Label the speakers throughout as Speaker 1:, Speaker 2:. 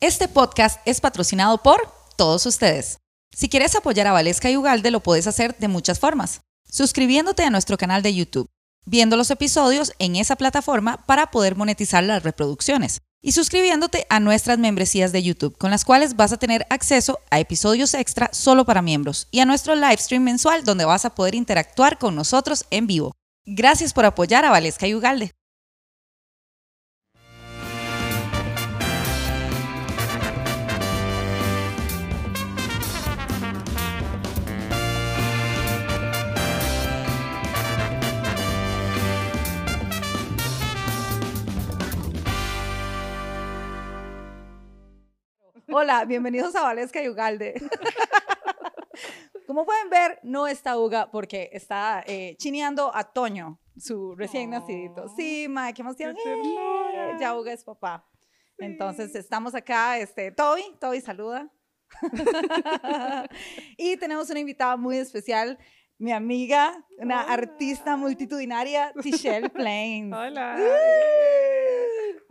Speaker 1: Este podcast es patrocinado por todos ustedes. Si quieres apoyar a Valesca y Ugalde, lo puedes hacer de muchas formas. Suscribiéndote a nuestro canal de YouTube, viendo los episodios en esa plataforma para poder monetizar las reproducciones y suscribiéndote a nuestras membresías de YouTube, con las cuales vas a tener acceso a episodios extra solo para miembros y a nuestro live stream mensual donde vas a poder interactuar con nosotros en vivo. Gracias por apoyar a Valesca y Ugalde. Hola, bienvenidos a Valesca y Ugalde. Como pueden ver, no está Uga porque está eh, chineando a Toño, su recién
Speaker 2: Aw,
Speaker 1: nacidito. Sí, ma, qué emoción.
Speaker 2: qué ternura.
Speaker 1: ¡Eh! Ya Uga es papá. Entonces, estamos acá, este, Toby, Toby, saluda. y tenemos una invitada muy especial, mi amiga, una
Speaker 2: Hola.
Speaker 1: artista multitudinaria, Tichelle Plain.
Speaker 2: Hola.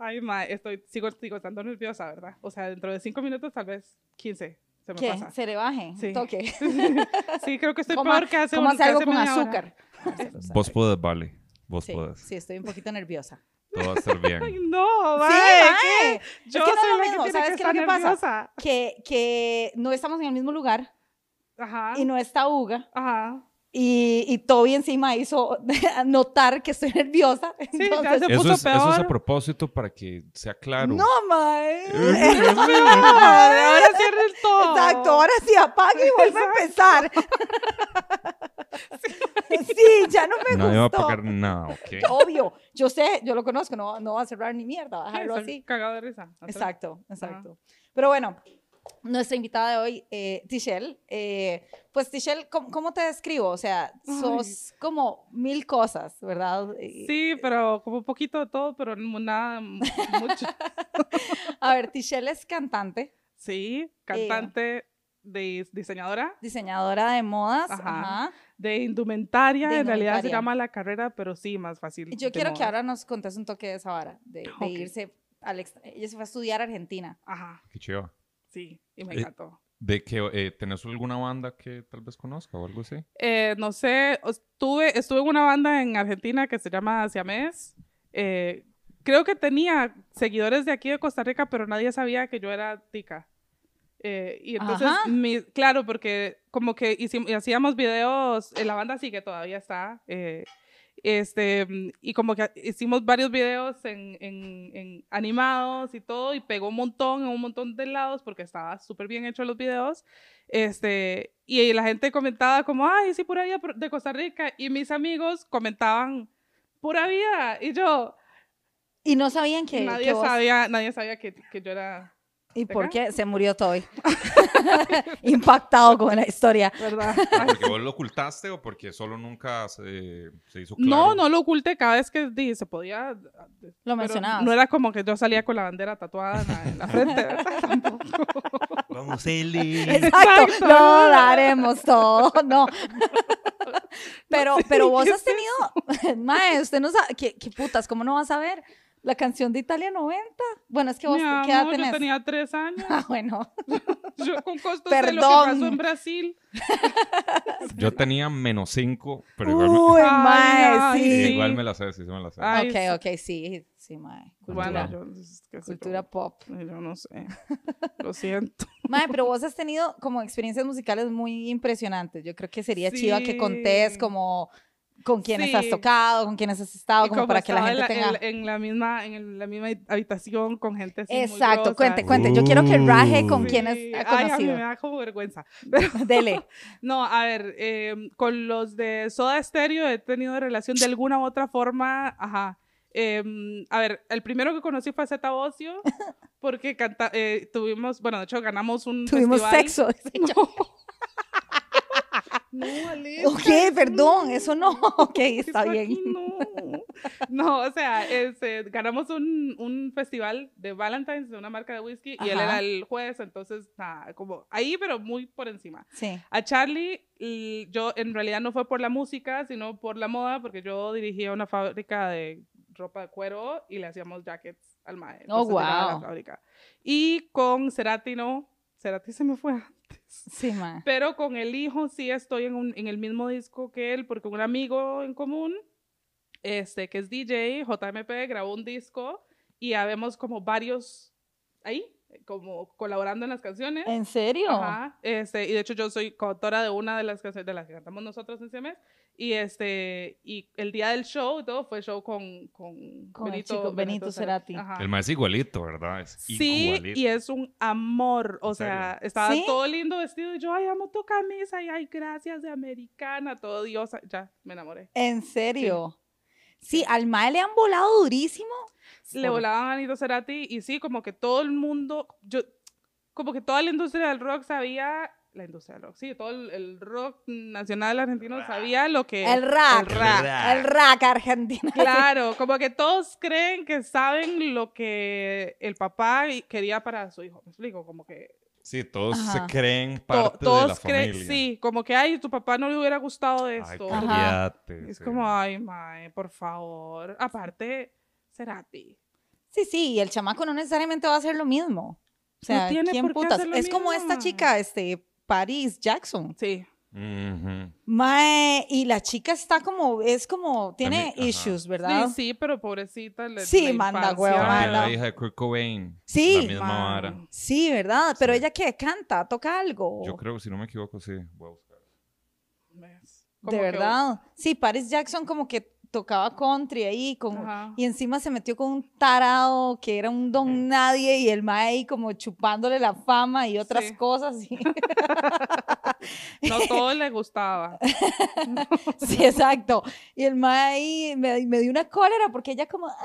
Speaker 2: Ay, ma, estoy, sigo, sigo estando nerviosa, ¿verdad? O sea, dentro de cinco minutos, tal vez 15, se me
Speaker 1: ¿Qué?
Speaker 2: pasa.
Speaker 1: ¿Se le baje?
Speaker 2: Sí.
Speaker 1: Toque.
Speaker 2: Sí, creo que estoy
Speaker 1: Coma-
Speaker 2: peor que hace
Speaker 1: cómase
Speaker 2: un- que
Speaker 1: algo
Speaker 2: hace
Speaker 1: con
Speaker 2: media hora.
Speaker 1: azúcar.
Speaker 2: eh,
Speaker 3: Vos podés, vale. Vos
Speaker 1: Sí,
Speaker 3: podés.
Speaker 1: sí, estoy un poquito nerviosa.
Speaker 3: Todo va a estar
Speaker 2: Ay,
Speaker 3: bien.
Speaker 2: no,
Speaker 1: Sí,
Speaker 2: mae,
Speaker 1: mae.
Speaker 2: ¿qué? Yo
Speaker 1: que no es
Speaker 2: soy
Speaker 1: lo
Speaker 2: la
Speaker 1: mismo,
Speaker 2: que tiene
Speaker 1: ¿sabes
Speaker 2: que
Speaker 1: qué es lo
Speaker 2: estar
Speaker 1: que pasa?
Speaker 2: nerviosa.
Speaker 1: Que, que no estamos en el mismo lugar
Speaker 2: Ajá,
Speaker 1: y no está Uga.
Speaker 2: ajá.
Speaker 1: Y, y Toby encima hizo notar que estoy nerviosa.
Speaker 2: Sí, ya
Speaker 1: entonces-
Speaker 2: se
Speaker 3: Eso
Speaker 2: puso
Speaker 3: es, eso es a
Speaker 2: peor.
Speaker 3: propósito para que sea claro. Mm,
Speaker 1: No, mae.
Speaker 2: Madre, ahora cierren todo.
Speaker 1: Exacto, ahora sí apague y vuelve a empezar. Sí, ya no me
Speaker 3: Nadie va a
Speaker 1: gustó.
Speaker 3: pagar nada, ¿ok?
Speaker 1: Obvio, yo sé, yo lo conozco, no, no va a cerrar ni mierda, va a
Speaker 2: Ay,
Speaker 1: dejarlo
Speaker 2: estoy
Speaker 1: así.
Speaker 2: Cagado de risa.
Speaker 1: Exacto, exacto. Pero bueno, nuestra invitada de hoy, eh, Tichelle, eh, pues Tichelle, ¿cómo, cómo te describo? O sea,
Speaker 2: Ay.
Speaker 1: sos como mil cosas, ¿verdad? Eh, Y-
Speaker 2: Sí, pero como un poquito de todo, pero no- nada, mu- mucho.
Speaker 1: A ver, Tichelle es cantante, Eh.
Speaker 2: Sí, cantante, de, diseñadora,
Speaker 1: diseñadora de modas,
Speaker 2: Ajá.
Speaker 1: ajá.
Speaker 2: de indumentaria,
Speaker 1: De
Speaker 2: en realidad se
Speaker 1: indumentaria.
Speaker 2: llama la carrera, pero sí, más fácil.
Speaker 1: Yo
Speaker 2: de
Speaker 1: quiero que
Speaker 2: moda.
Speaker 1: ahora nos contes un toque de esa vara, de, de
Speaker 2: Ok.
Speaker 1: irse al ext- Ella se fue a estudiar a Argentina.
Speaker 2: Ajá,
Speaker 3: Qué chido.
Speaker 2: sí, y me
Speaker 3: Eh,
Speaker 2: encantó.
Speaker 3: ¿De que eh, tenés alguna banda que tal vez conozca o algo así?
Speaker 2: Eh, no sé, os- tuve, estuve en una banda en Argentina que se llama Siamés. Eh, creo que tenía seguidores de aquí de Costa Rica, pero nadie sabía que yo era tica. Eh, y entonces,
Speaker 1: Ajá.
Speaker 2: mi- claro, porque como que hicim- hacíamos videos, eh, la banda sí que todavía está. eh, este, mm, y como que hicimos varios videos en, en- en animados y todo, y pegó un montón en un montón de lados porque estaba súper bien hecho los videos. Este, y la gente comentaba como, ay, sí, pura vida por- de Costa Rica. Y mis amigos comentaban, pura vida. Y yo,
Speaker 1: Y no sabían que.
Speaker 2: nadie,
Speaker 1: que vos-
Speaker 2: sabía, nadie sabía que, que yo era,
Speaker 1: ¿Y
Speaker 2: ¿De
Speaker 1: por
Speaker 2: acá?
Speaker 1: qué? Se murió Toby. Impactado con la historia.
Speaker 2: ¿verdad?
Speaker 3: ¿Porque vos lo ocultaste o porque solo nunca se, se hizo claro?
Speaker 2: No, no lo oculté cada vez que di- se podía.
Speaker 1: Lo
Speaker 2: pero
Speaker 1: mencionabas.
Speaker 2: No era como que yo salía con la bandera tatuada en la, en la frente, ¿verdad? Tampoco.
Speaker 3: Vamos, Eli.
Speaker 1: Exacto,
Speaker 2: Exacto.
Speaker 1: lo daremos todo, no. Pero, pero vos
Speaker 2: ¿qué
Speaker 1: has tenido, mae, usted no sabe, ¿qué, qué putas, ¿cómo no vas a ver la canción de Italia 90? Bueno, es que vos,
Speaker 2: Mi
Speaker 1: ¿qué edad
Speaker 2: amor,
Speaker 1: tenés?
Speaker 2: Yo tenía tres años.
Speaker 1: Ah, bueno,
Speaker 2: Yo con costos de lo que
Speaker 1: Perdón.
Speaker 2: pasó en Brasil.
Speaker 3: Yo tenía menos cinco, pero igual, me-
Speaker 1: Uy,
Speaker 2: Ay,
Speaker 1: mae,
Speaker 2: ay,
Speaker 1: sí.
Speaker 3: eh,
Speaker 2: sí.
Speaker 3: igual me la sé, sí, sí me la sé.
Speaker 2: Ah, Ay, sí.
Speaker 1: ok, ok, sí, sí, mae, cultura,
Speaker 2: Bueno, yo, es que sí,
Speaker 1: cultura pop.
Speaker 2: como- yo no sé. Lo siento.
Speaker 1: Mae, pero vos has tenido como experiencias musicales muy impresionantes, yo creo que sería chiva que
Speaker 2: Sí.
Speaker 1: contés como con quienes has
Speaker 2: Sí.
Speaker 1: tocado, con quienes has estado, Ah,
Speaker 2: Y
Speaker 1: como para que la
Speaker 2: estaba
Speaker 1: gente
Speaker 2: en
Speaker 1: tenga...
Speaker 2: la, en, en la misma, en el- la misma habitación con gente así muy
Speaker 1: Exacto,
Speaker 2: grosa.
Speaker 1: cuente, cuente. Yo quiero que raje con
Speaker 3: Uh.
Speaker 1: quienes
Speaker 2: Sí.
Speaker 1: ha
Speaker 2: Ay, a mí me
Speaker 1: conocido.
Speaker 2: da como vergüenza.
Speaker 1: Dele.
Speaker 2: No, a ver, eh, con los de Soda Stereo he tenido relación de alguna u otra forma, ajá. Em, a ver, el primero que conocí fue Zeta Bocio, porque canta- eh, tuvimos, bueno, de hecho ganamos un
Speaker 1: Tuvimos
Speaker 2: festival.
Speaker 1: sexo.
Speaker 2: No. No, Alexa,
Speaker 1: ok, perdón, eso no. Ok,
Speaker 2: eso
Speaker 1: está
Speaker 2: aquí
Speaker 1: bien.
Speaker 2: No. No, o sea, este, ganamos un, un festival de Valentine's de una marca de whisky y él
Speaker 1: Ajá.
Speaker 2: era el juez, entonces, nada, como ahí, pero muy por encima.
Speaker 1: Sí.
Speaker 2: A Charlie, l- yo en realidad no fue por la música, sino por la moda, porque yo dirigía una fábrica de ropa de cuero y le hacíamos jackets al mae.
Speaker 4: Oh,
Speaker 2: Entonces, llegaba a la
Speaker 4: wow.
Speaker 2: fábrica. Y con Cerati no, Cerati se me fue antes.
Speaker 4: Sí, ma.
Speaker 2: Pero con el hijo sí estoy en, un- en el mismo disco que él, porque un amigo en común, este, que es DJ, JMP, grabó un disco y habemos como varios ahí, como colaborando en las canciones.
Speaker 4: ¿En
Speaker 2: ¿Eh?
Speaker 4: serio?
Speaker 2: Ajá, este, y de hecho yo soy coautora de una de las canciones de las que cantamos nosotros en ese mes. Y este, y el día del show y todo fue show con, con,
Speaker 4: Con el chico Benito Cerati.
Speaker 2: Ajá.
Speaker 3: El más es igualito, ¿verdad? Es
Speaker 2: Sí,
Speaker 3: igualito.
Speaker 2: y es un amor. O
Speaker 3: ¿En serio?
Speaker 2: sea, estaba
Speaker 4: ¿Sí?
Speaker 2: todo lindo vestido. y Yo, ay, amo tu camisa. Y ay, gracias de americana. Todo diosa. Ya, me enamoré.
Speaker 4: ¿En serio? Sí, al mae le han volado durísimo.
Speaker 2: Le volaban a Nito Cerati. Y sí, como que todo el mundo. Yo, como que toda la industria del rock sabía. La industria del rock, sí, todo el, el rock nacional argentino sabía lo que.
Speaker 4: El rack.
Speaker 2: el rack.
Speaker 4: El rack argentino.
Speaker 2: Claro, como que todos creen que saben lo que el papá y- quería para su hijo. Me explico, como que
Speaker 3: Sí, todos
Speaker 4: Ajá.
Speaker 3: se creen
Speaker 2: to-
Speaker 3: parte de la
Speaker 2: todos creen,
Speaker 3: familia.
Speaker 2: sí, como que, ay, tu papá no le hubiera gustado
Speaker 3: Ay,
Speaker 2: esto.
Speaker 4: Ajá.
Speaker 3: cállate,
Speaker 2: Es
Speaker 3: sí.
Speaker 2: como, ay, mae, por favor. Aparte, Cerati.
Speaker 4: Sí, sí, y el chamaco no necesariamente va a hacer lo mismo. O sea,
Speaker 2: No tiene
Speaker 4: ¿quién
Speaker 2: por qué
Speaker 4: putas?
Speaker 2: hacer lo
Speaker 4: Es como
Speaker 2: mismo,
Speaker 4: esta
Speaker 2: ma.
Speaker 4: chica, este, Paris Jackson.
Speaker 2: Sí,
Speaker 3: Ujú.
Speaker 4: Mae, y la chica está como, es como, tiene
Speaker 3: También, ajá.
Speaker 4: issues, ¿verdad?
Speaker 2: sí, sí, pero pobrecita. le-
Speaker 4: Sí,
Speaker 2: la
Speaker 4: manda
Speaker 2: infancia.
Speaker 4: hueva,
Speaker 3: También
Speaker 4: manda.
Speaker 3: Ah, la hija de Kurt Cobain.
Speaker 4: Sí.
Speaker 3: La misma
Speaker 2: Man.
Speaker 3: vara.
Speaker 4: Sí, ¿verdad? Pero
Speaker 3: Sí.
Speaker 4: ella que canta, toca algo.
Speaker 3: Yo creo, si no me equivoco, sí. Voy a buscar.
Speaker 2: ¿Ves?
Speaker 4: de
Speaker 2: Como que-
Speaker 4: verdad. Sí, Paris Jackson como que tocaba country ahí, con,
Speaker 2: Ajá.
Speaker 4: y encima se metió con un tarado que era un don nadie y el mae ahí como chupándole la fama y otras
Speaker 2: Sí.
Speaker 4: cosas. y-
Speaker 2: No todo le gustaba.
Speaker 4: Sí, exacto. Y el mae ahí me, me dio una cólera porque ella como, ah,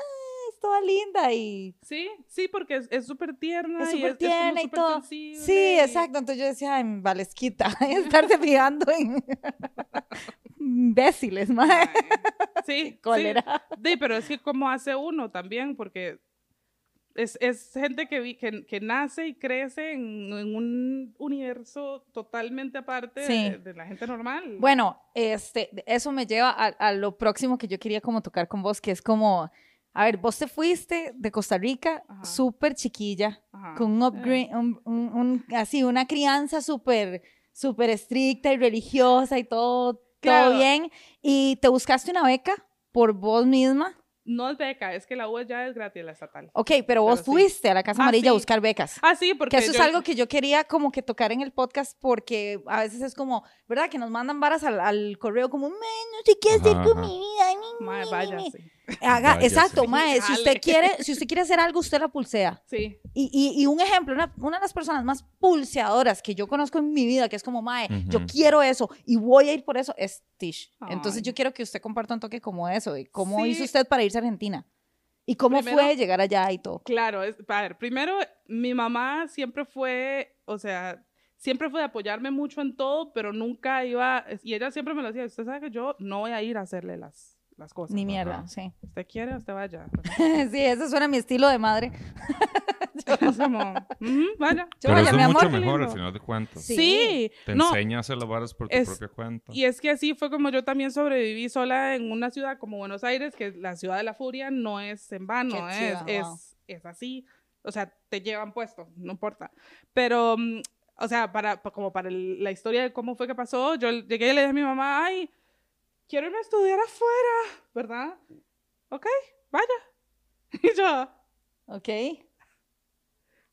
Speaker 4: es toda linda y...
Speaker 2: Sí, sí, porque es- es súper tierna.
Speaker 4: Es
Speaker 2: y como
Speaker 4: súper tierna y
Speaker 2: súper
Speaker 4: todo.
Speaker 2: sensible
Speaker 4: Sí,
Speaker 2: y-
Speaker 4: exacto. Entonces yo decía, ay, Valesquita, estarse fijando en imbéciles, mae.
Speaker 2: Mae. Sí, sí,
Speaker 4: Cólera.
Speaker 2: Sí, pero es que como hace uno también, porque es, es gente que, vi- que, que nace y crece en, en un universo totalmente aparte
Speaker 4: Sí.
Speaker 2: de, de la gente normal.
Speaker 4: Bueno, este, eso me lleva a, a lo próximo que yo quería como tocar con vos, que es como, a ver, vos te fuiste de Costa Rica
Speaker 2: Ajá. Ah,
Speaker 4: súper chiquilla,
Speaker 2: Ajá.
Speaker 4: con un upgra- un- un- un- así, una crianza súper, súper estricta y religiosa y todo,
Speaker 2: Claro.
Speaker 4: todo bien, y te buscaste una beca por vos misma.
Speaker 2: No es beca, es que la U ya es gratis, la estatal.
Speaker 4: Ok, pero vos
Speaker 2: Pero sí.
Speaker 4: fuiste a la Casa
Speaker 2: Ah,
Speaker 4: Amarilla a
Speaker 2: sí.
Speaker 4: buscar becas.
Speaker 2: Ah, sí, porque
Speaker 4: Que eso es
Speaker 2: yo-
Speaker 4: algo que yo quería como que tocar en el podcast porque a veces es como, ¿verdad? Que nos mandan varas al, al correo como, "Mae, no sé qué hacer
Speaker 3: Ajá,
Speaker 4: con
Speaker 3: ajá.
Speaker 4: mi vida. ay, mi,
Speaker 2: Mae,
Speaker 4: mi,
Speaker 2: vaya,
Speaker 4: mi, mi".
Speaker 2: sí.
Speaker 4: Haga-
Speaker 3: Vaya,
Speaker 4: exacto,
Speaker 3: sí.
Speaker 4: mae, si usted
Speaker 2: Jale.
Speaker 4: quiere, si usted quiere hacer algo, usted la pulsea.
Speaker 2: Sí,
Speaker 4: Y, y- y un ejemplo, una, una de las personas más pulseadoras que yo conozco en mi vida, que es como, mae, yo
Speaker 3: Ujú.
Speaker 4: quiero eso y voy a ir por eso, es Tish. Entonces
Speaker 2: Ay.
Speaker 4: yo quiero que usted comparta un toque como eso, de cómo
Speaker 2: Sí.
Speaker 4: hizo usted para irse a Argentina y cómo
Speaker 2: Primero-
Speaker 4: fue llegar allá y todo.
Speaker 2: claro. Es, a ver, primero, mi mamá siempre fue, o sea, siempre fue de apoyarme mucho en todo, pero nunca iba, y ella siempre me lo decía, usted sabe que yo no voy a ir a hacerle las, las cosas.
Speaker 4: Ni mierda,
Speaker 3: Ajá.
Speaker 4: sí.
Speaker 2: Usted quiere, usted vaya.
Speaker 4: Sí, ese suena mi estilo de madre.
Speaker 2: Es como, "Ujú, vaya.
Speaker 4: Yo
Speaker 3: Pero
Speaker 2: Órale,
Speaker 4: vale,
Speaker 3: eso
Speaker 4: mi
Speaker 3: es mucho
Speaker 4: amor,
Speaker 2: qué
Speaker 3: mejor al
Speaker 2: lindo.
Speaker 3: final de cuentas.
Speaker 4: Sí.
Speaker 2: Sí,
Speaker 3: Te
Speaker 2: no.
Speaker 3: enseña a hacer las varas por tu
Speaker 2: Es-
Speaker 3: propia cuenta.
Speaker 2: Y es que así fue como yo también sobreviví sola en una ciudad como Buenos Aires, que la ciudad de la furia no es en vano,
Speaker 4: Qué
Speaker 2: es,
Speaker 4: chiva,
Speaker 2: es,
Speaker 4: wow.
Speaker 2: es así. O sea, te llevan puesto, no importa. Pero, mm, o sea, para, pa- como para el- la historia de cómo fue que pasó, yo llegué y le dije a mi mamá, ay, quiero irme a estudiar afuera, ¿verdad? Ok, vaya. Y yo,
Speaker 4: Ok.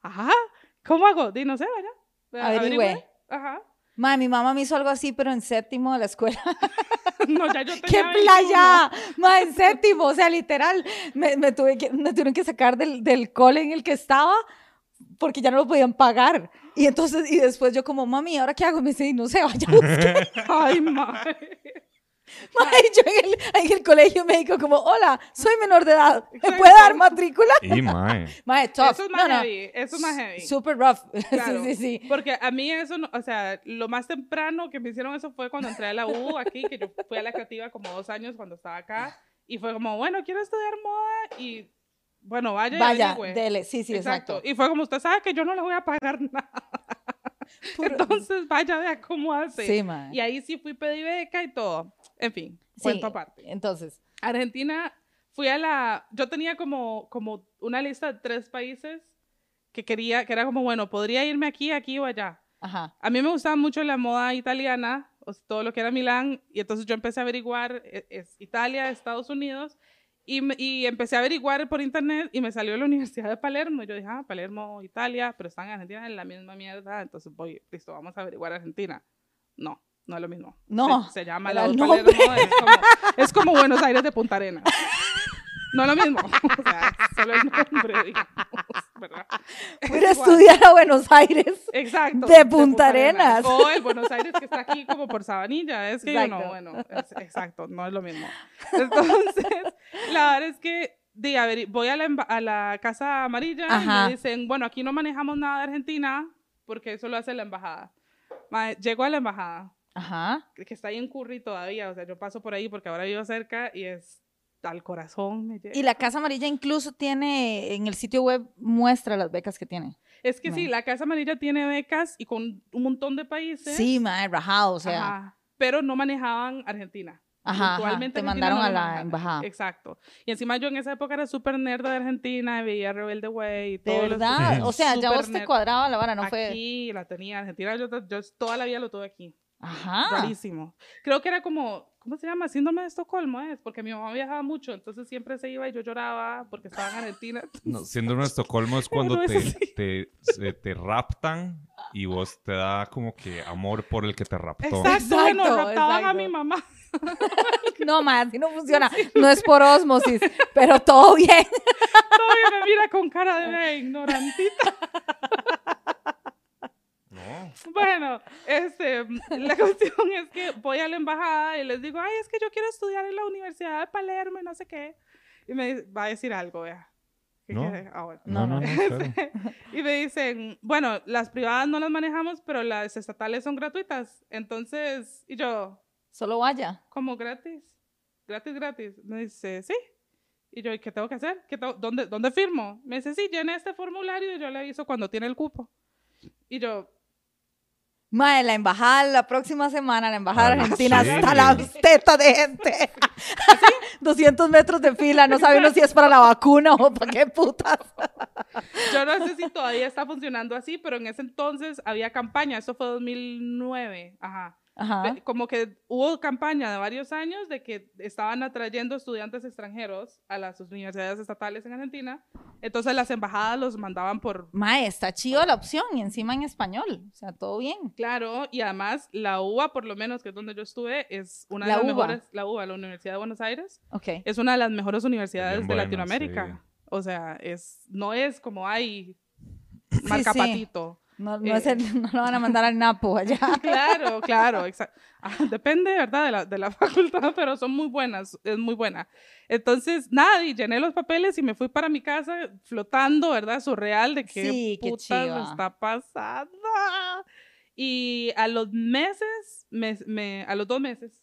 Speaker 2: ajá, ¿cómo hago? Di, no sé, vaya.
Speaker 4: Averigüe.
Speaker 2: Averigüe. Ajá.
Speaker 4: Ma, mi mamá me hizo algo así, pero en séptimo de la escuela.
Speaker 2: No, ya yo
Speaker 4: ¡Qué
Speaker 2: tenía 21.
Speaker 4: playa! Ma, en séptimo, o sea, literal. Me, me tuve que, me tuvieron que sacar del, del cole en el que estaba porque ya no lo podían pagar. Y entonces, y después yo como, mami, ¿ahora qué hago? Me dice, no sé, vaya a buscar.
Speaker 2: Ay, madre.
Speaker 4: Ma, y yo en el, en el colegio médico como, hola, soy menor de edad, ¿me
Speaker 2: Exacto.
Speaker 4: puede dar matrícula?
Speaker 3: Y, mae.
Speaker 4: Ma, tough.
Speaker 2: Eso es más heavy. Eso es más heavy.
Speaker 4: Super rough.
Speaker 2: Claro.
Speaker 4: sí, sí, sí.
Speaker 2: Porque a mí eso, no- o sea, lo más temprano que me hicieron eso fue cuando entré a la U aquí, que yo fui a la creativa como dos años cuando estaba acá. Y fue como, bueno, quiero estudiar moda y, bueno, vaya. y
Speaker 4: Vaya,
Speaker 2: averigüe.
Speaker 4: dele, sí, sí, exacto.
Speaker 2: Y fue como, usted sabe que yo no le voy a pagar nada.
Speaker 4: Puro-
Speaker 2: Entonces, vaya, vea cómo hace.
Speaker 4: sí, ma.
Speaker 2: Y ahí sí fui pedí beca y todo. En fin,
Speaker 4: Sí,
Speaker 2: cuento aparte.
Speaker 4: Entonces,
Speaker 2: Argentina fui a la, yo tenía como, como una lista de tres países que quería, que era como, bueno, podría irme aquí, aquí o allá.
Speaker 1: Ajá.
Speaker 2: A mí me gustaba mucho la moda italiana, o sea, todo lo que era Milán, y entonces yo empecé a averiguar eh, es Italia, Estados Unidos, y, me- y empecé a averiguar por internet y me salió la Universidad de Palermo. Y yo dije, ah, Palermo, Italia, pero están en Argentina en la misma mierda, entonces voy, listo, vamos a averiguar Argentina. No, no es lo mismo.
Speaker 1: No,
Speaker 2: Se, se llama
Speaker 1: era
Speaker 2: la
Speaker 1: el
Speaker 2: de Palermo, es como, es como Buenos Aires de Punta Arenas. No es lo mismo, o sea, solo el nombre, digamos, ¿verdad?
Speaker 4: Voy a ir a
Speaker 2: Es pues, igual.
Speaker 4: estudiar a Buenos Aires.
Speaker 2: Exacto.
Speaker 4: De Punta Arenas.
Speaker 2: O el Buenos Aires que está aquí como por Sabanilla. Es que yo no,
Speaker 4: Exacto.
Speaker 2: bueno, es- exacto, no es lo mismo. Entonces, la verdad es que di, a ver, voy a la, emba- a la Casa Amarilla
Speaker 1: Ajá.
Speaker 2: y me dicen, bueno, aquí no manejamos nada de Argentina porque eso lo hace la embajada. Ma, llego a la embajada,
Speaker 1: Ajá.
Speaker 2: que está ahí en Curry todavía, o sea, yo paso por ahí porque ahora vivo cerca y es al corazón me llega.
Speaker 1: Y la Casa Amarilla incluso tiene, en el sitio web, muestra las becas que tiene.
Speaker 2: Es que sí,
Speaker 1: no.
Speaker 2: la Casa Amarilla tiene becas y con un montón de países.
Speaker 1: Sí, mae, rajado, o sea.
Speaker 2: Ajá. Pero no manejaban Argentina.
Speaker 1: Ajá, ajá,
Speaker 2: Puntualmente
Speaker 1: te
Speaker 2: Argentina
Speaker 1: mandaron
Speaker 2: no
Speaker 1: a la
Speaker 2: manejaban.
Speaker 1: embajada.
Speaker 2: Exacto. Y encima yo en esa época era súper nerd de Argentina, veía Rebelde Way y todo.
Speaker 1: De verdad, o sea, ya vos te cuadraba la vara, no fue...
Speaker 2: Aquí la tenía, Argentina, yo, yo toda la vida lo tuve aquí.
Speaker 1: Ajá.
Speaker 2: Rarísimo. Creo que era como, ¿cómo se llama? Síndrome de Estocolmo, es, porque mi mamá viajaba mucho, entonces siempre se iba y yo lloraba porque estaba en Argentina.
Speaker 3: No, síndrome de Estocolmo es cuando
Speaker 2: No es
Speaker 3: te,
Speaker 2: así.
Speaker 3: te, se- te raptan y vos te da como que amor por el que te raptó.
Speaker 2: Exacto, bueno,
Speaker 4: Exacto,
Speaker 2: raptaban a
Speaker 4: exacto.
Speaker 2: mi mamá.
Speaker 4: No, más, así no funciona. No es por osmosis, pero todo bien.
Speaker 2: Todavía me mira con cara de "Ve, ignorantita.
Speaker 3: No.
Speaker 2: Bueno, este, la cuestión es que voy a la embajada y les digo, ay, es que yo quiero estudiar en la Universidad de Palermo y no sé qué. Y me dice- va a decir algo, vea. ¿Qué
Speaker 3: No.
Speaker 2: quiere? Ah, bueno.
Speaker 3: No, no, no, claro.
Speaker 2: Y me dicen, bueno, las privadas no las manejamos, pero las estatales son gratuitas. Entonces, y yo,
Speaker 1: Solo vaya.
Speaker 2: ¿cómo gratis? Gratis, gratis. Me dice, sí. Y yo, ¿y qué tengo que hacer? ¿Qué tengo- dónde, ¿Dónde firmo? Me dice, sí, llena este formulario y yo le aviso cuando tiene el cupo. Y yo,
Speaker 4: Mae, la embajada, la próxima semana, la embajada
Speaker 3: Al
Speaker 4: argentina
Speaker 3: chile.
Speaker 4: hasta las tetas de gente. 200 metros de fila, no sabe uno si es para la vacuna o para qué putas.
Speaker 2: Yo no sé si todavía está funcionando así, pero en ese entonces había campaña, eso fue 2009, ajá.
Speaker 1: Ajá.
Speaker 2: Pe- Como que hubo campaña de varios años de que estaban atrayendo estudiantes extranjeros a las universidades estatales en Argentina, entonces las embajadas los mandaban por...
Speaker 1: Mae, está chido la opción y encima en español. O sea, todo bien.
Speaker 2: Claro, y además la UBA, por lo menos, que es donde yo estuve, es una de
Speaker 1: La
Speaker 2: las
Speaker 1: UBA.
Speaker 2: mejores, la UBA, la Universidad de Buenos Aires,
Speaker 1: Ok.
Speaker 2: es una de las mejores universidades
Speaker 3: Bien
Speaker 2: de
Speaker 3: buena,
Speaker 2: Latinoamérica.
Speaker 3: sí.
Speaker 2: O sea, es, no es como hay marcapatito.
Speaker 1: No, no, es
Speaker 2: Eh.
Speaker 1: el- no lo van a mandar al Napo allá.
Speaker 2: Claro, claro, exacto. Depende, ¿verdad? De la, de la facultad, pero son muy buenas, es muy buena. Entonces, nada, y llené los papeles y me fui para mi casa flotando, ¿verdad? Surreal de que
Speaker 1: Sí, qué
Speaker 2: putas
Speaker 1: chiva.
Speaker 2: está pasando. Y a los meses, me, me- a los dos meses,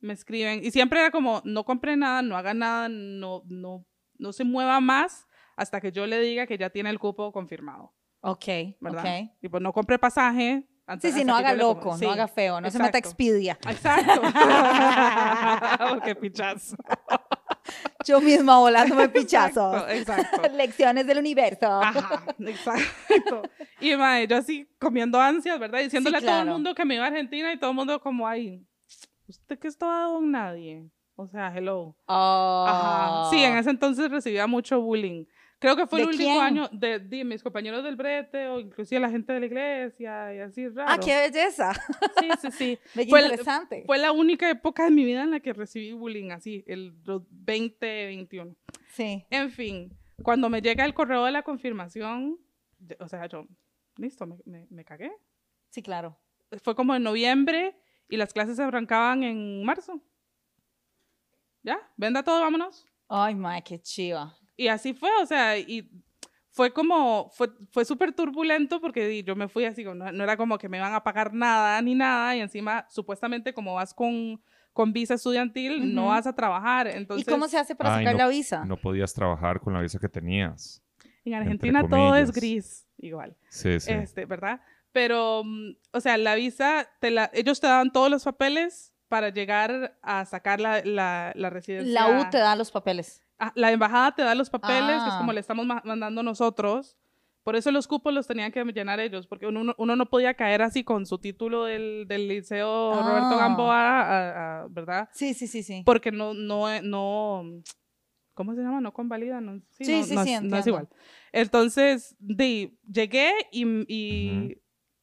Speaker 2: me escriben. Y siempre era como, no compre nada, no haga nada, no, no, no se mueva más hasta que yo le diga que ya tiene el cupo confirmado,
Speaker 1: Ok,
Speaker 2: ¿verdad?
Speaker 1: ok.
Speaker 2: Tipo, no compre pasaje. hasta-
Speaker 1: Sí, sí,
Speaker 2: hasta
Speaker 1: no
Speaker 2: que yo
Speaker 1: haga
Speaker 2: le com-
Speaker 1: loco,
Speaker 2: Sí.
Speaker 1: no haga feo, no se meta a
Speaker 2: exacto.
Speaker 1: Expedia.
Speaker 2: Exacto. Porque pichazo.
Speaker 4: Yo misma volándome pichazos.
Speaker 2: Exacto, exacto.
Speaker 4: Lecciones del universo.
Speaker 2: Ajá, exacto. Y mae, yo así comiendo ansias, ¿verdad? Diciéndole
Speaker 1: Sí,
Speaker 2: a todo
Speaker 1: claro.
Speaker 2: el mundo que me iba a Argentina y todo el mundo como, ay, usted que es todo don nadie. O sea, hello. Ajá. Sí, en ese entonces recibía mucho bullying. Creo que fue el
Speaker 1: Oh. ¿De
Speaker 2: último
Speaker 1: quién?
Speaker 2: año de, de mis compañeros del brete o inclusive la gente de la iglesia y así raro.
Speaker 4: Ah, qué belleza.
Speaker 2: Sí, sí, sí.
Speaker 4: Ve qué
Speaker 2: Fue el-
Speaker 4: interesante.
Speaker 2: Fue la única época de mi vida en la que recibí bullying, así, el los 20, 21.
Speaker 4: Sí.
Speaker 2: En fin, cuando me llega el correo de la confirmación, yo- o sea, yo, listo, me, me- me cagué.
Speaker 1: Sí, claro.
Speaker 2: Fue como en noviembre y las clases se arrancaban en marzo. Ya, venda todo, vámonos.
Speaker 1: Ay, mae, qué chiva.
Speaker 2: Y así fue, o sea, y fue como, fue, fue súper turbulento porque di, yo me fui así, como, no, no era como que me iban a pagar nada ni nada, y encima, supuestamente, como vas con, con visa estudiantil, no
Speaker 1: Ujú.
Speaker 2: vas a trabajar. Entonces,
Speaker 1: ¿Y cómo se hace para
Speaker 3: Ay,
Speaker 1: sacar
Speaker 3: no-
Speaker 1: la visa?
Speaker 3: No podías trabajar con la visa que tenías.
Speaker 2: en
Speaker 3: entre
Speaker 2: Argentina todo es
Speaker 3: comillas?
Speaker 2: gris, igual.
Speaker 3: Sí, sí.
Speaker 2: este, ¿verdad? Pero, mm, o sea, la visa, te la, ellos te daban todos los papeles para llegar a sacar la, la, la residencia.
Speaker 4: La U te da los papeles.
Speaker 2: Ah, la embajada te da los papeles, que es
Speaker 4: Ah.
Speaker 2: como le estamos ma- mandando nosotros. Por eso los cupos los tenían que llenar ellos, porque uno, uno- uno no podía caer así con su título del, del liceo Roberto
Speaker 4: Ah.
Speaker 2: Gamboa, a- a- ¿verdad?
Speaker 4: Sí, sí, sí, sí.
Speaker 2: Porque no, no, eh, no, ¿cómo se llama? No convalida, no,
Speaker 4: Sí,
Speaker 2: no, no
Speaker 4: sí, sí,
Speaker 2: es- no es
Speaker 4: entiendo.
Speaker 2: igual. Entonces, di, llegué y, y
Speaker 3: Ujú.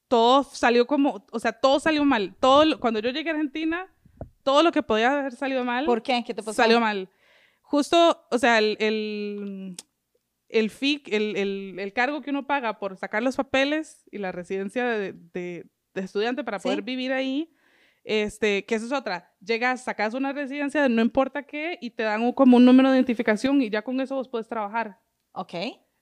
Speaker 2: todo salió como, o sea, todo salió mal. Todo, lo- cuando yo llegué a Argentina, todo lo que podía haber salido mal
Speaker 4: ¿Por qué? ¿Qué te pasó?
Speaker 2: salió mal. Justo, o sea, el, el, el FIC, el, el- el cargo que uno paga por sacar los papeles y la residencia de, de- de estudiante para poder
Speaker 4: Sí.
Speaker 2: vivir ahí, este, que eso es otra. Llegas, sacas una residencia de no importa qué y te dan un- como un número de identificación y ya con eso vos puedes trabajar.
Speaker 4: Ok.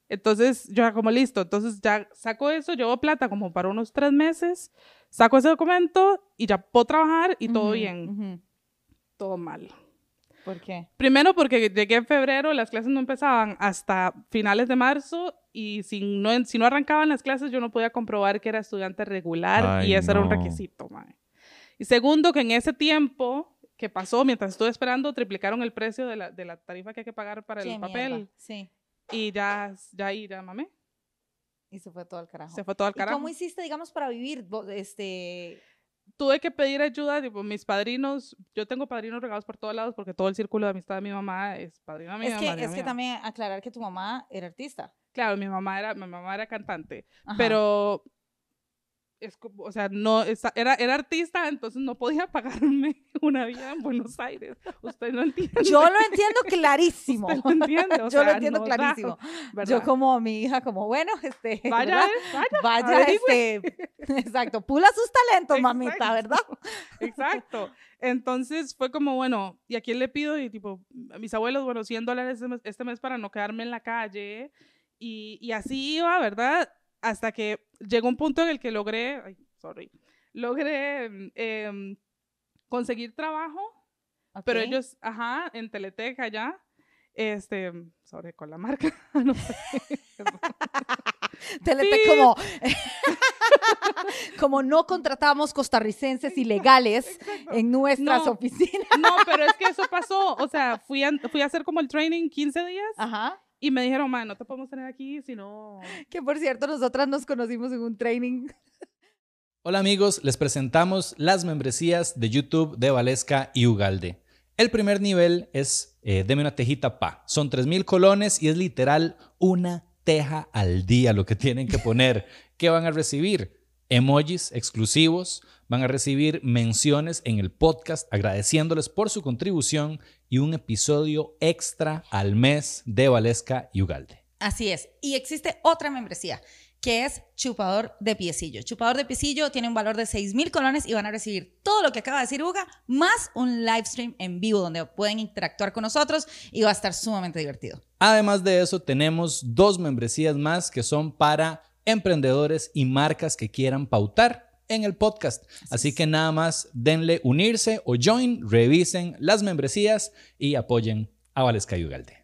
Speaker 2: Entonces, yo era como listo. Entonces, ya saco eso, llevo plata como para unos tres meses, saco ese documento y ya puedo trabajar y todo
Speaker 4: Ujú,
Speaker 2: bien.
Speaker 4: ujú.
Speaker 2: Todo mal.
Speaker 4: ¿Por qué?
Speaker 2: Primero porque llegué en febrero, las clases no empezaban hasta finales de marzo y si no, si no arrancaban las clases yo no podía comprobar que era estudiante regular
Speaker 3: Ay,
Speaker 2: y eso era un
Speaker 3: no.
Speaker 2: requisito. mae. Y segundo que en ese tiempo que pasó, mientras estuve esperando, triplicaron el precio de la, de la tarifa que hay que pagar para
Speaker 4: Qué
Speaker 2: el papel
Speaker 4: mierda. Sí.
Speaker 2: y ya, ya ahí, ya mamé,
Speaker 4: Y se fue todo al carajo.
Speaker 2: se fue todo al
Speaker 4: ¿Y
Speaker 2: carajo.
Speaker 4: cómo hiciste, digamos, para vivir? Vo- Este,
Speaker 2: tuve que pedir ayuda, tipo, mis padrinos, yo tengo padrinos regados por todos lados porque todo el círculo de amistad de mi mamá es padrino mío.
Speaker 4: es que,
Speaker 2: madrino
Speaker 4: es que
Speaker 2: mío.
Speaker 4: también aclarar que tu mamá era artista.
Speaker 2: Claro, mi mamá era, mi mamá era cantante.
Speaker 4: Ajá.
Speaker 2: pero es como, o sea, no, esa- era, era artista, entonces no podía pagarme una vida en Buenos Aires. Usted no entiende.
Speaker 4: Yo lo entiendo clarísimo.
Speaker 2: usted no entiende. o
Speaker 4: Yo lo
Speaker 2: sea,
Speaker 4: entiendo
Speaker 2: no da,
Speaker 4: clarísimo. Yo
Speaker 2: ¿verdad?
Speaker 4: como mi hija, como, bueno, este,
Speaker 2: Vaya,
Speaker 4: ¿verdad?
Speaker 2: eh, vaya.
Speaker 4: vaya, este, exacto, pula sus talentos, mamita,
Speaker 2: Exacto.
Speaker 4: ¿verdad?
Speaker 2: Exacto. Entonces fue como, bueno, ¿y a quién le pido? Y tipo, a mis abuelos, bueno, 100 dólares este mes, este mes para no quedarme en la calle. Y, y así iba, ¿verdad? Hasta que llegó un punto en el que logré, ay, sorry, logré em, em, conseguir trabajo Pero
Speaker 4: Ok.
Speaker 2: ellos, ajá, en Teleteca allá, este, sobre con la marca, no sé.
Speaker 4: Telepe
Speaker 2: ¡Pip!
Speaker 4: como, como no contratamos costarricenses ilegales en nuestras
Speaker 2: No.
Speaker 4: oficinas.
Speaker 2: No, pero es que eso pasó, o sea, fui a, fui a hacer como el training 15 días
Speaker 4: Ajá.
Speaker 2: y me dijeron, man, no te podemos tener aquí, sino...
Speaker 4: Que por cierto, nosotras nos conocimos en un training.
Speaker 5: Hola amigos, les presentamos las membresías de YouTube de Valesca y Ugalde. El primer nivel es eh, Deme una tejita pa. Son 3.000 colones y es literal una teja al día lo que tienen que poner. ¿Qué van a recibir? Emojis exclusivos, van a recibir menciones en el podcast agradeciéndoles por su contribución y un episodio extra al mes de Valesca y Ugalde.
Speaker 1: Así es. Y existe otra membresía que es chupador de piecillo. Chupador de piecillo tiene un valor de 6 mil colones y van a recibir todo lo que acaba de decir Uga, más un live stream en vivo donde pueden interactuar con nosotros y va a estar sumamente divertido.
Speaker 5: Además de eso, tenemos dos membresías más que son para emprendedores y marcas que quieran pautar en el podcast. Así que nada más denle unirse o join, revisen las membresías y apoyen a Valesca y Ugalde.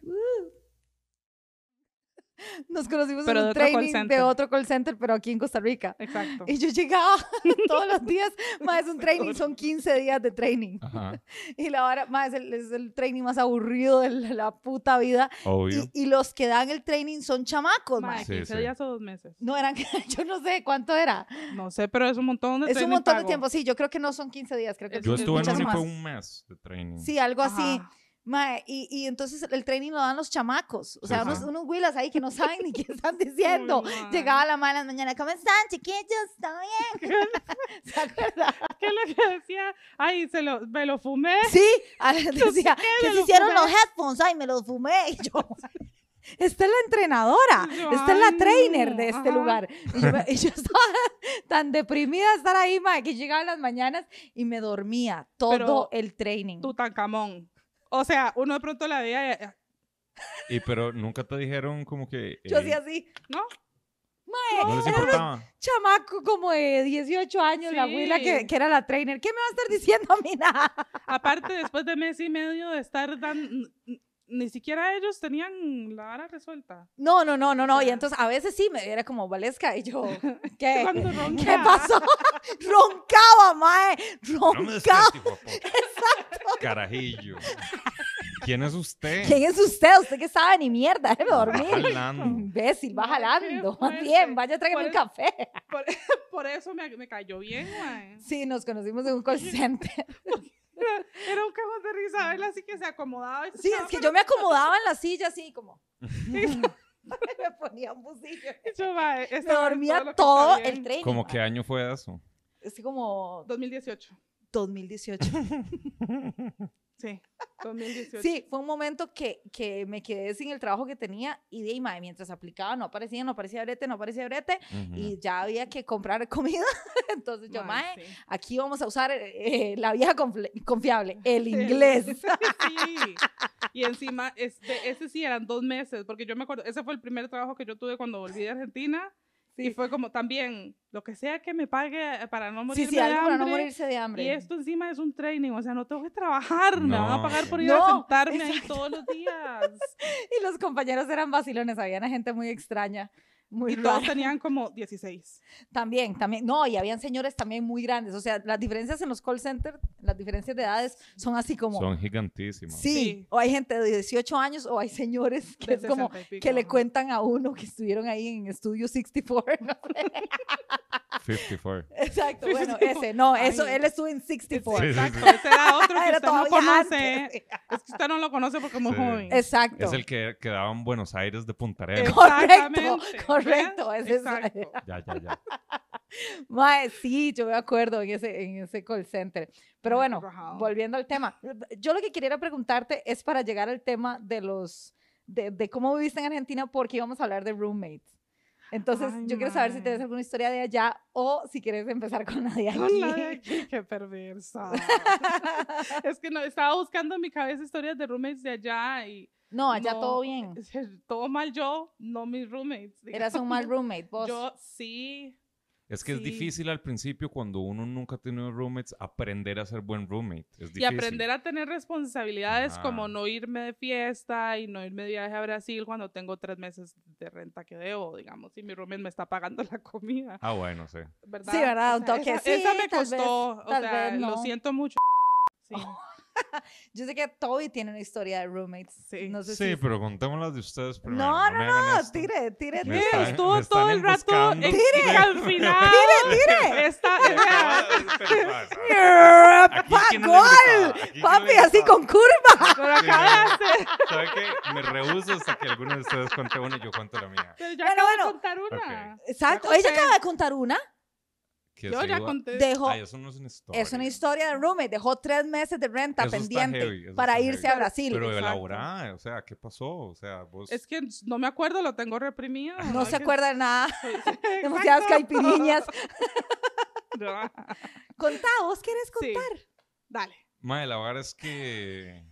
Speaker 4: Nos conocimos
Speaker 2: Pero de
Speaker 4: en un
Speaker 2: otro call
Speaker 4: training de
Speaker 2: center.
Speaker 4: otro call center, pero aquí en Costa Rica.
Speaker 2: Exacto.
Speaker 4: Y yo llegaba todos los días, más es un training, son 15 días de training.
Speaker 3: Ajá,
Speaker 4: Y la hora, más es el, es el training más aburrido de la, la puta vida.
Speaker 3: obvio.
Speaker 4: Y, y los que dan el training son chamacos,
Speaker 2: Ma,
Speaker 4: mae.
Speaker 3: Sí,
Speaker 2: 15
Speaker 3: sí.
Speaker 2: días o dos meses.
Speaker 4: No eran, yo no sé cuánto era.
Speaker 2: No sé, pero es un montón de
Speaker 4: Es un
Speaker 2: training
Speaker 4: montón de
Speaker 2: pago.
Speaker 4: tiempo, sí, yo creo que no son 15 días, creo que
Speaker 2: Yo
Speaker 3: Yo
Speaker 4: son
Speaker 2: sí,
Speaker 3: estuve en
Speaker 4: muchas
Speaker 3: un,
Speaker 2: único
Speaker 4: más.
Speaker 3: fue un mes de training.
Speaker 4: Sí, algo así.
Speaker 2: Ajá.
Speaker 4: Mae, y, y entonces el training lo dan los chamacos, o
Speaker 3: Sí,
Speaker 4: sea,
Speaker 3: sí.
Speaker 4: unos, unos huilas ahí que no saben ni qué están diciendo.
Speaker 2: Uy, mae.
Speaker 4: Llegaba la madre en la mañana, ¿cómo están, chiquillos? ¿Está bien? ¿Se acuerdan?
Speaker 2: ¿Qué es lo que decía? Ay, se lo, me lo fumé.
Speaker 4: Sí, a- decía, ¿qué
Speaker 2: me
Speaker 4: se
Speaker 2: los
Speaker 4: hicieron
Speaker 2: fumé".
Speaker 4: los headphones? Ay, me los fumé. Y yo, esta es la entrenadora,
Speaker 2: Y yo,
Speaker 4: esta es Ah, la
Speaker 2: "Ay,
Speaker 4: trainer
Speaker 2: no,
Speaker 4: de este
Speaker 2: ajá".
Speaker 4: lugar. Y yo, me- y yo estaba tan deprimida de estar ahí, mae, que llegaba en las mañanas y me dormía todo
Speaker 2: Pero
Speaker 4: el training.
Speaker 2: Tutankamón. O sea, uno de pronto la veía y-
Speaker 3: Y pero nunca te dijeron como que...
Speaker 4: Yo
Speaker 3: eh,
Speaker 4: hacía así.
Speaker 2: ¿No?
Speaker 4: Mae,
Speaker 3: No les
Speaker 4: era una
Speaker 3: importaba.
Speaker 4: chamaco como de 18 años, la
Speaker 2: Sí.
Speaker 4: abuela que, que era la trainer. ¿Qué me va a estar diciendo a mí nada?
Speaker 2: Aparte, después de mes y medio de estar dan- ni siquiera ellos tenían la vara resuelta.
Speaker 4: No, no, no, no, no. Y entonces a veces sí me era como Valesca y yo, Eh, ¿qué?
Speaker 2: Cuando
Speaker 4: ¿Qué
Speaker 2: ronca.
Speaker 4: pasó? Roncaba, mae.
Speaker 3: No me
Speaker 4: Roncaba.
Speaker 3: desprecies, hijo de puta. Carajillo. ¿Quién es usted?
Speaker 4: ¿Quién es usted? Usted que sabe ni mierda, déjeme
Speaker 3: Está
Speaker 4: dormir.
Speaker 3: hablando.
Speaker 4: Imbécil,
Speaker 2: No,
Speaker 4: va
Speaker 2: qué
Speaker 4: jalando. Más
Speaker 2: fuerte.
Speaker 4: bien, vaya, tráigame
Speaker 2: Por
Speaker 4: un
Speaker 2: eso-
Speaker 4: café.
Speaker 2: Por, por eso me, me cayó bien, mae.
Speaker 4: Sí, nos conocimos en un call center.
Speaker 2: Era, era un cajón de risa, él así que se acomodaba. y se
Speaker 4: Mm. Sí,
Speaker 2: echaba
Speaker 4: es que
Speaker 2: para
Speaker 4: yo me acomodaba en la silla así como.
Speaker 2: Sí.
Speaker 4: me ponía un bucillo.
Speaker 2: atrás, mae, esta
Speaker 4: Me
Speaker 2: vara es
Speaker 4: dormía
Speaker 2: lo que
Speaker 4: todo
Speaker 2: está
Speaker 4: el
Speaker 2: bien.
Speaker 4: tren.
Speaker 3: ¿Cómo qué año fue eso?
Speaker 4: Es que como
Speaker 2: 2018.
Speaker 4: 2018.
Speaker 2: Sí, 2018.
Speaker 4: Sí, fue un momento que, que me quedé sin el trabajo que tenía y de ahí, mae, mientras aplicaba no aparecía, no aparecía brete, no aparecía brete
Speaker 3: Ujú.
Speaker 4: y ya había que comprar comida. Entonces yo, mae,
Speaker 2: sí.
Speaker 4: aquí vamos a usar eh, eh, la vieja confle- confiable, el
Speaker 2: Sí,
Speaker 4: inglés.
Speaker 2: sí. Y encima, este, ese sí eran dos meses, porque yo me acuerdo, ese fue el primer trabajo que yo tuve cuando volví de Argentina. Y fue como también, lo que sea que me pague eh, para no
Speaker 4: Sí,
Speaker 2: morirme
Speaker 4: sí,
Speaker 2: de
Speaker 4: algo para no
Speaker 2: hambre,
Speaker 4: morirse de hambre.
Speaker 2: Y esto encima es un training, o sea, no tengo que trabajar, me van a
Speaker 3: No,
Speaker 2: pagar
Speaker 3: sí.
Speaker 2: por ir a
Speaker 4: No,
Speaker 2: sentarme ahí
Speaker 4: exacto.
Speaker 2: todos los días.
Speaker 4: Y los compañeros eran vacilones, había una gente muy extraña, muy
Speaker 2: y todos
Speaker 4: rara.
Speaker 2: tenían como 16.
Speaker 4: También, también, no, y habían señores también muy grandes, o sea, las diferencias en los call centers, las diferencias de edades son así como...
Speaker 3: Son gigantísimos.
Speaker 4: Sí,
Speaker 2: Sí.
Speaker 4: o hay gente de 18 años o hay señores que
Speaker 2: de
Speaker 4: es como
Speaker 2: 60 y pico,
Speaker 4: que le
Speaker 2: ajá.
Speaker 4: cuentan a uno que estuvieron ahí en Estudio 64. ¿no?
Speaker 3: 54.
Speaker 4: Exacto,
Speaker 2: Sí, sí,
Speaker 4: bueno,
Speaker 2: sí.
Speaker 4: ese, no, eso,
Speaker 2: Ay.
Speaker 4: él estuvo en 64.
Speaker 3: Sí, sí,
Speaker 2: Exacto,
Speaker 3: sí.
Speaker 2: ese era otro que
Speaker 4: Ah, Era
Speaker 2: usted no
Speaker 4: todavía
Speaker 2: conoce.
Speaker 4: antes.
Speaker 2: Es que usted no lo conoce porque es muy
Speaker 3: Sí.
Speaker 2: joven.
Speaker 4: Exacto.
Speaker 3: Es el que quedaba en Buenos Aires de Punta Arenas.
Speaker 4: Correcto,
Speaker 2: Exactamente,
Speaker 4: correcto,
Speaker 2: ¿ves?
Speaker 4: ese es-
Speaker 2: Exacto.
Speaker 3: Ya, ya, ya.
Speaker 4: Mae, sí, yo me acuerdo en ese, en ese call center. Pero
Speaker 2: Ay, qué
Speaker 4: bueno,
Speaker 2: rajado.
Speaker 4: volviendo al tema, yo lo que quería preguntarte es para llegar al tema de los, de, de cómo viviste en Argentina, porque íbamos a hablar de roommates. Entonces,
Speaker 2: Ay,
Speaker 4: yo quiero saber si
Speaker 2: mae.
Speaker 4: tienes alguna historia de allá o si quieres empezar con la de aquí.
Speaker 2: Con la de aquí, qué perversa. es que no, estaba buscando en mi cabeza historias de roommates de allá y
Speaker 4: No, allá
Speaker 2: No,
Speaker 4: todo bien.
Speaker 2: todo mal yo, no mis roommates. digamos.
Speaker 4: Eras un mal roommate, vos.
Speaker 2: Yo sí.
Speaker 3: Es que es
Speaker 2: Sí.
Speaker 3: difícil al principio cuando uno nunca ha tenido roommates aprender a ser buen roommate. Es difícil.
Speaker 2: Y aprender a tener responsabilidades
Speaker 3: Ajá.
Speaker 2: como no irme de fiesta y no irme de viaje a Brasil cuando tengo tres meses de renta que debo, digamos, y mi roommate me está pagando la comida,
Speaker 3: Ah, bueno, sí.
Speaker 2: ¿verdad?
Speaker 4: Sí, ¿verdad? Un toque,
Speaker 2: esa,
Speaker 4: sí,
Speaker 2: esa me
Speaker 4: tal vez,
Speaker 2: costó, o
Speaker 4: tal
Speaker 2: sea,
Speaker 4: vez no.
Speaker 2: lo siento mucho. Sí,
Speaker 4: Yo sé que Toby tiene una historia de roommates.
Speaker 2: Sí.
Speaker 4: No sé
Speaker 3: Sí,
Speaker 4: si...
Speaker 3: pero contémoslas de ustedes primero.
Speaker 4: No,
Speaker 3: me hagan esto.
Speaker 4: Tire, tire,
Speaker 3: Me
Speaker 4: tire.
Speaker 3: están-
Speaker 2: Estuvo
Speaker 3: me
Speaker 2: todo
Speaker 3: están
Speaker 2: el rato
Speaker 3: emboscando.
Speaker 2: en-
Speaker 3: Tire,
Speaker 2: y al final.
Speaker 4: tire.
Speaker 2: Esta,
Speaker 3: Me
Speaker 2: esta-
Speaker 3: acaba de- pero, o sea, Aquí
Speaker 4: ¡Pa,
Speaker 3: quién no le
Speaker 4: gol!
Speaker 3: gritaba, aquí quién no le
Speaker 4: Papi, así
Speaker 3: gritaba.
Speaker 4: con curva.
Speaker 2: pero acaba de hacer.
Speaker 3: ¿Sabe qué? Me rehuso hasta que alguno de ustedes cuente una y yo cuento la mía.
Speaker 2: Pero yo
Speaker 4: Bueno,
Speaker 2: acabo
Speaker 4: bueno.
Speaker 2: de contar una.
Speaker 4: Exacto.
Speaker 2: Ya
Speaker 4: Ella
Speaker 2: conté.
Speaker 4: acaba de contar una.
Speaker 3: Que
Speaker 2: Yo
Speaker 3: se
Speaker 2: ya
Speaker 3: iba-
Speaker 2: conté.
Speaker 4: Dejó.
Speaker 3: Ay, eso no es una historia.
Speaker 4: es una historia de roommate. Dejó tres meses de renta
Speaker 3: Eso está
Speaker 4: pendiente
Speaker 3: heavy, eso
Speaker 4: para
Speaker 3: está
Speaker 4: irse
Speaker 3: heavy.
Speaker 4: a Brasil.
Speaker 3: Pero
Speaker 2: Exacto.
Speaker 3: elaborá, o sea, ¿qué pasó? O sea, vos...
Speaker 2: Es que no me acuerdo, lo tengo reprimido.
Speaker 4: Ah, no se
Speaker 2: que-
Speaker 4: acuerda de nada.
Speaker 2: Exacto.
Speaker 4: Demasiadas caipiriñas.
Speaker 2: No.
Speaker 4: Contá, vos querés
Speaker 2: Sí.
Speaker 4: contar.
Speaker 2: Dale.
Speaker 3: Mae, la verdad es que...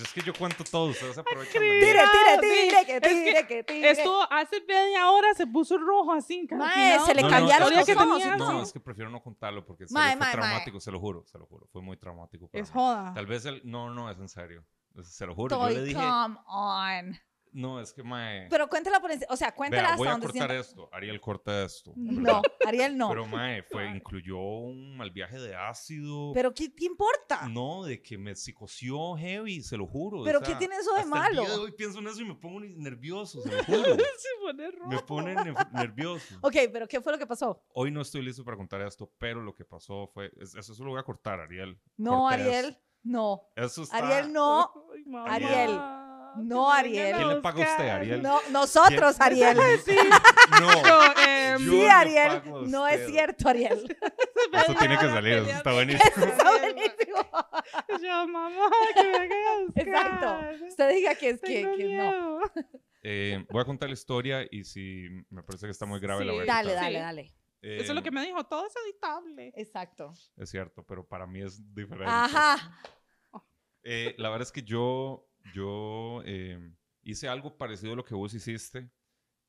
Speaker 3: Es que yo cuento todo, ustedes aprovechan. de mí.
Speaker 4: Tire, tire,
Speaker 2: sí.
Speaker 4: tire, que
Speaker 2: Es que
Speaker 4: tire, que tire.
Speaker 2: Esto hace media hora se puso rojo así.
Speaker 4: Mae,
Speaker 2: calcinado.
Speaker 4: se le
Speaker 3: No, no,
Speaker 4: cambiaron
Speaker 3: es
Speaker 4: los
Speaker 3: que-
Speaker 4: ojos.
Speaker 2: tenía-
Speaker 3: No,
Speaker 2: ¿no?
Speaker 3: es que prefiero no contarlo porque en serio
Speaker 4: Mae,
Speaker 3: fue
Speaker 4: mae, mae.
Speaker 3: traumático, se lo juro, se lo juro. Fue muy traumático. para
Speaker 2: Es
Speaker 3: mí.
Speaker 2: joda.
Speaker 3: Tal vez el... No, no, es en serio. Se lo juro.
Speaker 4: Toy,
Speaker 3: yo le dije...
Speaker 4: come on.
Speaker 3: No, es que, mae...
Speaker 4: Pero cuéntela por encima. O sea,
Speaker 3: vea,
Speaker 4: cuéntela hasta
Speaker 3: voy a
Speaker 4: donde
Speaker 3: cortar
Speaker 4: sienta.
Speaker 3: esto. Ariel, corta esto.
Speaker 4: No,
Speaker 3: ¿verdad?
Speaker 4: Ariel no.
Speaker 3: Pero,
Speaker 4: Pero, ah.
Speaker 3: mae, fue, incluyó un mal viaje de ácido.
Speaker 4: ¿qué te importa?
Speaker 3: No, de que me psicoció heavy, se lo juro. o
Speaker 4: ah. ¿Pero qué
Speaker 3: sea,
Speaker 4: tiene eso de
Speaker 3: hasta El día de
Speaker 4: malo?
Speaker 3: hoy pienso en eso y me pongo ni- nervioso, se lo juro.
Speaker 2: Se pone rojo.
Speaker 3: Ah. me pone nef- nervioso.
Speaker 4: Ok, pero ¿qué fue lo que pasó?
Speaker 3: Hoy no estoy listo para contar esto, pero lo que pasó fue. es- Eso se lo voy a cortar, Ariel.
Speaker 4: No,
Speaker 3: Cortés.
Speaker 4: Ariel, no.
Speaker 3: Eso está.
Speaker 4: Ariel, no.
Speaker 2: Ay, mamá, Ah,
Speaker 3: Ariel.
Speaker 2: que
Speaker 4: No,
Speaker 2: me
Speaker 4: Ariel.
Speaker 2: vengan a
Speaker 3: ¿Quién le paga a usted,
Speaker 2: buscar.
Speaker 3: Ariel?
Speaker 4: No, nosotros, Ariel.
Speaker 3: No.
Speaker 2: Yo, em,
Speaker 3: Yo
Speaker 4: Sí,
Speaker 3: le
Speaker 4: Ariel.
Speaker 3: pago a
Speaker 4: No es
Speaker 3: usted.
Speaker 4: cierto, Ariel.
Speaker 3: Esto tiene que
Speaker 2: Ahora
Speaker 3: salir, eso está buenísimo.
Speaker 4: Eso está buenísimo.
Speaker 2: Yo, mamá, que me vengan a buscar.
Speaker 4: Exacto. Usted diga que es que,
Speaker 2: Tengo
Speaker 4: que no.
Speaker 2: miedo.
Speaker 3: Eh, voy a contar la historia y si me parece que está muy grave la
Speaker 2: Sí.
Speaker 3: voy a quitar.
Speaker 4: Dale, dale,
Speaker 2: Sí.
Speaker 4: dale.
Speaker 3: Eh,
Speaker 2: Eso es lo que me dijo, todo es editable.
Speaker 4: Exacto.
Speaker 3: Es cierto, pero para mí es diferente.
Speaker 4: Ajá.
Speaker 3: Eh, la verdad es que yo, yo eh, hice algo parecido a lo que vos hiciste,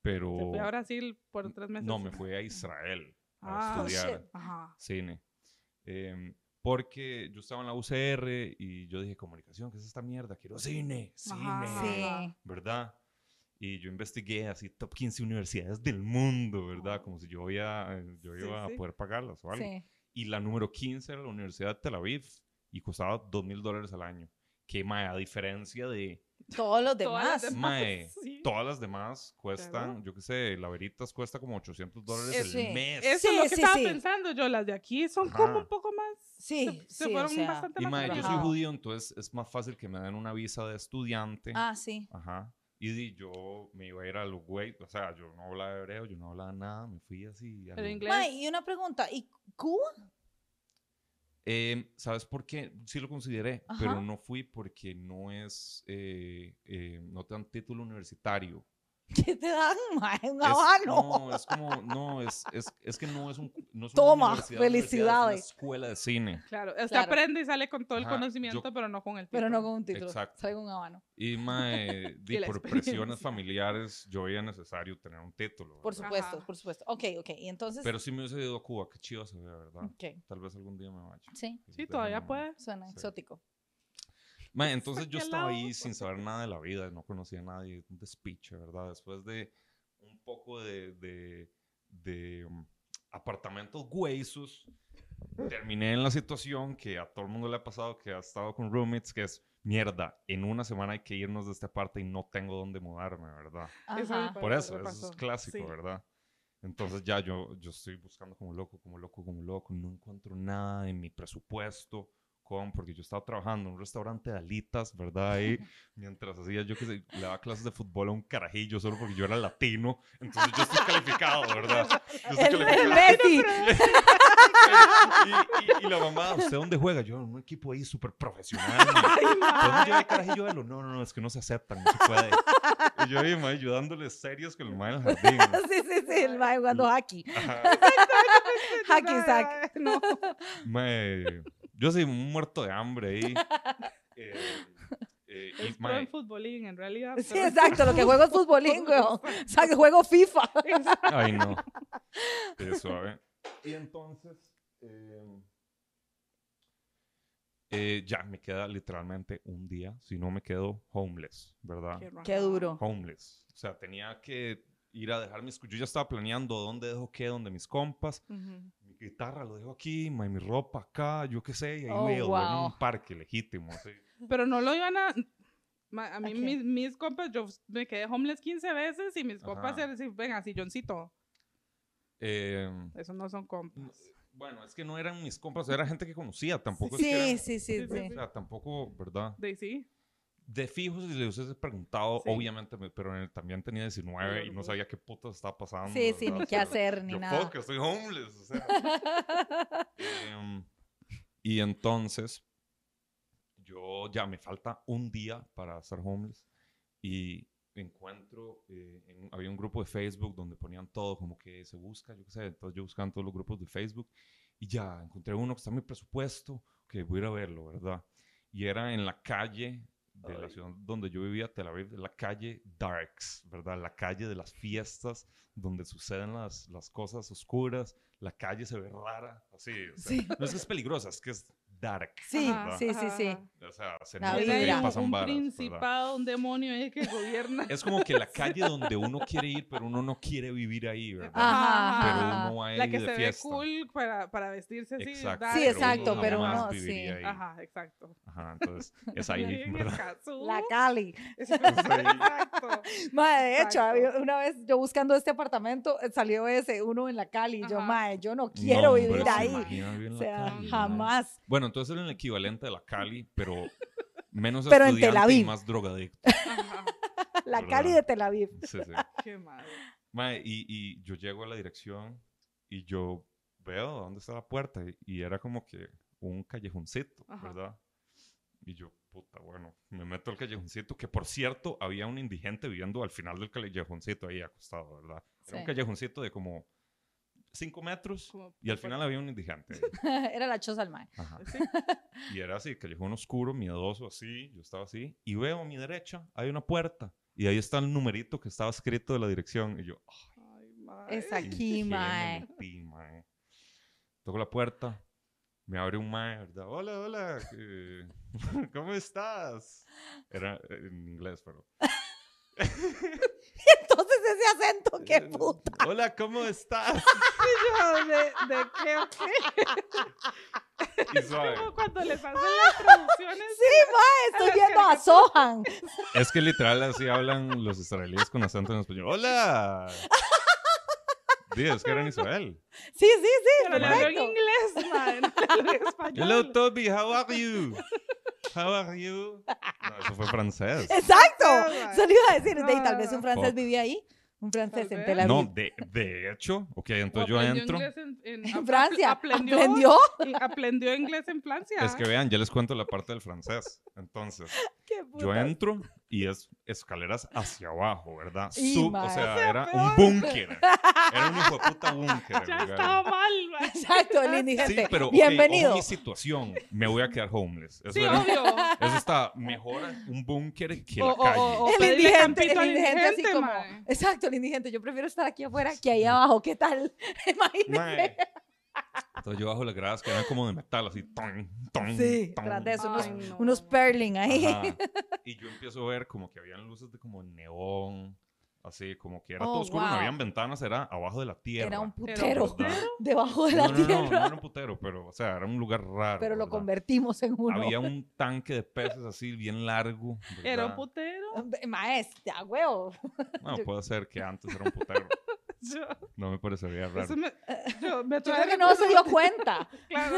Speaker 3: pero
Speaker 2: Se fue a Brasil por tres meses.
Speaker 3: no, me fui a Israel a
Speaker 2: Ah,
Speaker 3: estudiar
Speaker 4: shit.
Speaker 2: Ajá.
Speaker 3: cine. Eh, porque yo estaba en la UCR y yo dije, comunicación, ¿qué es esta mierda? Quiero cine, cine,
Speaker 2: Ajá.
Speaker 4: Sí.
Speaker 3: ¿verdad? Y yo investigué así top 15 universidades del mundo, ¿verdad? Como si yo, había, eh, yo
Speaker 2: Sí,
Speaker 3: iba
Speaker 2: sí.
Speaker 3: a poder pagarlas o algo.
Speaker 4: Sí.
Speaker 3: Y la número 15 era la Universidad de Tel Aviv y costaba 2 mil dólares al año. Que, mae, a diferencia de...
Speaker 4: Todos los
Speaker 2: Todas las
Speaker 4: demás.
Speaker 2: demás.
Speaker 3: Mae,
Speaker 2: sí.
Speaker 3: todas las demás cuestan,
Speaker 2: Claro.
Speaker 3: yo qué sé, la veritas cuesta como 800 dólares
Speaker 4: Eh,
Speaker 3: el
Speaker 4: sí.
Speaker 3: mes.
Speaker 2: Eso es
Speaker 4: Sí,
Speaker 2: lo que
Speaker 4: sí,
Speaker 2: estaba
Speaker 4: sí.
Speaker 2: pensando yo. Las de aquí son
Speaker 3: Ajá.
Speaker 2: como un poco más.
Speaker 4: Sí,
Speaker 2: se, se
Speaker 4: sí, o
Speaker 2: fueron
Speaker 4: sea.
Speaker 2: bastante
Speaker 3: Y
Speaker 2: más.
Speaker 3: mae, yo soy
Speaker 4: Ajá.
Speaker 2: abajo.
Speaker 3: judío, entonces es más fácil que me den una visa de estudiante.
Speaker 4: Ah, sí.
Speaker 3: Ajá. Y di, yo me iba a ir a los güey, o sea, yo no hablaba hebreo, yo no hablaba nada, me fui así. a
Speaker 2: Pero
Speaker 3: lo-
Speaker 2: inglés.
Speaker 4: Mae, y una pregunta, ¿y Cuba?
Speaker 3: Eh, ¿Sabes por qué? Sí lo consideré,
Speaker 4: Ajá.
Speaker 3: pero no fui porque no es, eh, eh, no te dan título universitario.
Speaker 4: ¿Qué te dan, mae? Un
Speaker 3: Es-
Speaker 2: ah,
Speaker 4: habano.
Speaker 3: No, es como, no, es, es, es que no es un. No es
Speaker 4: Toma,
Speaker 3: una universidad, universidad,
Speaker 4: felicidades.
Speaker 3: Es una escuela de cine.
Speaker 2: Claro, usted
Speaker 4: Claro.
Speaker 2: aprende y sale con todo el
Speaker 3: Ajá, yo-
Speaker 2: conocimiento, pero no con el título.
Speaker 4: Pero no con un título.
Speaker 3: Exacto.
Speaker 4: Traigo un habano.
Speaker 3: Y mae, di,
Speaker 2: Y la
Speaker 3: por
Speaker 2: experiencia.
Speaker 3: presiones familiares, yo veía necesario tener un título.
Speaker 4: Por
Speaker 3: ¿verdad?
Speaker 4: supuesto,
Speaker 2: Ajá.
Speaker 4: por supuesto. Ok, ok. Y entonces.
Speaker 3: Pero sí me hubiese ido a Cuba, qué chido se ve, ¿verdad?
Speaker 4: ok,
Speaker 3: Tal vez algún día me vaya.
Speaker 4: sí,
Speaker 2: Mm. Sí, todavía puede.
Speaker 4: suena
Speaker 3: Sí.
Speaker 4: exótico.
Speaker 3: Mae, entonces yo
Speaker 2: Saque al
Speaker 3: estaba
Speaker 2: lado.
Speaker 3: ahí sin saber nada de la vida, no conocía a nadie, un despiche, ¿verdad? Después de un poco de, de, de, um, apartamentos huesos, terminé en la situación que a todo el mundo le ha pasado, que ha estado con roommates, que es, mierda, en una semana hay que irnos de esta parte y no tengo dónde mudarme, ¿verdad?
Speaker 2: Eso
Speaker 4: Ajá.
Speaker 2: me
Speaker 3: Por
Speaker 2: pasó,
Speaker 3: eso,
Speaker 2: me
Speaker 3: eso es
Speaker 2: pasó.
Speaker 3: clásico,
Speaker 2: Sí.
Speaker 3: ¿verdad? Entonces ya yo, yo estoy buscando como loco, como loco, como loco, no encuentro nada en mi presupuesto, con, porque yo estaba trabajando en un restaurante de alitas, ¿verdad? Ahí, mientras hacía yo que sé, le daba clases de fútbol a un carajillo solo porque yo era latino, entonces yo estoy calificado, ¿verdad? Yo estoy
Speaker 4: El, el
Speaker 3: calificado.
Speaker 4: Messi.
Speaker 3: Y, y- y la mamá, ¿usted dónde juega? Yo, en un equipo ahí súper profesional. ma. Entonces yo el carajillo de lo, no, no, no, es que no se aceptan, no se puede. Y yo ahí, ma, ayudándoles serios con el ma en el jardín. ma.
Speaker 4: sí, sí, sí. El mae jugando hockey.
Speaker 3: Ajá.
Speaker 4: Hacky
Speaker 2: Ay,
Speaker 4: sack.
Speaker 2: ay, No.
Speaker 3: Mae, eh, yo soy un muerto de hambre ahí. Eh, eh, y,
Speaker 2: Es pro
Speaker 3: mae,
Speaker 2: en futbolín, en realidad.
Speaker 4: Sí,
Speaker 2: pero-
Speaker 4: exacto. Lo que juego es futbolín, weón. O sea, que juego FIFA.
Speaker 3: ay, no. Eh, suave. Y entonces, eh, eh, ya me queda literalmente un día, si no me quedo homeless, ¿verdad?
Speaker 2: raro.
Speaker 4: Qué duro.
Speaker 3: Homeless. O sea, tenía que ir a dejar mis... Yo ya estaba planeando dónde dejo qué, dónde mis compas.
Speaker 2: Ujú.
Speaker 3: Mi guitarra lo dejo aquí, mae, mi ropa acá, yo qué sé. Y ahí
Speaker 4: Oh,
Speaker 3: me duermo en
Speaker 4: wow.
Speaker 3: un parque legítimo, así.
Speaker 2: Pero no lo iban a. ma- A mí,
Speaker 4: Ok.
Speaker 2: mis, mis compas, yo me quedé homeless 15 veces y mis compas
Speaker 3: Ajá.
Speaker 2: se decían, venga, silloncito.
Speaker 3: Eh,
Speaker 2: Esos no son
Speaker 3: No,
Speaker 2: compas.
Speaker 3: Bueno, es que no eran mis compas, era gente que conocía, tampoco es que
Speaker 4: Sí,
Speaker 3: eran-
Speaker 4: sí, sí,
Speaker 2: Sí, sí,
Speaker 4: sí.
Speaker 3: o sea, tampoco, ¿verdad?
Speaker 2: De sí.
Speaker 3: De fijos, si le hubiese preguntado,
Speaker 2: Sí.
Speaker 3: obviamente, me- pero en el- también tenía 19 y no
Speaker 2: Ujú.
Speaker 3: sabía qué puta estaba pasando.
Speaker 4: Sí, sí,
Speaker 3: ¿verdad?
Speaker 4: ni
Speaker 3: O
Speaker 4: qué
Speaker 3: sea,
Speaker 4: hacer, ni
Speaker 3: yo,
Speaker 4: nada.
Speaker 3: fuck, estoy homeless, o sea. Em, y entonces, yo ya me falta un día para ser homeless y encuentro, eh, en- había un grupo de Facebook donde ponían todo como que se busca, yo qué sé, entonces yo buscaba en todos los grupos de Facebook y ya encontré uno que está en mi presupuesto, que voy a ir a verlo, ¿verdad? Y era en la calle de la ciudad donde yo vivía, Tel Aviv, la calle Darks, ¿verdad? La calle de las fiestas, donde suceden las, las cosas oscuras, la calle se ve rara, así. o sea,
Speaker 4: Sí.
Speaker 3: No es que es peligrosa, es que es dark.
Speaker 4: Sí,
Speaker 3: Ajá.
Speaker 4: sí, sí, sí.
Speaker 2: ajá.
Speaker 3: O sea, se
Speaker 4: La
Speaker 3: nota
Speaker 4: vibra.
Speaker 3: que
Speaker 2: Era
Speaker 3: ahí
Speaker 2: un-
Speaker 3: pasan
Speaker 2: un
Speaker 3: varas, ¿verdad?
Speaker 2: principado, un demonio ahí que gobierna.
Speaker 3: Es como que la calle donde uno quiere ir, pero uno no quiere vivir ahí, ¿verdad?
Speaker 4: Ah, Ajá,
Speaker 3: Pero
Speaker 4: ajá.
Speaker 3: uno va a ir
Speaker 2: La que
Speaker 3: de
Speaker 2: se
Speaker 3: fiesta.
Speaker 2: ve cool para, para vestirse así.
Speaker 3: Exacto.
Speaker 2: dark.
Speaker 4: Sí,
Speaker 3: uno
Speaker 4: exacto, pero
Speaker 3: jamás
Speaker 4: uno-
Speaker 3: viviría
Speaker 4: sí.
Speaker 3: ahí. Ajá.
Speaker 2: Ajá, exacto.
Speaker 3: entonces es ahí,
Speaker 2: Bien
Speaker 3: ¿verdad?
Speaker 2: escaso.
Speaker 4: La Cali.
Speaker 2: Exacto.
Speaker 4: Mae, de hecho,
Speaker 2: Exacto.
Speaker 4: había- una vez yo buscando este apartamento, eh, salió ese uno en la Cali. Y yo,
Speaker 2: Ajá.
Speaker 4: mae, yo no quiero
Speaker 3: No, hombre,
Speaker 4: vivir
Speaker 3: se
Speaker 4: ahí.
Speaker 3: imagina vivir en
Speaker 4: O
Speaker 3: la
Speaker 4: sea,
Speaker 3: Cali, ¿no?
Speaker 4: jamás.
Speaker 3: Bueno, entonces era el equivalente de la Cali, pero menos
Speaker 4: Pero en Tel
Speaker 3: estudiante y
Speaker 4: Aviv.
Speaker 3: más drogadicto.
Speaker 2: Ajá,
Speaker 4: La
Speaker 3: ¿verdad?
Speaker 4: Cali de Tel Aviv.
Speaker 3: Sí, sí.
Speaker 2: qué mal.
Speaker 3: Mae, y, y yo llego a la dirección y yo veo dónde está la puerta y, y era como que un callejoncito,
Speaker 2: Ajá.
Speaker 3: ¿verdad? Y yo, puta, bueno, me meto al callejoncito, que por cierto, había un indigente viviendo al final del callejoncito ahí acostado, ¿verdad? Era
Speaker 4: Sí.
Speaker 3: un callejoncito de como 5 metros
Speaker 2: Como-
Speaker 3: y al final había un indigente. ahí.
Speaker 4: Era la choza al mae.
Speaker 3: Ajá.
Speaker 2: Sí.
Speaker 3: Y era así, callejón oscuro, miedoso, así. Yo estaba así. Y veo a mi derecha, hay una puerta. Y ahí está el numerito que estaba escrito de la dirección. Y yo,
Speaker 2: Ay, mae.
Speaker 4: Es
Speaker 3: "Ay,
Speaker 4: aquí,
Speaker 3: ¿qué me
Speaker 4: mae.
Speaker 3: metí, mae?". Toco la puerta. me abre un mae, ¿verdad? Hola, hola, eh, ¿cómo estás? Era eh, en inglés, pero.
Speaker 4: Entonces ese acento, Oh, qué puta.
Speaker 3: "Eh, Hola, ¿cómo estás?
Speaker 2: Yo, ¿De, de qué o qué?
Speaker 3: Y suave.
Speaker 2: Como cuando les hacen las traducciones.
Speaker 4: Sí, ma, estoy viendo a Sohan.
Speaker 3: Es que literal así hablan los israelíes con acento en español. ¡Hola! Sí, es que era en Israel.
Speaker 4: Sí, sí, sí,
Speaker 2: Pero le hablo en
Speaker 4: perfecto.
Speaker 2: inglés, man. No le hablo en español.
Speaker 3: Hello, Toby, how are you? How are you? No, eso fue francés.
Speaker 4: Exacto. Solo iba a decir,
Speaker 2: No,
Speaker 4: de- y
Speaker 2: no,
Speaker 4: tal vez un
Speaker 2: no.
Speaker 4: francés
Speaker 3: Fuck.
Speaker 4: vivía ahí, un francés
Speaker 2: Tal
Speaker 4: en
Speaker 2: vez.
Speaker 4: Tel
Speaker 3: No,
Speaker 4: Aviv.
Speaker 3: de, de hecho, ok,
Speaker 2: O
Speaker 3: entonces yo
Speaker 2: aprendió
Speaker 3: entro.
Speaker 2: inglés en- en-
Speaker 4: En
Speaker 2: apl-
Speaker 4: Francia,
Speaker 2: Aprendió,
Speaker 4: aprendió.
Speaker 2: y aprendió inglés en Francia.
Speaker 3: Es que vean, ya les cuento la parte del francés. Entonces,
Speaker 4: Qué
Speaker 3: yo
Speaker 4: puta.
Speaker 3: entro y es escaleras hacia abajo, ¿verdad?
Speaker 4: Y
Speaker 3: Sub- o
Speaker 4: más.
Speaker 3: sea, era
Speaker 2: peor.
Speaker 3: un búnker. Era un hijo de puta búnker. el
Speaker 2: Ya
Speaker 3: lugar.
Speaker 2: Ah, estaba mal, man.
Speaker 4: Exacto, el indigente.
Speaker 3: Sí, pero ok,
Speaker 4: Bienvenido.
Speaker 3: ojo mi situación, me voy a quedar homeless. Eso,
Speaker 2: Sí,
Speaker 3: era-
Speaker 2: obvio.
Speaker 3: eso está mejor un búnker que
Speaker 2: O-
Speaker 3: la
Speaker 2: o-
Speaker 3: calle.
Speaker 2: o- o-
Speaker 4: el
Speaker 2: pedirle
Speaker 4: indigente,
Speaker 2: campito
Speaker 4: el
Speaker 2: al
Speaker 4: indigente, así
Speaker 2: indigente,
Speaker 4: como.
Speaker 2: mae.
Speaker 4: Exacto, el indigente. Yo prefiero estar aquí afuera que ahí abajo. ¿Qué tal? Imagínate.
Speaker 3: Mm. Mae. Entonces yo bajo las gradas que eran como de metal, así, ton, ton,
Speaker 4: Sí,
Speaker 3: ton,
Speaker 4: tras de eso, unos,
Speaker 2: Ay, no.
Speaker 4: unos perling ahí.
Speaker 3: Ajá. Y yo empiezo a ver como que habían luces de como neón, así como que era
Speaker 4: Oh,
Speaker 3: todo oscuro,
Speaker 4: wow.
Speaker 3: no habían ventanas, era abajo de la tierra.
Speaker 4: Era un
Speaker 2: Era un
Speaker 4: putero
Speaker 3: ¿verdad?
Speaker 4: debajo de
Speaker 3: No,
Speaker 4: la
Speaker 3: no, no,
Speaker 4: tierra.
Speaker 3: no, no era un putero, pero, o sea, era un lugar raro.
Speaker 4: Pero lo
Speaker 3: ¿verdad?
Speaker 4: convertimos en uno.
Speaker 3: Había un tanque de peces así, bien largo.
Speaker 2: Era un
Speaker 3: ¿verdad?
Speaker 2: putero.
Speaker 4: Maestra, huevo.
Speaker 3: Bueno,
Speaker 4: yo-
Speaker 3: puede ser que antes era un putero.
Speaker 2: Yo,
Speaker 3: No me parecería raro.
Speaker 2: eso me, yo, me
Speaker 4: Yo
Speaker 2: trae
Speaker 4: creo que no se
Speaker 2: recuerdos,
Speaker 4: dio cuenta.
Speaker 2: Claro.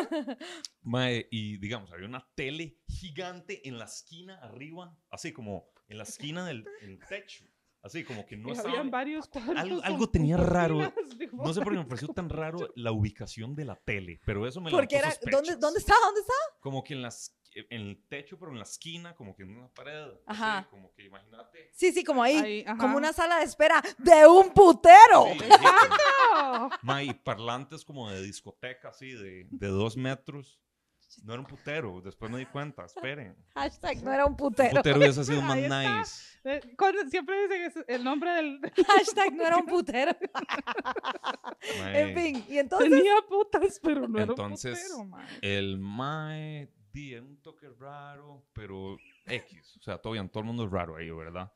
Speaker 3: Mae, y digamos, había una tele gigante en la esquina arriba, así como en la esquina del el techo, así como que no
Speaker 2: Y
Speaker 3: estaba.
Speaker 2: habían varios cuadros.
Speaker 3: algo-
Speaker 2: con
Speaker 3: algo tenía raro.
Speaker 2: pupilas, digo,
Speaker 3: No sé por qué me pareció tan raro la ubicación de la tele, pero eso me lo
Speaker 4: Porque era. ¿dónde, ¿Dónde estaba? ¿Dónde estaba?
Speaker 3: Como que en, las, en el techo, pero en la esquina, como que en una pared. así,
Speaker 4: Ajá.
Speaker 3: como que imagínate.
Speaker 4: Sí, sí, como ahí.
Speaker 2: Ahí, ajá.
Speaker 4: como una sala de espera de un putero.
Speaker 3: Sí, gigante.
Speaker 2: No.
Speaker 3: Mae, y parlantes como de discoteca, así, de, de dos metros. No era un putero, después me di cuenta, esperen.
Speaker 4: Hashtag no era un
Speaker 3: Un
Speaker 4: putero.
Speaker 3: putero hubiese sido más
Speaker 2: Ahí está.
Speaker 3: nice.
Speaker 2: Eh, cuando- siempre dicen eso, el nombre del.
Speaker 4: Hashtag no era un putero.
Speaker 3: Mae.
Speaker 4: En fin, y entonces.
Speaker 2: Tenía putas, pero no
Speaker 3: Entonces,
Speaker 2: era un putero, mae.
Speaker 3: El Mae di un toque raro, pero X. O sea, todo bien, todo el mundo es raro ahí, ¿verdad?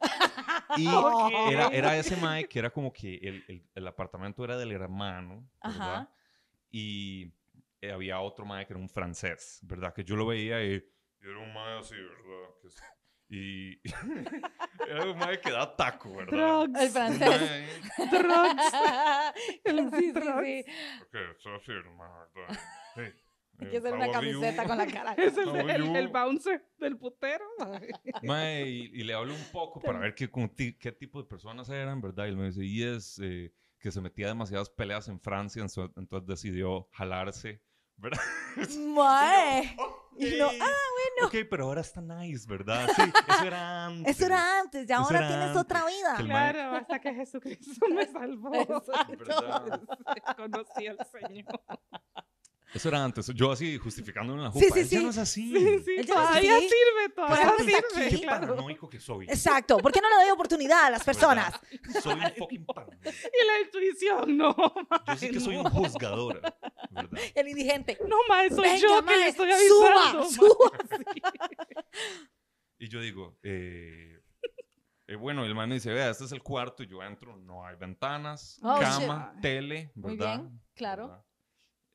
Speaker 3: Y
Speaker 4: Ok.
Speaker 3: era, era ese Mae que era como que el, el- el apartamento era del hermano, ¿verdad?
Speaker 4: Ajá.
Speaker 3: Y eh, había otro Mae que era un francés, ¿verdad? Que yo lo veía y era un Mae así, ¿verdad? Que es- y era un Mae que da taco, ¿verdad?
Speaker 4: El
Speaker 2: Drugs.
Speaker 3: Un
Speaker 4: francés.
Speaker 3: mae
Speaker 2: Drugs.
Speaker 4: sí, sí, sí.
Speaker 3: que es así, hermano, ¿verdad? Hey,
Speaker 4: Hay que
Speaker 3: eh,
Speaker 4: hacer una
Speaker 3: how are you?
Speaker 4: camiseta con la cara.
Speaker 2: Es el,
Speaker 3: No,
Speaker 2: el-
Speaker 3: yo-
Speaker 2: el bouncer del putero. mae.
Speaker 3: Mae, y, y le hablo un poco para ver qué, como ti- qué tipo de personas eran, ¿verdad? Y él me dice, y es eh, que se metía demasiadas peleas en Francia, en su- entonces decidió jalarse, ¿verdad?
Speaker 4: Mae. Y "Ah, no,
Speaker 3: Ok, Ok, pero ahora está nice, ¿verdad? Sí, eso era antes.
Speaker 4: Eso era antes, ya
Speaker 3: Eso
Speaker 4: ahora
Speaker 3: era
Speaker 4: tienes
Speaker 3: antes.
Speaker 4: otra vida.
Speaker 3: Que el mae-
Speaker 2: Claro, hasta que Jesucristo me salvó.
Speaker 3: ¿verdad?
Speaker 2: Conocí al Señor.
Speaker 3: Eso era antes. Yo así justificándome en la
Speaker 4: Sí,
Speaker 3: jupa.
Speaker 4: sí,
Speaker 3: Él ya
Speaker 4: sí.
Speaker 3: no es así.
Speaker 2: Sí, sí,
Speaker 4: Él ya
Speaker 2: todavía
Speaker 4: sí.
Speaker 2: sirve, todavía
Speaker 4: algo está
Speaker 2: sirve.
Speaker 4: aquí.
Speaker 3: Qué paranoico que soy.
Speaker 4: Exacto, ¿por qué no le doy oportunidad a las personas?
Speaker 3: ¿verdad? Soy un fucking paranoico.
Speaker 2: Y la intuición, no,
Speaker 3: Yo sí que soy un juzgador, ¿verdad?
Speaker 4: El indigente.
Speaker 2: no, mae, soy
Speaker 4: Venga,
Speaker 2: yo que
Speaker 4: mae,
Speaker 2: le estoy
Speaker 4: suba,
Speaker 2: avisando. mae.
Speaker 3: Y yo digo, eh, eh, bueno, el man me dice, vea, este es el cuarto, y yo entro, no hay ventanas,
Speaker 4: Oh,
Speaker 3: cama,
Speaker 2: shit.
Speaker 3: tele,
Speaker 4: Muy
Speaker 3: ¿verdad?
Speaker 4: bien, claro.
Speaker 3: ¿Verdad?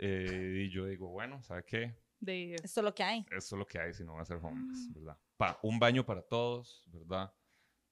Speaker 3: Eh, y yo digo, bueno, ¿sabe qué?
Speaker 2: De
Speaker 4: Esto es lo que hay.
Speaker 3: Eso es lo que hay si no va a ser
Speaker 4: Ah.
Speaker 3: homeless, ¿verdad? Pa- un baño para todos, ¿verdad?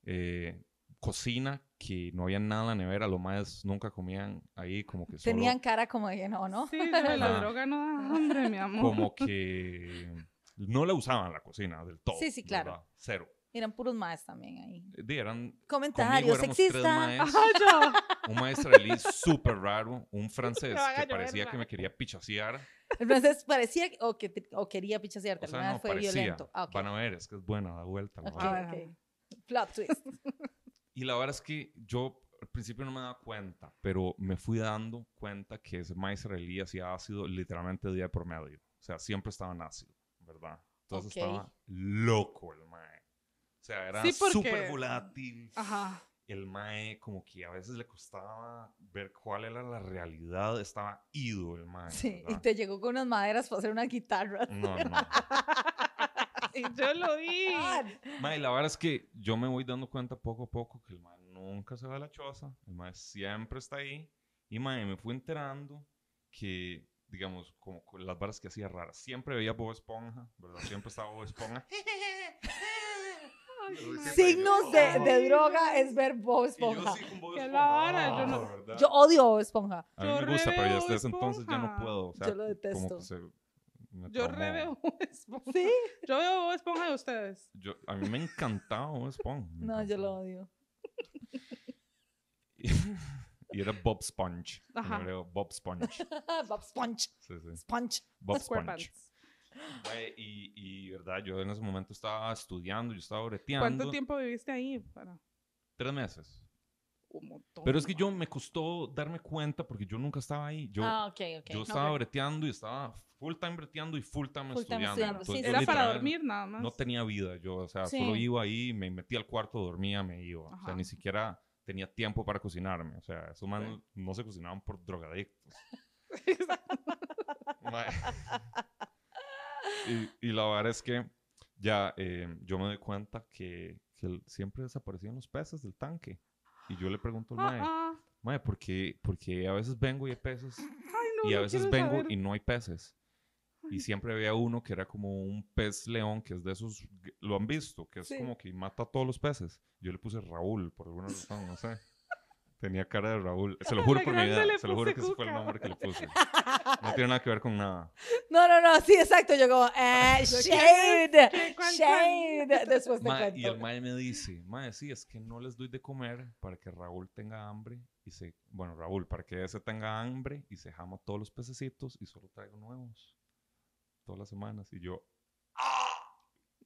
Speaker 3: Eh, cocina, que no había nada en la nevera, lo más nunca comían ahí, como que solo...
Speaker 4: Tenían cara como de no, ¿no?
Speaker 2: Sí, pero la
Speaker 3: Ajá.
Speaker 2: droga no da hambre, mi amor.
Speaker 3: Como que no la usaban la cocina del todo.
Speaker 4: Sí, sí, claro.
Speaker 3: ¿verdad? Cero.
Speaker 4: Eran puros más también ahí.
Speaker 3: Eh, di, eran... Conmigo
Speaker 4: Comentario
Speaker 3: éramos tres
Speaker 4: sexista.
Speaker 3: maes.
Speaker 2: Ay, yo.
Speaker 3: un maestro israelí súper raro, un francés
Speaker 2: van a
Speaker 3: que
Speaker 2: llover,
Speaker 3: parecía que
Speaker 2: ma.
Speaker 3: me quería pichasear.
Speaker 4: El francés parecía que- o, que, te- o quería pichasearte,
Speaker 3: O
Speaker 4: al final
Speaker 3: sea, no,
Speaker 4: fue
Speaker 3: parecía.
Speaker 4: violento. Ah, ok.
Speaker 3: Van a ver, es que es buena, da vuelta. la
Speaker 4: Ok,
Speaker 3: vara.
Speaker 2: Ah.
Speaker 4: ok. Plot twist.
Speaker 3: Y la verdad es que yo al principio no me daba cuenta, pero me fui dando cuenta que ese maestro israelí hacía ácido literalmente día por medio. O sea, siempre estaba en ácido, ¿verdad? Entonces
Speaker 4: Ok.
Speaker 3: estaba loco el mae. O sea, era
Speaker 2: Sí, porque-
Speaker 3: súper volátil.
Speaker 2: Ajá.
Speaker 3: el mae como que a veces le costaba ver cuál era la realidad, estaba ido el mae.
Speaker 4: Sí, y
Speaker 3: ¿verdad?
Speaker 4: te llegó con unas maderas para hacer una guitarra.
Speaker 3: No, no.
Speaker 2: Y yo lo vi.
Speaker 3: Mae, la verdad es que yo me voy dando cuenta poco a poco que el mae nunca se va de la choza, el mae siempre está ahí. Y mae, me fui enterando que, digamos, como con las varas que hacía raras, siempre veía Bob Esponja, ¿verdad? Siempre estaba Bob Esponja. Y yo decía,
Speaker 4: Signos de,
Speaker 3: "Oh".
Speaker 4: de droga es ver Bob
Speaker 3: Y yo
Speaker 4: Esponja.
Speaker 3: sí con Bob
Speaker 2: Qué
Speaker 3: Esponja, ah,
Speaker 2: vara, yo no-
Speaker 3: ¿verdad?
Speaker 4: Yo odio Bob Esponja.
Speaker 3: A mí
Speaker 2: Yo
Speaker 3: me gusta, pero ya
Speaker 2: reveo
Speaker 3: desde ese entonces ya no
Speaker 2: Esponja.
Speaker 3: puedo. O sea,
Speaker 4: Yo lo
Speaker 3: como
Speaker 4: detesto.
Speaker 3: que se- me
Speaker 2: Yo
Speaker 3: traumó.
Speaker 2: reveo Bob Esponja.
Speaker 4: Sí,
Speaker 2: Yo veo Bob Esponja de ustedes.
Speaker 3: Yo- a mí me encantaba Bob Esponja. me
Speaker 4: no, yo
Speaker 3: encantaba.
Speaker 4: lo odio.
Speaker 3: y era Bob Sponge. en
Speaker 2: Ajá.
Speaker 3: hebreo, Bob Sponge.
Speaker 4: Bob Sponge,
Speaker 3: Sí, sí.
Speaker 4: Sponge.
Speaker 3: Bob Sponge.
Speaker 2: SquarePants.
Speaker 3: Mae, Y, y, verdad, yo en ese momento estaba estudiando, yo estaba breteando.
Speaker 2: ¿Cuánto tiempo viviste ahí? Para
Speaker 3: Tres meses.
Speaker 2: un montón.
Speaker 3: Pero es que
Speaker 2: ma.
Speaker 3: yo me costó darme cuenta porque yo nunca estaba ahí. Yo,
Speaker 4: ah, ok, ok.
Speaker 3: yo estaba breteando y estaba full time breteando y full time
Speaker 4: Full time
Speaker 3: estudiando.
Speaker 4: estudiando, sí, sí,
Speaker 3: Entonces, yo
Speaker 2: Era para
Speaker 3: literal
Speaker 2: dormir nada más.
Speaker 3: No tenía vida, yo, o sea,
Speaker 4: Sí.
Speaker 3: solo iba ahí, me metía al cuarto, dormía, me iba. O sea,
Speaker 2: Ajá.
Speaker 3: ni siquiera tenía tiempo para cocinarme. O sea, esos manos no se cocinaban por drogadictos. pues, Mae. y, y la verdad es que ya eh, yo me doy cuenta que, que el- siempre desaparecían los peces del tanque. Y yo le pregunto al mae,
Speaker 2: Ah, ah.
Speaker 3: mae, ¿por qué, por qué a veces vengo y hay peces?
Speaker 2: Ay, no,
Speaker 3: y a
Speaker 2: no
Speaker 3: veces
Speaker 2: quiero
Speaker 3: vengo
Speaker 2: saber.
Speaker 3: y no hay peces. Y siempre había uno que era como un pez león, que es de esos, g- lo han visto, que es
Speaker 4: Sí.
Speaker 3: como que mata a todos los peces. Yo le puse Raúl, por alguna razón, no sé. Tenía cara de Raúl. Se lo
Speaker 2: A
Speaker 3: juro
Speaker 2: la
Speaker 3: por mi
Speaker 2: grande
Speaker 3: vida,
Speaker 2: le
Speaker 3: se lo juro
Speaker 2: puse
Speaker 3: que ese fue el
Speaker 2: Cuca.
Speaker 3: nombre que le puse. No tiene nada que ver con nada.
Speaker 4: No, no, no, sí, exacto. Yo como, eh, shade,
Speaker 2: ¿Qué? ¿Cuán,
Speaker 4: shade. Después te
Speaker 3: Ma-
Speaker 4: cuento.
Speaker 3: y el mae me dice, mae, sí, es que no les doy de comer para que Raúl tenga hambre y se, bueno, Raúl, para que ese tenga hambre y se jama todos los pececitos y solo traigo nuevos todas las semanas. Y yo,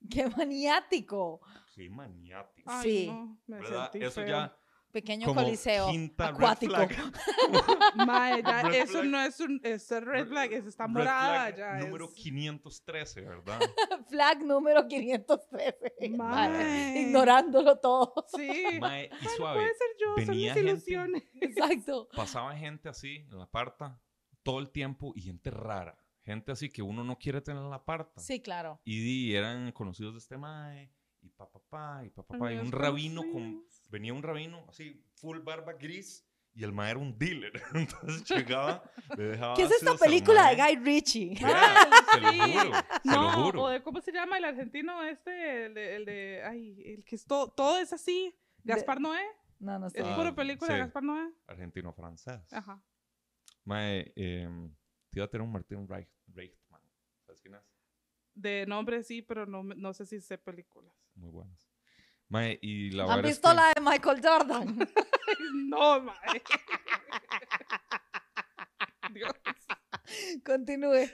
Speaker 4: Qué maniático.
Speaker 3: qué maniático.
Speaker 2: Ay,
Speaker 4: Sí.
Speaker 2: no, Ah, me
Speaker 3: ¿Verdad?
Speaker 2: sentí
Speaker 3: Eso
Speaker 2: feo.
Speaker 3: ya
Speaker 4: Pequeño
Speaker 3: como
Speaker 4: coliseo
Speaker 3: quinta red
Speaker 4: acuático.
Speaker 3: flag.
Speaker 2: Mae, ya,
Speaker 3: Red
Speaker 2: eso
Speaker 3: flag.
Speaker 2: no es un es un red flag, es está
Speaker 3: Red
Speaker 2: morada
Speaker 3: flag
Speaker 2: ya.
Speaker 3: Número
Speaker 2: es-
Speaker 3: 513, ¿verdad?
Speaker 4: Flag número 513. ah,
Speaker 2: Mae.
Speaker 4: Ignorándolo todo.
Speaker 2: Sí.
Speaker 3: Mae, y
Speaker 2: Bueno,
Speaker 3: suave.
Speaker 2: puede ser yo, son
Speaker 3: venía
Speaker 2: mis
Speaker 3: gente-
Speaker 2: ilusiones.
Speaker 4: Exacto.
Speaker 3: pasaba gente así en la parta todo el tiempo y gente rara. Gente así que uno no quiere tener en la parta.
Speaker 4: Sí, claro.
Speaker 3: Y di, eran conocidos de este mae, y pa, pa, pa, y pa, pa, pa, y
Speaker 2: Amigos
Speaker 3: un rabino con...
Speaker 2: conocidos.
Speaker 3: Venía un rabino así, full barba gris, y el mae era un dealer. Entonces llegaba, le dejaba...
Speaker 4: ¿Qué es esta
Speaker 3: ácidos al
Speaker 4: película de
Speaker 3: mae.
Speaker 4: Guy Ritchie?
Speaker 3: Vea, se lo
Speaker 2: sí.
Speaker 3: juro, se lo
Speaker 2: No,
Speaker 3: juro.
Speaker 2: o de cómo se llama el argentino este, el de, el de- ay, el que es todo, todo es así. Gaspar Noé,
Speaker 4: No, no sé.
Speaker 2: es
Speaker 3: Ah,
Speaker 2: pura película de
Speaker 3: sí.
Speaker 2: Gaspar Noé.
Speaker 3: Argentino-francés.
Speaker 2: Ajá.
Speaker 3: Mae, em, te iba a tener un Martín Reich- Reichman. ¿Sabes quién es?
Speaker 2: De nombre sí, pero no, me- no sé si sé películas.
Speaker 3: Muy buenas. Mae, y la
Speaker 4: ¿Han
Speaker 3: verdad es
Speaker 4: visto
Speaker 3: que-
Speaker 4: la de Michael Jordan?
Speaker 2: No, mae. Dios.
Speaker 4: Continúe.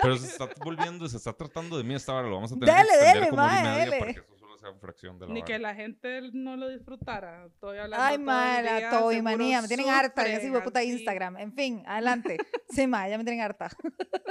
Speaker 3: Pero se está volviendo, se está tratando de mí esta hora. Lo vamos a tener
Speaker 4: Dele,
Speaker 3: que extender
Speaker 4: dele,
Speaker 3: como hora
Speaker 4: mae,
Speaker 3: y media
Speaker 4: dele.
Speaker 3: para que eso solo sea una fracción de la
Speaker 2: Ni
Speaker 3: hora.
Speaker 2: que la gente no lo disfrutara. Estoy hablando
Speaker 4: Ay,
Speaker 2: todo el día,
Speaker 4: mae, la
Speaker 2: seguro
Speaker 4: tobimanía. Me tienen harta. Yo
Speaker 2: sufren,
Speaker 4: soy puta
Speaker 2: así.
Speaker 4: Instagram. En fin, adelante. Sí, mae, ya me tienen harta.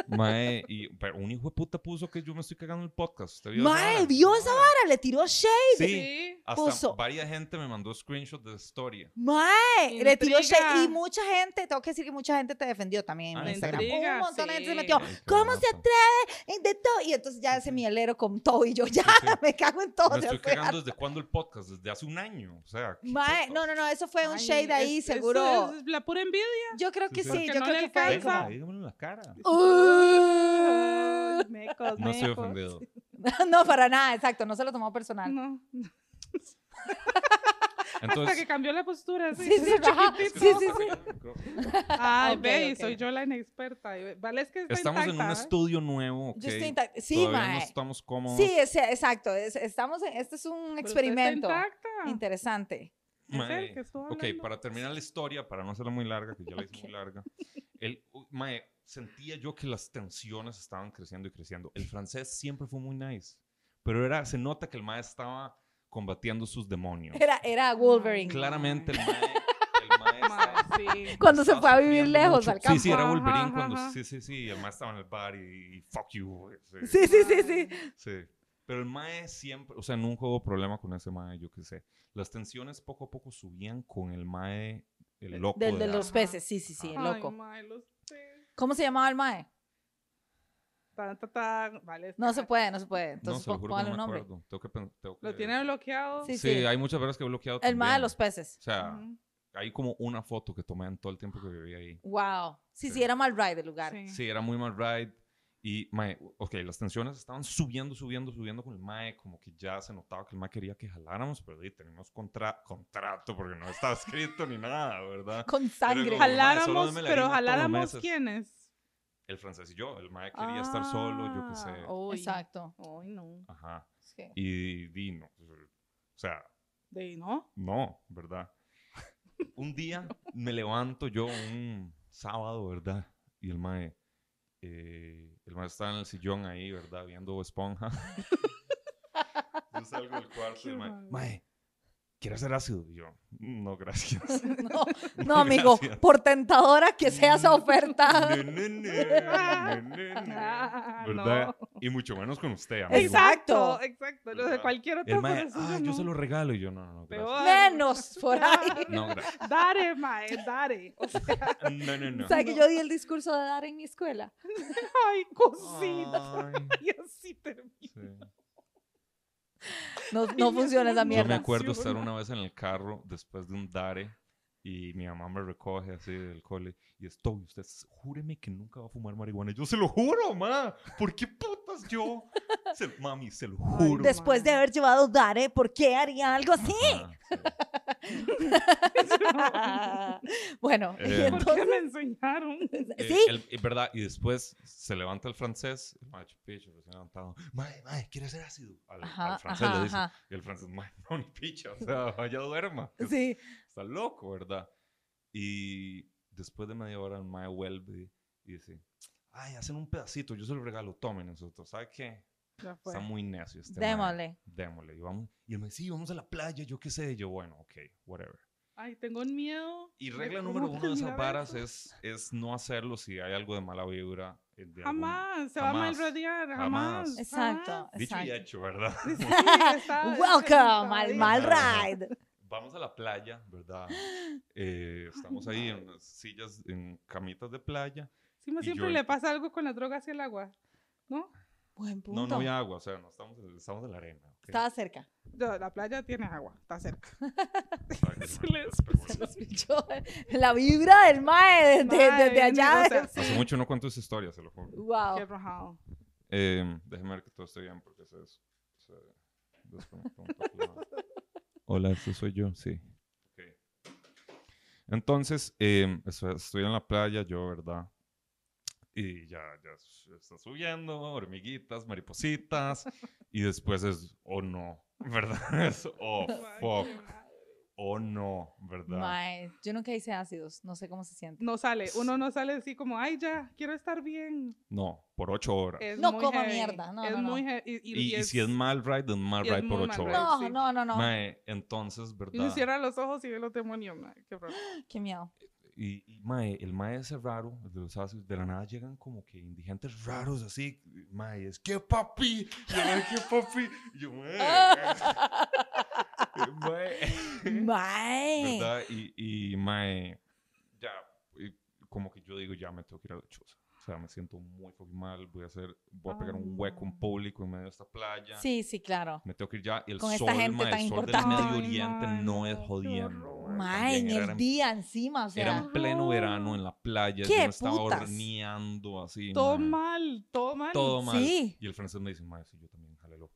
Speaker 3: Mae, y, pero un hijo de puta puso que yo me estoy cagando el podcast. ¿Usted vio esa
Speaker 4: Mae,
Speaker 3: vara?
Speaker 4: vio esa vara, le tiró shade.
Speaker 3: Sí,
Speaker 2: Sí.
Speaker 3: hasta
Speaker 4: Puso.
Speaker 3: varias gente me mandó screenshot de la historia.
Speaker 4: Mae, Eh, le tiró shade.
Speaker 2: Intriga.
Speaker 4: Y mucha gente, tengo que decir que mucha gente te defendió también en
Speaker 3: Ah,
Speaker 4: Instagram.
Speaker 2: intriga,
Speaker 4: Un montón de gente se
Speaker 2: sí.
Speaker 4: metió.
Speaker 3: Ay, qué
Speaker 4: ¿Cómo se
Speaker 3: bonito.
Speaker 4: atreve? De todo. Y entonces ya ese mielero con todo. Y yo ya
Speaker 3: Sí, sí.
Speaker 4: me cago en todo.
Speaker 3: Me
Speaker 4: ya
Speaker 3: estoy
Speaker 4: sé.
Speaker 3: cagando desde cuándo el podcast, desde hace un año. O sea, ¿qué
Speaker 4: Mae, no,
Speaker 3: putas?
Speaker 4: no, no, eso fue un
Speaker 2: Ay,
Speaker 4: shade ahí,
Speaker 2: es- eso
Speaker 4: seguro.
Speaker 2: es la pura envidia.
Speaker 4: Yo creo que
Speaker 3: Sí,
Speaker 4: sí,
Speaker 3: sí.
Speaker 2: Porque
Speaker 4: yo
Speaker 2: no
Speaker 4: creo
Speaker 2: le
Speaker 4: que fue ahí
Speaker 2: alcanza.
Speaker 3: Venga,
Speaker 4: como,
Speaker 3: dígamelo en la cara.
Speaker 4: "Uh".
Speaker 2: Mecos,
Speaker 3: No estoy
Speaker 2: mecos.
Speaker 3: ofendido.
Speaker 4: No, para nada, exacto, no se lo tomó personal.
Speaker 2: No. Hasta que
Speaker 3: Entonces,
Speaker 2: cambió la postura. Sí,
Speaker 4: Sí, sí, ajá,
Speaker 2: chiquitito.
Speaker 4: sí, sí, sí.
Speaker 2: Ay,
Speaker 4: Ok,
Speaker 2: ve, y
Speaker 4: ok.
Speaker 2: "Ah, soy yo la inexperta. y ve- Vale, es que está
Speaker 3: estamos en
Speaker 2: intacta,
Speaker 3: un
Speaker 2: ¿eh?
Speaker 3: estudio nuevo. ok.
Speaker 4: Yo estoy intact- Sí,
Speaker 3: Todavía no
Speaker 4: mae.
Speaker 3: estamos cómodos.
Speaker 4: Sí, es- exacto, es- estamos en, este es un
Speaker 2: Pero usted Pues, está
Speaker 4: experimento
Speaker 2: intacta.
Speaker 4: interesante.
Speaker 2: Es
Speaker 3: Mae,
Speaker 2: él que estuvo
Speaker 3: ok,
Speaker 2: hablando.
Speaker 3: para terminar la historia, para no hacerla muy larga, que ya la hice
Speaker 4: Ok.
Speaker 3: muy larga, el, u- mae, sentía yo que las tensiones estaban creciendo y creciendo. El francés siempre fue muy nice, pero era, se nota que el mae estaba combatiendo sus demonios.
Speaker 4: Era, era Wolverine.
Speaker 3: Claramente el mae, el mae estaba-
Speaker 2: Mae, sí.
Speaker 4: Cuando se
Speaker 3: estaba
Speaker 4: fue a vivir
Speaker 3: sufriendo
Speaker 4: lejos
Speaker 3: mucho.
Speaker 4: al campo.
Speaker 3: Sí, sí, era
Speaker 2: Ajá,
Speaker 3: Wolverine
Speaker 2: ajá,
Speaker 3: cuando,
Speaker 2: ajá.
Speaker 3: sí, sí, sí, el mae estaba en el bar y, y fuck you.
Speaker 4: Sí,
Speaker 3: Sí,
Speaker 4: sí, sí, sí.
Speaker 3: sí. Pero el mae siempre, o sea, nunca hubo problema con ese mae, yo qué sé. Las tensiones poco a poco subían con el mae,
Speaker 4: Eh,
Speaker 3: el loco.
Speaker 6: Del de
Speaker 3: de la-
Speaker 6: los peces, sí, sí, sí, el
Speaker 2: Ay,
Speaker 6: loco.
Speaker 2: mae, los peces.
Speaker 4: ¿Cómo se llamaba el mae?
Speaker 2: Tan, tan, tan. Vale,
Speaker 4: No
Speaker 2: está.
Speaker 4: se puede, no se puede.
Speaker 3: No,
Speaker 4: Entonces
Speaker 3: se lo
Speaker 4: pon-
Speaker 3: juro que
Speaker 4: póngale
Speaker 3: no
Speaker 4: un
Speaker 3: me
Speaker 4: nombre.
Speaker 3: acuerdo. Tengo que, pen- tengo
Speaker 2: ¿Lo
Speaker 3: que-
Speaker 2: tienen bloqueado?
Speaker 4: Sí,
Speaker 3: Sí,
Speaker 4: sí.
Speaker 3: hay muchas veces que he bloqueado
Speaker 4: El mae de
Speaker 3: también.
Speaker 4: los peces.
Speaker 3: O sea,
Speaker 2: Ujú.
Speaker 3: hay como una foto que tomé en todo el tiempo que viví ahí.
Speaker 4: Wow. Sí, sí,
Speaker 3: Sí.
Speaker 4: era mal ride el lugar.
Speaker 2: Sí.
Speaker 3: Sí, era muy mal ride. Y, mae, ok, las tensiones estaban subiendo, subiendo, subiendo con el mae. Como que ya se notaba que el mae quería que jaláramos, pero ahí tenemos contra contrato porque no estaba escrito ni nada, ¿verdad?
Speaker 4: Con sangre.
Speaker 3: como, mae, solo
Speaker 2: Jaláramos,
Speaker 3: deme la
Speaker 2: pero
Speaker 3: harina todos los
Speaker 2: jaláramos
Speaker 3: meses.
Speaker 2: quiénes. Ah,
Speaker 3: El francés y yo, el mae quería estar solo, yo qué sé.
Speaker 6: Uy.
Speaker 4: Exacto.
Speaker 6: Uy, no.
Speaker 3: Ajá.
Speaker 4: Sí.
Speaker 3: Y vino. O sea,
Speaker 2: De no.
Speaker 3: No, ¿verdad? Un día me levanto yo un sábado, ¿verdad? Y el mae, eh, el mae está en el sillón ahí, ¿verdad? Viendo Bob esponja. yo salgo del cuarto y el mae,
Speaker 2: Qué mal.
Speaker 3: mae, ¿quieres hacer ácido? Y yo, no, gracias.
Speaker 4: No, no, amigo,
Speaker 3: gracias. Mm.
Speaker 4: por tentadora que sea esa oferta.
Speaker 3: Ne, ne, ne, ne, ne, ne.
Speaker 2: Ah,
Speaker 3: ¿Verdad?
Speaker 2: no.
Speaker 3: Y mucho menos con usted, amigo.
Speaker 2: Exacto,
Speaker 4: Exacto.
Speaker 2: exacto. Lo
Speaker 3: ¿Verdad?
Speaker 2: de cualquier otra
Speaker 3: El mae,
Speaker 2: persona,
Speaker 3: ah, yo
Speaker 2: no.
Speaker 3: se lo regalo. Y yo, no, no, no, gracias.
Speaker 2: Peor.
Speaker 4: Menos por ahí.
Speaker 3: No, gracias.
Speaker 2: Dare, mae, dare. O sea,
Speaker 3: No, no, no.
Speaker 4: O sea, que yo di el discurso de dar en mi escuela.
Speaker 2: ay, cosita.
Speaker 3: Ay,
Speaker 2: Y así termina.
Speaker 3: sí.
Speaker 4: No, no
Speaker 2: Dios
Speaker 4: funciona esa
Speaker 2: mío.
Speaker 3: Yo me
Speaker 4: mierda.
Speaker 3: acuerdo
Speaker 2: Sí,
Speaker 3: estar
Speaker 2: bueno.
Speaker 3: una vez en el carro después de un dare y mi mamá me recoge así del cole y es Toby, usted júreme que nunca va a fumar marihuana. Y Yo se lo juro, ma. ¿Por qué putas yo? Se- mami, se lo juro.
Speaker 2: des-
Speaker 4: Después de haber llevado Dare, ¿por qué haría algo así?
Speaker 3: Ajá, sí.
Speaker 4: bueno, y
Speaker 3: Eh,
Speaker 2: ¿Por qué
Speaker 4: entonces,
Speaker 2: me enseñaron?
Speaker 3: Eh,
Speaker 4: sí,
Speaker 3: el- eh, ¿Verdad? Y después se levanta el francés, el macho picho, recién levantado. Mae, mae, ¿quiere ser ácido? Al, al
Speaker 4: Ajá,
Speaker 3: francés
Speaker 4: ajá,
Speaker 3: le dice.
Speaker 4: ajá.
Speaker 3: Y el francés, mae, no, ni picha, o sea, vaya duerma. que
Speaker 4: sí.
Speaker 3: está loco, ¿verdad? Y después de media hora, el mae vuelve y dice, ay, hacen un pedacito, yo se lo regalo, tomen nosotros, ¿sabe qué?
Speaker 2: Ya fue.
Speaker 3: Está muy necio este mae,
Speaker 4: Pues, Démosle.
Speaker 3: Démosle. Y, vamos, y él me dice, sí, vamos a la playa, yo qué sé. Y yo, bueno, ok, whatever.
Speaker 2: Ay, tengo un miedo.
Speaker 3: Y
Speaker 2: de
Speaker 3: regla
Speaker 2: cómo
Speaker 3: número uno de esas
Speaker 2: terminar
Speaker 3: varas
Speaker 2: esto.
Speaker 3: es, es no hacerlo si hay algo de mala vibra. eh, de algún-
Speaker 2: Jamás, se va a
Speaker 3: jamás,
Speaker 2: malrodear,
Speaker 3: jamás.
Speaker 2: jamás.
Speaker 4: Exacto,
Speaker 3: Dicho y
Speaker 4: exacto.
Speaker 3: hecho, ¿verdad?
Speaker 2: jamás. Sí, está-
Speaker 4: Welcome al
Speaker 2: está
Speaker 4: mal
Speaker 3: Ajá.
Speaker 4: ride.
Speaker 3: vamos a la playa, ¿verdad? Eh, estamos ahí en unas sillas, en camitas de playa.
Speaker 2: Simo
Speaker 3: Y
Speaker 2: siempre
Speaker 3: yo-
Speaker 2: le pasa algo con las drogas y el agua. ¿No?
Speaker 4: Buen
Speaker 3: No,
Speaker 4: punto.
Speaker 3: no había agua, o sea, no estamos, en- estamos en la arena. ¿ok?
Speaker 4: Estaba cerca.
Speaker 2: No, La playa tiene agua, está cerca.
Speaker 3: Estaba aquí,
Speaker 2: se
Speaker 3: bueno,
Speaker 2: le-
Speaker 3: pero bueno.
Speaker 4: Yo- la vibra del mae desde,
Speaker 2: Mae,
Speaker 4: desde allá.
Speaker 2: o sea,
Speaker 3: Hace
Speaker 2: sí,
Speaker 3: mucho no cuento esa historia, se lo juro.
Speaker 4: wow.
Speaker 2: qué rajado.
Speaker 3: Eh, déjeme ver que todo esté bien porque se, des- se desconectó un poco la- Hola, ¿este soy yo? Sí. Ok. Entonces, eh, eso, estoy en la playa, yo, ¿verdad? Y ya, ya s- está subiendo, hormiguitas, maripositas, y después es, oh no, ¿verdad? Es, oh
Speaker 2: Ay,
Speaker 3: fuck,
Speaker 2: qué mal.
Speaker 3: oh no, ¿verdad?
Speaker 4: Mae, yo nunca hice ácidos, no sé cómo se siente.
Speaker 2: No sale, uno no sale así como, ay, ya, quiero estar bien.
Speaker 3: No, por ocho horas.
Speaker 2: Es
Speaker 4: No
Speaker 2: muy
Speaker 4: coma
Speaker 2: heavy,
Speaker 4: mierda, no,
Speaker 2: es
Speaker 4: no, no.
Speaker 2: muy he- y, y- y
Speaker 3: Y, y si es mal ride, es mal
Speaker 2: y es
Speaker 3: ride por
Speaker 2: muy
Speaker 3: ocho
Speaker 2: mal
Speaker 3: horas.
Speaker 2: ride.
Speaker 4: No,
Speaker 2: sí.
Speaker 4: no, no, no.
Speaker 3: Mae, entonces,
Speaker 2: y uno
Speaker 3: ¿verdad?
Speaker 2: cierra los ojos y ve los demonios, mae, qué raro.
Speaker 4: Qué miedo.
Speaker 3: Y, y, mae, el mae ese raro, el de los ácidos, de la nada llegan como que indigentes raros así. y, Mae, es que papi, y el mae, ¿qué papi? Y yo, mae. mae.
Speaker 4: Mae.
Speaker 3: ¿Verdad? Y, y mae, ya, y como que yo digo, ya me tengo que ir a la choza. O sea, me siento muy fucking mal. Voy a hacer, voy a pegar un hueco en público en medio de esta playa.
Speaker 4: Ah. Sí, sí, claro.
Speaker 3: Me tengo que ir ya. Y el
Speaker 4: Con esta
Speaker 3: sol, mae,
Speaker 4: gente tan
Speaker 3: el sol del
Speaker 4: importante.
Speaker 3: Medio
Speaker 2: Ay,
Speaker 3: Oriente
Speaker 2: mae,
Speaker 3: no es
Speaker 2: no, qué
Speaker 3: jodiendo.
Speaker 2: horror.
Speaker 3: mae,
Speaker 4: Mae,
Speaker 3: también
Speaker 4: en el
Speaker 3: era en
Speaker 4: día encima, o sea.
Speaker 3: Era en pleno verano en la playa.
Speaker 4: ¡Qué
Speaker 3: Yo me estaba
Speaker 4: putas!
Speaker 3: horneando así.
Speaker 2: Todo
Speaker 3: mae,
Speaker 2: mal, todo mal.
Speaker 3: Todo mal.
Speaker 4: Sí. Mm.
Speaker 3: Y el francés me dice, mae, sí, yo también, jalelo.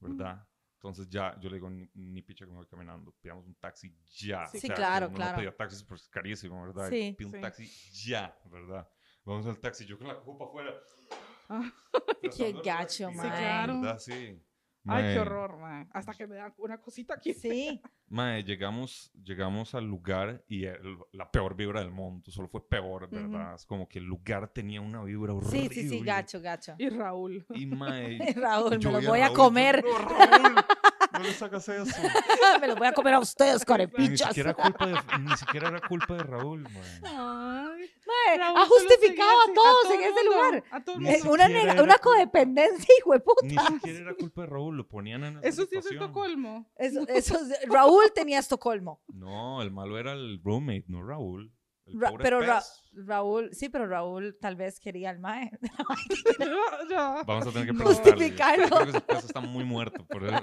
Speaker 3: ¿Verdad? Entonces ya, yo le digo, ni, ni picha que me voy caminando. Pidamos un taxi ya.
Speaker 4: Sí, claro,
Speaker 3: uno
Speaker 4: claro.
Speaker 3: No pedía taxis porque es carísimo, ¿verdad?
Speaker 4: Sí,
Speaker 3: Pido
Speaker 2: sí.
Speaker 3: un taxi ya, ¿verdad? Vamos al taxi, yo con la copa afuera.
Speaker 2: Ah.
Speaker 4: Qué
Speaker 3: Tratando de
Speaker 4: gacho,
Speaker 3: respirar,
Speaker 2: mae. Sí, claro.
Speaker 3: ¿verdad? Sí.
Speaker 2: Ay,
Speaker 3: Mae,
Speaker 2: qué horror, mae. Hasta que me da una cosita aquí.
Speaker 4: Sí.
Speaker 3: Mae, llegamos, llegamos al lugar y el- la peor vibra del mundo, solo fue peor, ¿verdad? Es como que el lugar tenía una vibra
Speaker 4: Sí,
Speaker 3: horrible.
Speaker 4: sí, sí, gacho, gacho.
Speaker 2: Y Raúl.
Speaker 3: Y mae,
Speaker 4: Raúl, me
Speaker 3: yo
Speaker 4: los
Speaker 3: vi a
Speaker 4: voy a
Speaker 3: Raúl, yo,
Speaker 4: comer.
Speaker 3: No, Raúl, no le sacas eso.
Speaker 4: me los voy a comer a ustedes,
Speaker 3: Y ni
Speaker 4: carepichas.
Speaker 3: siquiera, culpa de- ni siquiera era culpa de Raúl, mae.
Speaker 2: Ay, Raúl solo
Speaker 4: ha
Speaker 2: seguía
Speaker 4: justificado Ah, a todos
Speaker 2: así,
Speaker 4: en
Speaker 2: a
Speaker 4: ese
Speaker 2: el
Speaker 4: lugar.
Speaker 2: mundo, a todo el
Speaker 3: Ni
Speaker 4: Eh,
Speaker 2: mundo.
Speaker 3: siquiera
Speaker 4: Una, nega-
Speaker 3: era
Speaker 4: una
Speaker 3: culpa-
Speaker 4: codependencia, hijo de puta.
Speaker 3: Ni siquiera era culpa de Raúl, lo ponían en esa
Speaker 2: Eso sí es el
Speaker 3: situación.
Speaker 2: Estocolmo.
Speaker 4: Eso, eso es- Raúl tenía Estocolmo.
Speaker 3: No, el malo era el roommate, no Raúl. El
Speaker 4: Ra-
Speaker 3: pobre
Speaker 4: pero Ra-
Speaker 3: pez.
Speaker 4: Raúl, sí, pero Raúl tal vez quería al mae.
Speaker 2: No, no.
Speaker 3: Vamos a tener que
Speaker 2: No.
Speaker 3: preguntarle.
Speaker 4: Justificarlo.
Speaker 3: Creo que ese pez está muy muerto. Por eso.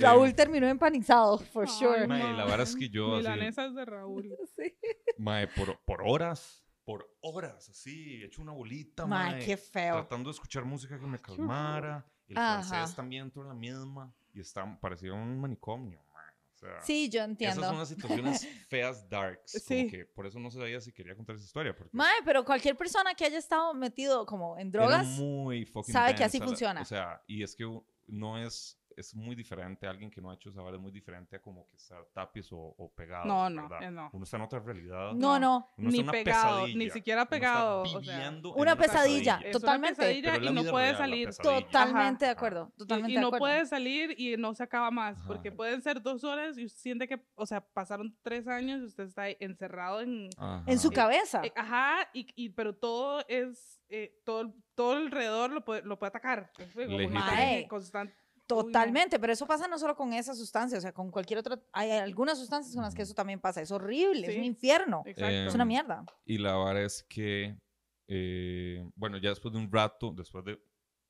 Speaker 4: Raúl terminó empanizado, for
Speaker 2: Ay,
Speaker 4: sure.
Speaker 3: mae, la vara es
Speaker 2: mae.
Speaker 3: que yo así-
Speaker 2: Milanesas de Raúl.
Speaker 4: Sí.
Speaker 3: Mae, por, por horas, por horas, así, hecho una bolita, mae.
Speaker 4: Mae, qué feo.
Speaker 3: Tratando de escuchar música que me calmara. El
Speaker 1: Ajá.
Speaker 3: francés también entró en la misma. Y está, parecía un manicomio, mae. O sea,
Speaker 4: Sí, yo
Speaker 3: Esas son
Speaker 4: entiendo.
Speaker 3: las situaciones feas, darks. como
Speaker 2: Sí.
Speaker 3: que por eso no sabía si quería contar esa historia. Porque
Speaker 4: Mae, pero cualquier persona que haya estado metido como en
Speaker 3: era
Speaker 4: drogas,
Speaker 3: muy fucking
Speaker 4: sabe que así
Speaker 3: densa la-
Speaker 4: funciona.
Speaker 3: O sea, y es que u- no es. Es muy diferente, alguien que no ha hecho esa vara es muy diferente a como que estar tapiz o, o pegado.
Speaker 2: No, no,
Speaker 3: ¿verdad?
Speaker 2: eh, no.
Speaker 3: Uno está en otra realidad.
Speaker 4: no, no.
Speaker 3: Uno está
Speaker 2: Ni
Speaker 3: en una
Speaker 2: pegado,
Speaker 3: pesadilla,
Speaker 2: ni siquiera
Speaker 3: uno está
Speaker 2: pegado, o sea,
Speaker 3: viviendo en
Speaker 4: una pesadilla,
Speaker 2: Es una
Speaker 4: Totalmente.
Speaker 2: pesadilla
Speaker 3: Pero es la
Speaker 2: y no
Speaker 3: vida
Speaker 2: puede
Speaker 3: real, la
Speaker 2: salir.
Speaker 3: pesadilla.
Speaker 4: Totalmente de
Speaker 3: Ajá.
Speaker 4: acuerdo.
Speaker 2: Y-
Speaker 4: Totalmente
Speaker 2: y
Speaker 4: de
Speaker 2: no
Speaker 4: acuerdo.
Speaker 2: puede salir y no se acaba más,
Speaker 3: Ajá.
Speaker 2: porque pueden ser dos horas y usted siente que, o sea, pasaron tres años y usted está ahí encerrado en...
Speaker 3: Ajá.
Speaker 4: En su cabeza.
Speaker 2: eh, ajá, y, y- pero todo es, eh, todo, el- todo alrededor lo puede, lo puede atacar. ¿me explico? Como que
Speaker 3: Legítimo.
Speaker 2: tiene constan-
Speaker 4: Totalmente, pero eso pasa no solo con esa sustancia, o sea, con cualquier otra. Hay algunas sustancias con las que
Speaker 3: Ujú.
Speaker 4: eso también pasa. Es horrible, es un
Speaker 2: Sí.
Speaker 4: infierno.
Speaker 2: Exacto.
Speaker 4: Es una
Speaker 3: Em,
Speaker 4: mierda.
Speaker 3: Y la vara es que, eh, bueno, ya después de un rato, después de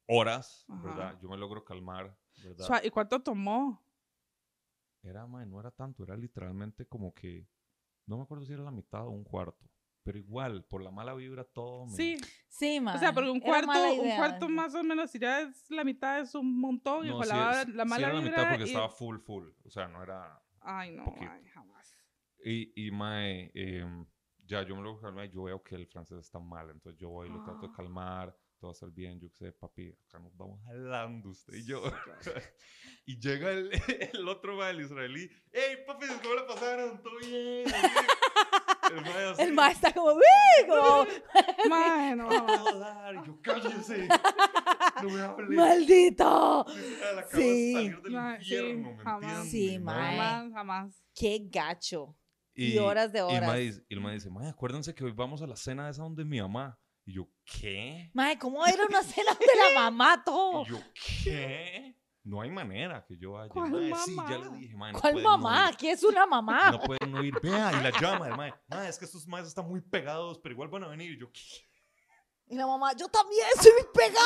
Speaker 3: horas,
Speaker 2: Ajá.
Speaker 3: ¿verdad? Yo me logro calmar, ¿verdad?
Speaker 2: Sua- ¿Y cuánto tomó?
Speaker 3: Era, mae, no era tanto, era literalmente como que, no me acuerdo si era la mitad o un cuarto, pero igual, por la mala vibra todo. me-
Speaker 2: Sí,
Speaker 4: Sí, mae.
Speaker 2: o sea, porque un
Speaker 4: era
Speaker 2: cuarto,
Speaker 4: mala
Speaker 2: un
Speaker 4: idea.
Speaker 2: cuarto más o menos, si ya es la mitad es un montón, y
Speaker 3: No,
Speaker 2: con
Speaker 3: sí,
Speaker 2: la,
Speaker 3: es-
Speaker 2: la
Speaker 3: sí
Speaker 2: mala
Speaker 3: era la
Speaker 2: vibra
Speaker 3: mitad porque
Speaker 2: y-
Speaker 3: estaba full, full, o sea, no era...
Speaker 2: Ay, no,
Speaker 3: poquito.
Speaker 2: ay, jamás.
Speaker 3: Y, y mae, em, ya yo me lo calmé, yo veo que el francés está mal, entonces yo voy y lo trato de
Speaker 2: Ah.
Speaker 3: calmar, todo va a ser bien, yo qué sé, papi, acá nos vamos jalando usted y yo. y llega el, el otro mae, el israelí, hey papi, ¿cómo la pasaron? ¿Todo bien? Así. El mae así,
Speaker 4: El mae está como, "Uy", como,
Speaker 2: Mae, no.
Speaker 3: "No me va a dar", y yo, cállese, no me hable.
Speaker 4: maldito.
Speaker 3: Literal, "Ah, acabo
Speaker 4: Sí.
Speaker 3: de salir del
Speaker 2: Mae, sí,
Speaker 3: infierno, ¿me
Speaker 2: jamás.
Speaker 3: entiende,
Speaker 4: Sí, mae.
Speaker 2: Jamás, jamás.
Speaker 4: Qué gacho. Y horas de
Speaker 3: Y el
Speaker 4: horas.
Speaker 3: mae dice- y el mae dice, mae, acuérdense que hoy vamos a la cena esa donde mi mamá. Y yo, ¿qué?
Speaker 4: Mae, ¿cómo era una cena de la mamá todo?
Speaker 3: Y yo, ¿qué? No hay manera que yo vaya.
Speaker 2: ¿Cuál
Speaker 3: Mae, Sí,
Speaker 2: mamá?
Speaker 3: ya le dije, mae. no
Speaker 4: ¿Cuál
Speaker 3: pueden no
Speaker 4: mamá? Ah.
Speaker 3: ir.
Speaker 4: ¿Qué es una mamá?
Speaker 3: No pueden no ir. Vea, y la llama el mae. Mae, es que estos maes están muy pegados, pero igual van a venir. Y yo, ¿qué?
Speaker 4: Y la mamá, yo también soy pegada.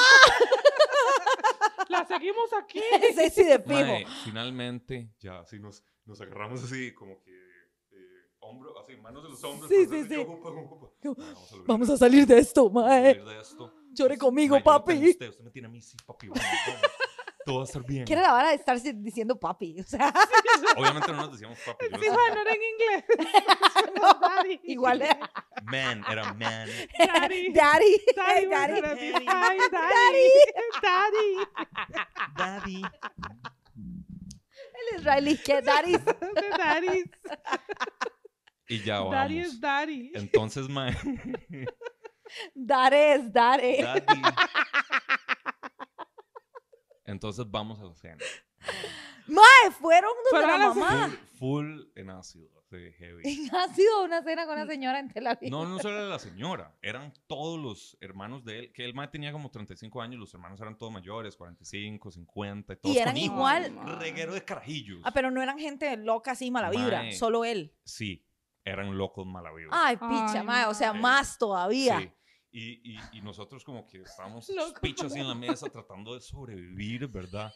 Speaker 2: La seguimos aquí.
Speaker 4: Sí, sí, de fijo.
Speaker 3: Mae, finalmente, ya así nos, nos agarramos así, como que eh, hombro, así, manos de los hombros.
Speaker 4: Sí,
Speaker 3: pero
Speaker 4: sí,
Speaker 3: yo,
Speaker 4: sí.
Speaker 3: "Ocupa, ocupa".
Speaker 4: Yo,
Speaker 3: Mae, Vamos a lograr
Speaker 4: Vamos a salir de esto, mae.
Speaker 3: salir de esto.
Speaker 4: Llore
Speaker 3: Pues,
Speaker 4: conmigo,
Speaker 3: ma, yo no tengo
Speaker 4: papi.
Speaker 3: Usted, usted me tiene a mí, sí, papi. vamos, vamos. Todo va a estar bien.
Speaker 4: ¿Qué era la vara de estarse diciendo papi? O sea,
Speaker 3: Obviamente no nos decíamos papi.
Speaker 2: Sí,
Speaker 3: yo decía,
Speaker 2: mae, no era en inglés. Daddy.
Speaker 4: igual era
Speaker 3: man, era man.
Speaker 2: Daddy.
Speaker 4: daddy.
Speaker 2: Daddy.
Speaker 4: Daddy.
Speaker 2: Daddy. Ay, Daddy. Daddy.
Speaker 3: Daddy.
Speaker 4: El israelí, que daddy.
Speaker 2: De Daddy.
Speaker 3: Y ya vamos.
Speaker 2: Daddy es Daddy.
Speaker 3: Entonces, man.
Speaker 4: Daddy es daddy.
Speaker 3: Daddy. Entonces vamos a la cena.
Speaker 4: Mae, fueron donde
Speaker 2: Fueron
Speaker 4: la
Speaker 2: a la
Speaker 4: mamá.
Speaker 3: Full, full en ácido, así, heavy.
Speaker 4: Ha sido una cena con una señora en Tel Aviv.
Speaker 3: Mm. No, no solo era la señora, eran todos los hermanos de él, que el man tenía como 35 años, los hermanos eran todos mayores, 45, 50 y todos
Speaker 4: y eran
Speaker 3: con hijos.
Speaker 4: igual.
Speaker 2: No,
Speaker 3: Reguero de carajillos.
Speaker 4: Ah, pero no eran gente loca así, mala vibra.
Speaker 3: Mae.
Speaker 4: Solo él.
Speaker 3: Sí, eran locos mala vibra.
Speaker 4: Ay, picha,
Speaker 2: Ay,
Speaker 4: mae. O sea,
Speaker 3: mae.
Speaker 4: más todavía.
Speaker 3: Sí. Y, y, y nosotros como que estábamos
Speaker 2: Loco.
Speaker 3: pichos así en la mesa tratando de sobrevivir, ¿verdad?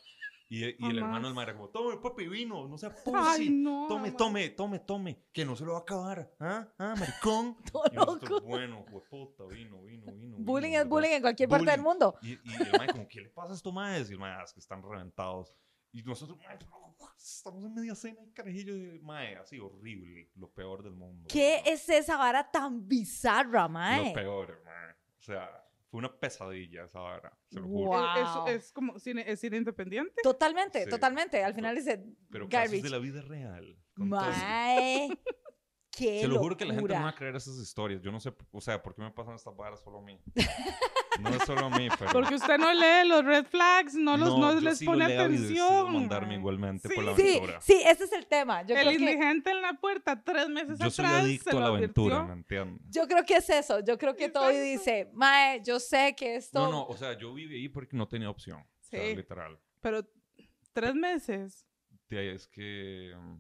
Speaker 3: Y, y el
Speaker 2: Jamás.
Speaker 3: hermano del madre como, tome papi vino, no sea
Speaker 2: Ay,
Speaker 3: pussy,
Speaker 2: no.
Speaker 3: tome,
Speaker 2: mae.
Speaker 3: tome, tome, tome, que no se lo va a acabar, ¿ah? ¿Ah, maricón?
Speaker 4: Todo
Speaker 3: Y
Speaker 4: loco.
Speaker 3: nosotros, bueno, hueputa, vino, vino, vino.
Speaker 4: Bullying
Speaker 3: vino,
Speaker 4: es
Speaker 3: ¿verdad?
Speaker 4: bullying en cualquier parte del
Speaker 3: Bullying.
Speaker 4: mundo.
Speaker 3: Y, y el mae como, ¿qué le pasa a estos maes? Y el mae, "Ah, es que están reventados. Y nosotros, "Mae, pero, estamos en media cena y carajillo de mae, así horrible, lo peor del mundo.
Speaker 4: ¿Qué
Speaker 3: ¿verdad?
Speaker 4: es esa vara tan bizarra, mae?
Speaker 3: Lo peor, hermano. O sea, fue una pesadilla esa hora. Se lo juro.
Speaker 4: Wow.
Speaker 2: Es- Eh, Es, es como cine, es cine independiente.
Speaker 4: Totalmente,
Speaker 3: Sí.
Speaker 4: totalmente. Al final dice
Speaker 3: Pero casos
Speaker 4: garbage.
Speaker 3: de la vida real. con todo.
Speaker 4: Mae. Qué
Speaker 3: Se lo juro que la gente no va
Speaker 4: locura.
Speaker 3: a creer esas historias. Yo no sé, o sea, ¿por qué me pasan estas varas solo a mí? No es solo a mí, pero...
Speaker 2: Porque usted no lee los red flags, no, los, no
Speaker 3: yo
Speaker 2: les
Speaker 3: sí lo
Speaker 2: pone
Speaker 3: leo y decido
Speaker 2: atención.
Speaker 3: mandarme
Speaker 2: mae.
Speaker 3: igualmente por la
Speaker 4: Sí,
Speaker 3: aventura.
Speaker 4: sí, ese es el tema. Yo
Speaker 2: El
Speaker 4: creo, que,
Speaker 2: indigente en la puerta, tres meses
Speaker 3: Yo
Speaker 2: atrás.
Speaker 3: soy
Speaker 2: se
Speaker 3: adicto
Speaker 2: lo
Speaker 3: a la aventura, ¿me
Speaker 2: advirtió.
Speaker 3: entiendes?
Speaker 4: yo creo que es eso. Yo creo que todo y dice, Mae, yo sé que esto.
Speaker 3: No, no, o sea, yo viví ahí porque no tenía opción. O sea,
Speaker 2: Sí.
Speaker 3: literal.
Speaker 2: Pero tres meses.
Speaker 3: De ahí es que mm,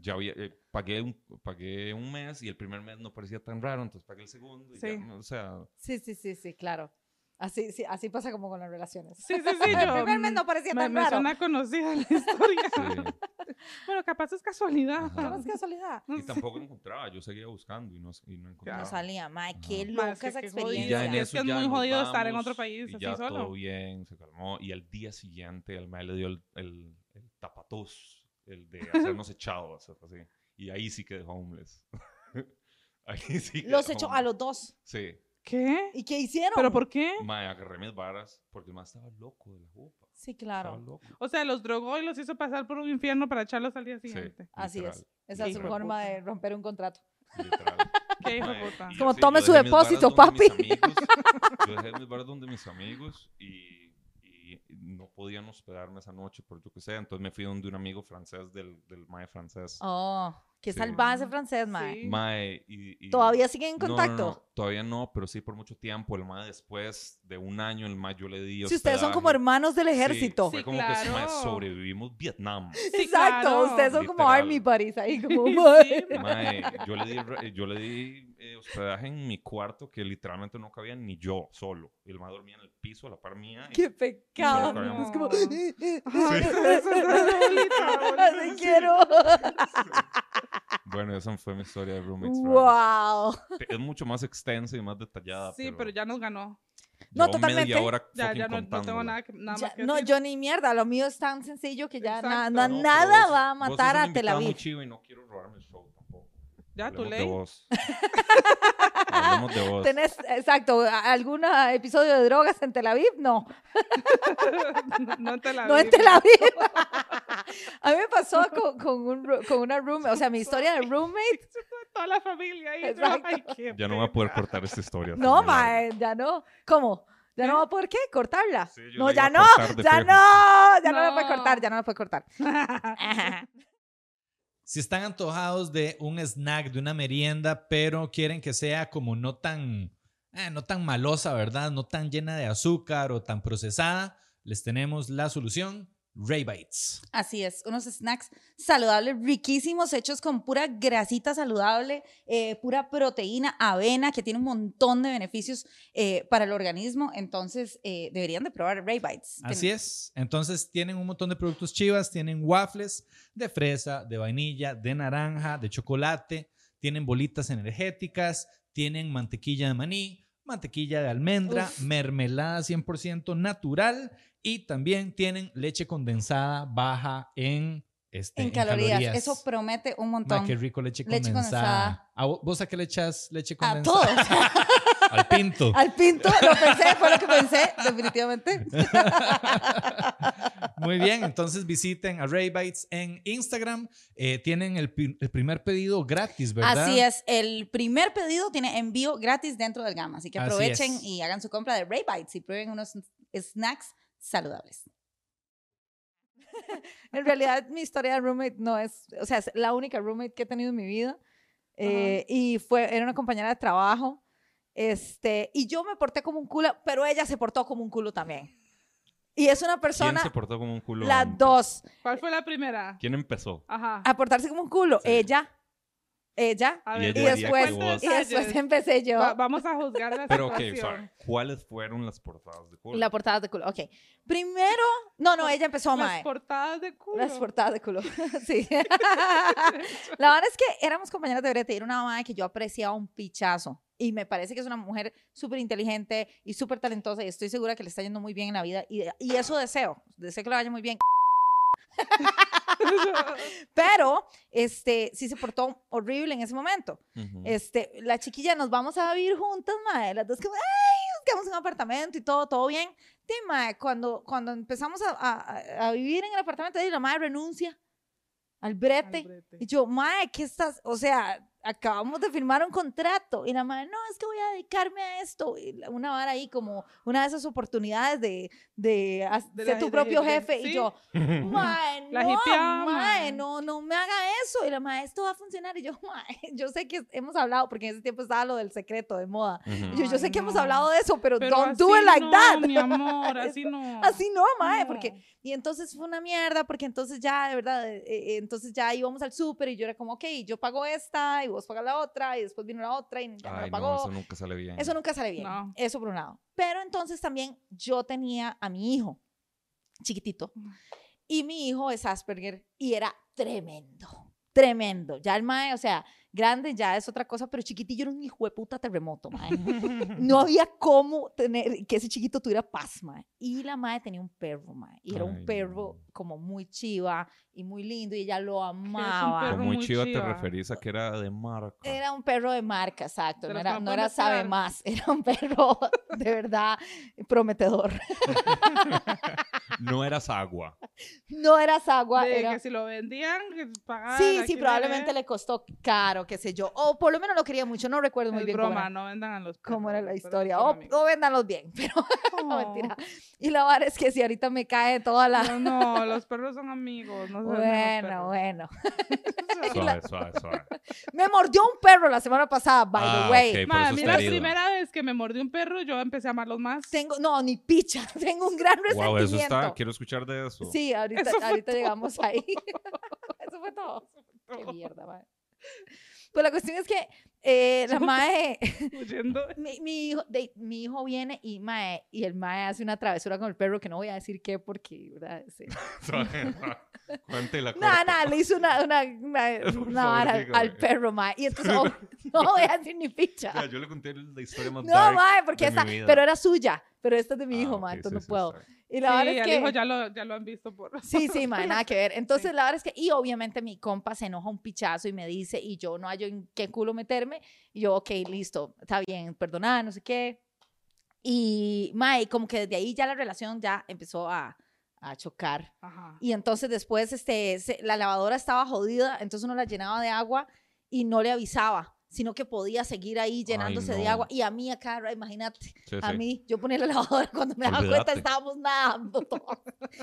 Speaker 3: ya había, eh, pagué, un, pagué un mes y el primer mes no parecía tan raro, entonces pagué el segundo. Y ya,
Speaker 2: Sí.
Speaker 3: o sea,
Speaker 4: Sí, sí, sí, sí, claro. Así, sí, así pasa como con las relaciones.
Speaker 2: Sí, sí, sí.
Speaker 4: El
Speaker 2: yo,
Speaker 4: primer mes
Speaker 2: mm,
Speaker 4: no parecía
Speaker 2: me,
Speaker 4: tan
Speaker 2: me
Speaker 4: raro.
Speaker 2: suena conocida la historia.
Speaker 3: sí.
Speaker 2: Bueno, capaz es casualidad.
Speaker 3: Ajá.
Speaker 4: Qué más casualidad.
Speaker 3: y tampoco encontraba, yo seguía buscando y no, y no encontraba.
Speaker 1: No salía, mae, qué
Speaker 3: Ajá.
Speaker 1: loca
Speaker 2: Mae, es que
Speaker 1: esa
Speaker 2: qué jodido.
Speaker 3: Y ya en
Speaker 2: Y
Speaker 1: experiencia.
Speaker 2: es
Speaker 3: eso
Speaker 2: que es
Speaker 3: ya
Speaker 2: muy
Speaker 3: nos
Speaker 2: jodido estar en
Speaker 3: vamos,
Speaker 2: otro país
Speaker 3: y
Speaker 2: así
Speaker 3: ya
Speaker 2: solo.
Speaker 3: todo bien, se calmó. Y al día siguiente el mae le dio el, el, el tapatús, el de hacernos echados, así. Y ahí sí quedé homeless. ahí sí quedé
Speaker 4: Los echó a
Speaker 3: homeless.
Speaker 4: los dos.
Speaker 3: Sí.
Speaker 2: ¿Qué?
Speaker 4: ¿Y qué hicieron?
Speaker 2: ¿Pero por qué?
Speaker 3: Mae, agarré mis varas porque el mae estaba loco de la jupa.
Speaker 4: Sí,
Speaker 3: Estaba
Speaker 4: claro.
Speaker 3: loco.
Speaker 2: O sea, los drogó y los hizo pasar por un infierno para echarlos al día
Speaker 3: Sí,
Speaker 2: siguiente.
Speaker 4: Así
Speaker 3: literal,
Speaker 4: es. Esa es su
Speaker 3: literal,
Speaker 4: forma de romper un contrato.
Speaker 3: literal.
Speaker 2: Qué hijo de
Speaker 3: Mae,
Speaker 2: puta.
Speaker 3: y
Speaker 4: Como,
Speaker 3: sí,
Speaker 4: "Tome
Speaker 3: yo
Speaker 4: su
Speaker 3: dejé mis varas
Speaker 4: depósito,
Speaker 3: donde
Speaker 4: papi".
Speaker 3: mis amigos, yo dejé mis varas donde mis amigos y, y no podían hospedarme esa noche por lo que sea. Entonces me fui donde un amigo francés del, del mae francés.
Speaker 4: Oh, qué
Speaker 3: Sí.
Speaker 4: salvaje ese francés, Mae.
Speaker 2: Sí.
Speaker 3: Mae, y, y-
Speaker 4: ¿Todavía siguen en
Speaker 3: No, no,
Speaker 4: contacto?
Speaker 3: no, todavía no, pero sí por mucho tiempo. El mae después de un año, el mae yo le di
Speaker 4: Si ustedes son como
Speaker 3: hospedaje.
Speaker 4: hermanos del
Speaker 3: Sí,
Speaker 4: ejército.
Speaker 3: fue
Speaker 2: Sí,
Speaker 3: como que sí, mae,
Speaker 2: claro.
Speaker 3: sobrevivimos Vietnam.
Speaker 2: Sí,
Speaker 4: Exacto,
Speaker 2: claro.
Speaker 4: ustedes son como
Speaker 3: Literal.
Speaker 4: army buddies ahí, como
Speaker 2: Sí,
Speaker 4: "Mae".
Speaker 2: mae.
Speaker 3: Mae, yo le di, re- yo le di eh, hospedaje en mi cuarto que literalmente no cabía ni yo solo. Y el mae dormía en el piso a la par mía. y-
Speaker 4: qué pecado.
Speaker 3: No.
Speaker 4: Es como, "Eh,
Speaker 2: Ay, eso- eso es bonito,
Speaker 4: te
Speaker 2: boludo.
Speaker 4: quiero.
Speaker 3: Bueno, esa fue mi historia de roommates. Brothers.
Speaker 4: wow.
Speaker 3: Te- Es mucho más extensa y más detallada.
Speaker 2: Sí, pero ya nos ganó.
Speaker 4: No,
Speaker 3: llevo
Speaker 4: totalmente.
Speaker 3: Media hora
Speaker 2: Ya,
Speaker 3: fucking
Speaker 2: ya no, no tengo
Speaker 3: contándola.
Speaker 2: nada, que, nada
Speaker 4: Ya-
Speaker 2: más que
Speaker 4: no,
Speaker 2: decir.
Speaker 4: yo ni mierda, lo mío es tan sencillo que ya na-
Speaker 2: Exacto.
Speaker 4: na-
Speaker 3: No, pero
Speaker 4: nada
Speaker 3: vos-
Speaker 4: va a
Speaker 3: vos sos
Speaker 4: matar a
Speaker 3: una
Speaker 4: Tel
Speaker 3: invitada muy
Speaker 4: Aviv.
Speaker 3: chiva y no quiero robarme el show tampoco.
Speaker 2: Ya, tu
Speaker 3: Hablemos de
Speaker 2: Ah, ley.
Speaker 3: vos. Hablemos de vos.
Speaker 4: ¿Tenés, exacto, a- algún ah, episodio de drogas en Tel Aviv? No,
Speaker 2: No, no te la
Speaker 4: no en
Speaker 2: digo.
Speaker 4: Tel Aviv. a mí me pasó con, con un ro- con una roommate, o sea, mi historia de roommate.
Speaker 2: Toda la familia ahí. yo,
Speaker 4: Exacto.
Speaker 2: ay, qué
Speaker 3: Ya no voy a poder
Speaker 2: pena.
Speaker 3: cortar esta historia.
Speaker 4: No,
Speaker 3: está muy larga.
Speaker 4: mae, ya no. ¿Cómo? ¿Ya
Speaker 2: ¿Eh?
Speaker 4: no va a por qué? ¿Cortarla?
Speaker 3: Sí, yo
Speaker 4: no,
Speaker 3: la
Speaker 4: ya
Speaker 3: iba
Speaker 4: no,
Speaker 3: a cortar de
Speaker 4: ya
Speaker 3: fijo.
Speaker 4: no, ya no la puedes
Speaker 2: No.
Speaker 4: cortar, ya no la puedes cortar. Ajá.
Speaker 5: Si están antojados de un snack, de una merienda, pero quieren que sea como no tan, eh, no tan malosa, ¿verdad? No tan llena de azúcar o tan procesada, les tenemos la solución, Ray Bites.
Speaker 1: Así es, unos snacks saludables, riquísimos, hechos con pura grasita saludable, eh, pura proteína, avena, que tiene un montón de beneficios eh, para el organismo. Entonces, eh, deberían de probar Ray Bites.
Speaker 5: Así es. Entonces tienen un montón de productos chivas, tienen waffles de fresa, de vainilla, de naranja, de chocolate, tienen bolitas energéticas, tienen mantequilla de maní, mantequilla de almendra, mermelada 100% natural y también tienen leche condensada baja en, este,
Speaker 1: En,
Speaker 5: en
Speaker 1: calorías. eso promete un
Speaker 5: Ma,
Speaker 1: montón.
Speaker 5: qué rico leche
Speaker 1: Leche
Speaker 5: condensada.
Speaker 1: condensada.
Speaker 5: ¿A vo- ¿Vos a qué le echas leche
Speaker 1: A
Speaker 5: condensada?
Speaker 1: todos.
Speaker 5: Al pinto.
Speaker 1: Al pinto, lo pensé, fue lo que pensé, definitivamente.
Speaker 5: Muy bien, entonces visiten a Ray Bites en Instagram. Eh, tienen el, pi- el primer pedido gratis, ¿verdad?
Speaker 1: Así es, el primer pedido tiene envío gratis dentro del gama, así que
Speaker 5: Así
Speaker 1: aprovechen
Speaker 5: es.
Speaker 1: y hagan su compra de Ray Bites y prueben unos snacks saludables.
Speaker 4: En realidad, mi historia de roommate no es, o sea, es la única roommate que he tenido en mi vida. eh, y fue, era una compañera de trabajo. Este, y yo me porté como un culo, pero ella se portó como un culo también. Y es una
Speaker 3: ¿Quién se
Speaker 4: persona,
Speaker 3: portó como un culo?
Speaker 4: las
Speaker 3: antes?
Speaker 4: dos,
Speaker 2: ¿Cuál fue la primera?
Speaker 3: ¿Quién empezó?
Speaker 2: Ajá.
Speaker 4: a portarse como un culo.
Speaker 3: Sí.
Speaker 4: Ella, ella,
Speaker 2: A
Speaker 3: Y
Speaker 2: ver,
Speaker 3: ella
Speaker 4: y
Speaker 3: diría que
Speaker 4: después-
Speaker 3: vos.
Speaker 4: y después empecé yo.
Speaker 2: Va- vamos a juzgar la
Speaker 3: Pero, ok, sorry.
Speaker 2: situación.
Speaker 3: ¿Cuáles fueron las portadas de culo?
Speaker 4: La portada de culo, ok. Primero, no, no, ella empezó,
Speaker 3: Pues,
Speaker 2: Las
Speaker 4: mae.
Speaker 2: portadas de culo.
Speaker 4: eh. Las portadas de culo, sí. la verdad es que éramos compañeras de brete y era una mamá que yo apreciaba un pichazo. Y me parece que es una mujer súper inteligente y súper talentosa y estoy segura que le está yendo muy bien en la vida. Y, y eso deseo, deseo que le vaya muy bien. Pero, este, sí se portó horrible en ese momento.
Speaker 3: Ujú.
Speaker 4: Este, la chiquilla, nos vamos a vivir juntas, madre. Las dos que, ay, nos quedamos en un apartamento y todo, todo bien. Sí, mae, cuando, cuando empezamos a, a- a- a vivir en el apartamento, y la madre renuncia al brete.
Speaker 2: Al brete.
Speaker 4: Y yo, mae, ¿qué estás? O sea, acabamos de firmar un contrato. Y la madre, no, es que voy a dedicarme a esto. Y la- una vara ahí como una de esas oportunidades de, de, haz-
Speaker 2: De la-
Speaker 4: ser tu
Speaker 2: de-
Speaker 4: propio
Speaker 2: de-
Speaker 4: jefe. Y
Speaker 2: sí.
Speaker 4: yo, mae,
Speaker 2: La
Speaker 4: no,
Speaker 2: hipeada,
Speaker 4: mae,
Speaker 2: mae.
Speaker 4: no, no me haga eso. Y la mae, esto va a funcionar. Y yo, mae, yo sé que hemos hablado, porque en ese tiempo estaba lo del secreto de moda. Y Yo, yo sé
Speaker 2: Ay,
Speaker 4: que hemos
Speaker 2: no.
Speaker 4: hablado de eso, pero,
Speaker 2: Pero
Speaker 4: don't do
Speaker 2: así
Speaker 4: it like
Speaker 2: no,
Speaker 4: that.
Speaker 2: mi amor, así no.
Speaker 4: Así no, mae,
Speaker 2: No.
Speaker 4: porque y entonces fue una mierda, porque entonces ya, de verdad, eh, eh, entonces ya íbamos al súper y yo era como, ok, yo pago esta y vos pagas la otra y después vino la otra y ya me
Speaker 3: Ay,
Speaker 4: la
Speaker 3: no,
Speaker 4: pagó.
Speaker 3: eso nunca sale bien.
Speaker 4: Eso nunca sale bien.
Speaker 2: No.
Speaker 4: Eso por un lado. Pero entonces también yo tenía a mi hijo, chiquitito, y mi hijo es Asperger y era tremendo, tremendo. Ya el mae, o sea, grande ya es otra cosa, pero chiquitillo era un hijo de puta terremoto, mae. No había cómo tener que ese chiquito tuviera paz, mae. Y la madre tenía un perro, mae. Y era
Speaker 3: Ay,
Speaker 4: un perro
Speaker 3: no.
Speaker 4: como muy chiva y muy lindo y ella lo
Speaker 3: Pero
Speaker 4: amaba.
Speaker 2: perro?
Speaker 3: muy
Speaker 2: muy
Speaker 3: chiva te
Speaker 2: chiva.
Speaker 3: referís a que era de marca.
Speaker 4: Era un perro de marca, exacto.
Speaker 2: De
Speaker 4: No
Speaker 2: los
Speaker 4: era,
Speaker 2: que
Speaker 4: no
Speaker 2: van
Speaker 4: era
Speaker 2: a
Speaker 4: sabe
Speaker 2: pasear.
Speaker 4: más. Era un perro de verdad prometedor.
Speaker 3: No eras agua.
Speaker 4: No era sagua,
Speaker 2: De
Speaker 4: era...
Speaker 2: que ah, si lo vendían, que pagaban.
Speaker 4: Sí, sí, probablemente le costó caro, qué sé yo. O por lo menos lo quería mucho, no recuerdo muy
Speaker 2: Es
Speaker 4: bien cómo
Speaker 2: broma,
Speaker 4: era,
Speaker 2: no vendan a los
Speaker 4: cómo era la
Speaker 2: perros, pero
Speaker 4: historia.
Speaker 2: son
Speaker 4: O,
Speaker 2: amigos. Oh.
Speaker 4: o véndanlos bien, pero no, mentira. Y la vara es que si ahorita me cae toda la...
Speaker 2: No, no, los perros son amigos. No se venden los
Speaker 4: Bueno, bueno.
Speaker 2: perros.
Speaker 3: Suave, suave, suave.
Speaker 4: Me mordió un perro la semana pasada, by
Speaker 3: Ah,
Speaker 4: the way.
Speaker 3: ok, por
Speaker 2: Ma, a
Speaker 3: eso
Speaker 2: mí
Speaker 3: está
Speaker 2: la
Speaker 3: herido.
Speaker 2: primera vez que me mordió un perro, yo empecé a amarlos más.
Speaker 4: Tengo, no, ni picha, tengo un gran resentimiento.
Speaker 3: Wow, eso está. Quiero escuchar de eso.
Speaker 4: Sí, ahorita,
Speaker 2: Eso fue
Speaker 4: ahorita llegamos ahí. Eso fue todo. Qué mierda, mae. Pues la cuestión es que eh, la mae,
Speaker 2: Huyendo.
Speaker 4: mi, mi hijo, de- mi hijo viene y mae, y el mae hace una travesura con el perro que no voy a decir qué porque, ¿verdad? Sí.
Speaker 3: Suave, suave. Cuéntela.
Speaker 4: Nada,
Speaker 3: corta.
Speaker 4: nada, le hizo una, una, una,
Speaker 3: Por
Speaker 4: una
Speaker 3: favor,
Speaker 4: vara al,
Speaker 3: dígame.
Speaker 4: al perro, mae. Y entonces, oh, no voy a decir ni picha.
Speaker 3: Ya, yo le conté la historia más
Speaker 4: No,
Speaker 3: dark
Speaker 4: mae, porque
Speaker 3: de mi
Speaker 4: esta,
Speaker 3: vida.
Speaker 4: pero era suya, pero esta es de mi
Speaker 3: Ah,
Speaker 4: hijo,
Speaker 3: ok,
Speaker 4: mae, entonces
Speaker 3: sí,
Speaker 4: no
Speaker 3: sí,
Speaker 4: puedo.
Speaker 3: está bien.
Speaker 4: Y la
Speaker 2: Sí,
Speaker 4: verdad
Speaker 2: el
Speaker 4: es que...
Speaker 2: hijo ya lo, ya lo han visto por...
Speaker 4: Sí, sí, mae, nada que ver. Entonces,
Speaker 2: Sí.
Speaker 4: la verdad es que, y obviamente mi compa se enoja un pichazo y me dice, y yo no hallo en qué culo meterme. Y yo, ok, listo, está bien, perdonada, no sé qué. Y, mae, como que desde ahí ya la relación ya empezó a, a chocar.
Speaker 2: Ajá.
Speaker 4: Y entonces después, este, se- la lavadora estaba jodida, entonces uno la llenaba de agua y no le avisaba sino que podía seguir ahí llenándose de
Speaker 3: no.
Speaker 4: agua. Y a mí acá, ra- imagínate,
Speaker 3: Sí,
Speaker 4: a
Speaker 3: sí,
Speaker 4: mí, yo ponía la lavadora cuando me daba cuenta
Speaker 3: Olvídate.
Speaker 4: estábamos nadando todos.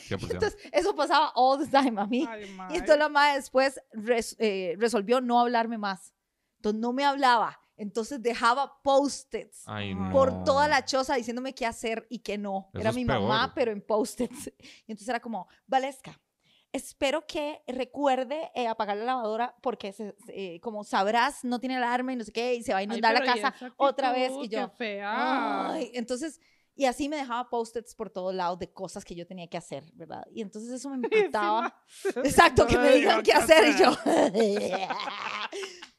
Speaker 3: 100%.
Speaker 4: Entonces, eso pasaba all the time a mí.
Speaker 2: Ay, ma,
Speaker 4: Y entonces la madre después res- eh, resolvió no hablarme más. Entonces no me hablaba. Entonces dejaba post-its
Speaker 3: Ay,
Speaker 2: Ay.
Speaker 4: por
Speaker 3: Ah, no.
Speaker 4: toda la choza diciéndome qué hacer y qué no.
Speaker 3: Eso
Speaker 4: era
Speaker 3: es
Speaker 4: mi mamá,
Speaker 3: peor.
Speaker 4: pero en post-its. Y entonces era como, Valesca, espero que recuerde eh, apagar la lavadora porque, se- se- eh, como sabrás, no tiene alarma y no sé qué, y se va a
Speaker 2: Ay,
Speaker 4: inundar la
Speaker 2: pero ¿y
Speaker 4: casa.
Speaker 2: esa
Speaker 4: otra vez,
Speaker 2: actitud?
Speaker 4: y yo,
Speaker 2: Qué fea.
Speaker 4: Ay, entonces, y así me dejaba post-its por todos lados de cosas que yo tenía que hacer, ¿verdad? Y entonces eso me
Speaker 2: Y
Speaker 4: impactaba.
Speaker 2: encima-
Speaker 4: Exacto,
Speaker 2: No
Speaker 4: que me digan qué hacer y yo.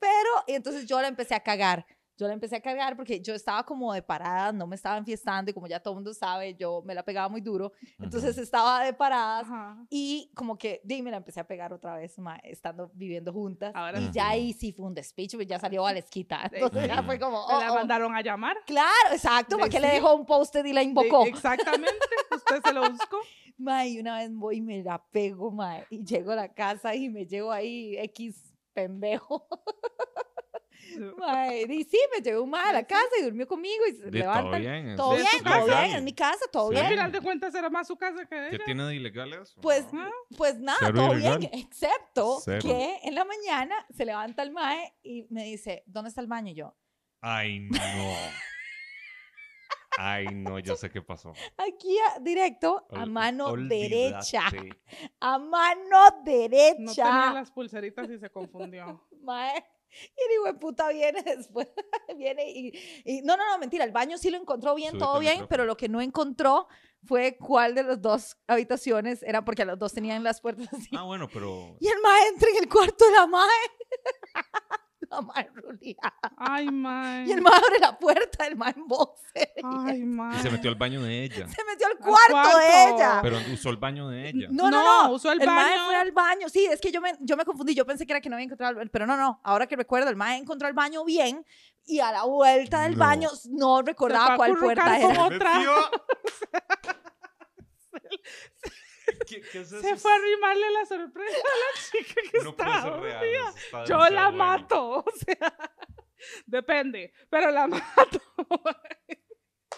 Speaker 4: Pero y entonces yo la empecé a cagar. Yo la empecé a cagar porque yo estaba como de parada, no me estaba enfiestando y como ya todo el mundo sabe, yo me la pegaba muy duro. Entonces estaba de paradas
Speaker 2: Ajá.
Speaker 4: y como que, dime, la empecé a pegar otra vez, ma, estando viviendo juntas.
Speaker 2: Ahora
Speaker 4: y
Speaker 3: sí.
Speaker 4: ya ahí sí fue un despecho, pues ya salió Valesquita.
Speaker 2: Ah. Sí.
Speaker 4: Entonces ya fue como,
Speaker 2: Me la
Speaker 4: oh, oh.
Speaker 2: mandaron a llamar.
Speaker 4: Claro, exacto,
Speaker 2: De
Speaker 4: porque le
Speaker 2: sí.
Speaker 4: dejó un post y la
Speaker 2: De-
Speaker 4: invocó.
Speaker 2: Exactamente. Usted se lo buscó.
Speaker 4: Mae, y una vez voy y me la pego, mae, y llego a la casa y me llevo ahí X pendejo. Mae, y sí, me llevé un mae a la casa y durmió conmigo y se
Speaker 3: De-
Speaker 4: levanta.
Speaker 3: todo bien.
Speaker 4: Todo
Speaker 2: sí,
Speaker 4: bien,
Speaker 2: es su
Speaker 4: todo
Speaker 2: casa.
Speaker 4: bien, en mi casa, todo
Speaker 3: Sí.
Speaker 2: Al
Speaker 4: bien.
Speaker 2: final de cuentas era más su casa que de
Speaker 3: ¿Qué
Speaker 2: ella.
Speaker 3: tiene de ilegal eso?
Speaker 4: Pues,
Speaker 3: No.
Speaker 4: pues nada,
Speaker 3: Cero
Speaker 4: todo
Speaker 3: ilegal.
Speaker 4: bien, excepto
Speaker 3: Cero.
Speaker 4: que en la mañana se levanta el mae y me dice, ¿dónde está el baño? Y yo,
Speaker 3: Ay, no. Ay, no, ya sé qué pasó.
Speaker 4: aquí a- directo, a
Speaker 3: Ol-
Speaker 4: mano
Speaker 3: olvídate.
Speaker 4: derecha, a mano derecha.
Speaker 2: No tenía las pulseritas y se confundió.
Speaker 4: Mae. Y el hijo de puta viene después, viene y, y- No, no, no, mentira, el baño sí lo encontró bien,
Speaker 3: Súbete
Speaker 4: todo
Speaker 3: al
Speaker 4: bien,
Speaker 3: micrófono.
Speaker 4: pero lo que no encontró fue cuál de las dos habitaciones era porque los dos tenían las puertas así.
Speaker 3: Ah, bueno, pero.
Speaker 4: Y el mae entra en el cuarto de la mae. La mae ruleada.
Speaker 2: Ay, mae.
Speaker 4: Y el mae abre la puerta, el mae en boxer. y
Speaker 2: Ay, mae.
Speaker 3: Y se metió al baño de ella.
Speaker 4: se metió al cuarto, de
Speaker 2: cuarto.
Speaker 4: ella.
Speaker 3: Pero usó el baño de ella.
Speaker 4: No, no, no.
Speaker 2: Usó el,
Speaker 4: El mae
Speaker 2: baño.
Speaker 4: fue al baño, sí, es que yo me, yo me confundí, yo pensé que era que no había encontrado el baño, pero no, no, ahora que recuerdo, el mae encontró el baño bien y a la vuelta del
Speaker 3: No.
Speaker 4: baño no recordaba
Speaker 2: fue a
Speaker 4: cuál
Speaker 2: acurrucar
Speaker 4: puerta
Speaker 2: como-
Speaker 4: era.
Speaker 2: Otra.
Speaker 3: Metió- ¿Qué, qué es eso?
Speaker 2: Se fue a arrimarle la sorpresa a la chica que
Speaker 3: No puede
Speaker 2: estaba
Speaker 3: ser real.
Speaker 2: dormida.
Speaker 3: eso
Speaker 2: Yo
Speaker 3: está demasiado
Speaker 2: la
Speaker 3: bueno.
Speaker 2: mato, o sea, depende, pero la mato.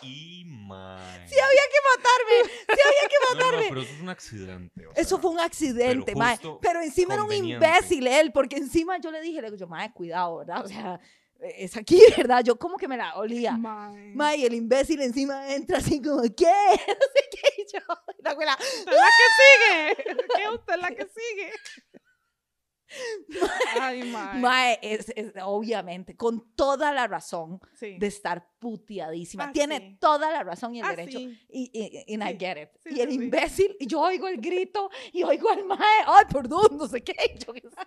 Speaker 3: Y mae.
Speaker 4: Sí había que matarme. Sí había que
Speaker 3: No, no,
Speaker 4: matarme.
Speaker 3: pero eso es un accidente. o
Speaker 4: Eso
Speaker 3: sea,
Speaker 4: fue un accidente,
Speaker 3: pero
Speaker 4: pero mae.
Speaker 3: justo
Speaker 4: Pero encima era un
Speaker 3: conveniente.
Speaker 4: imbécil él, porque encima yo le dije, le digo yo, mae, cuidado, ¿verdad? O sea, eh, es aquí, ¿verdad? Yo como que me la olía.
Speaker 2: Mae.
Speaker 4: Mae, y el imbécil encima entra así como, ¿qué? No sé qué. Y yo, y la abuela,
Speaker 2: Usted es la que sigue. ¿Qué usted es la que sigue? Ay, mae.
Speaker 4: mae, es, es- obviamente, con toda la razón
Speaker 2: Sí.
Speaker 4: de estar puteadísima.
Speaker 2: Ah,
Speaker 4: Tiene
Speaker 2: sí.
Speaker 4: toda la razón y el
Speaker 2: Ah,
Speaker 4: derecho.
Speaker 2: sí.
Speaker 4: Y, y, and I
Speaker 2: Sí,
Speaker 4: get it.
Speaker 2: sí,
Speaker 4: y el
Speaker 2: sí, sí.
Speaker 4: imbécil, y yo oigo el grito, y oigo al mae, ay, perdón, no sé qué. y yo, "¿Qué es esto?".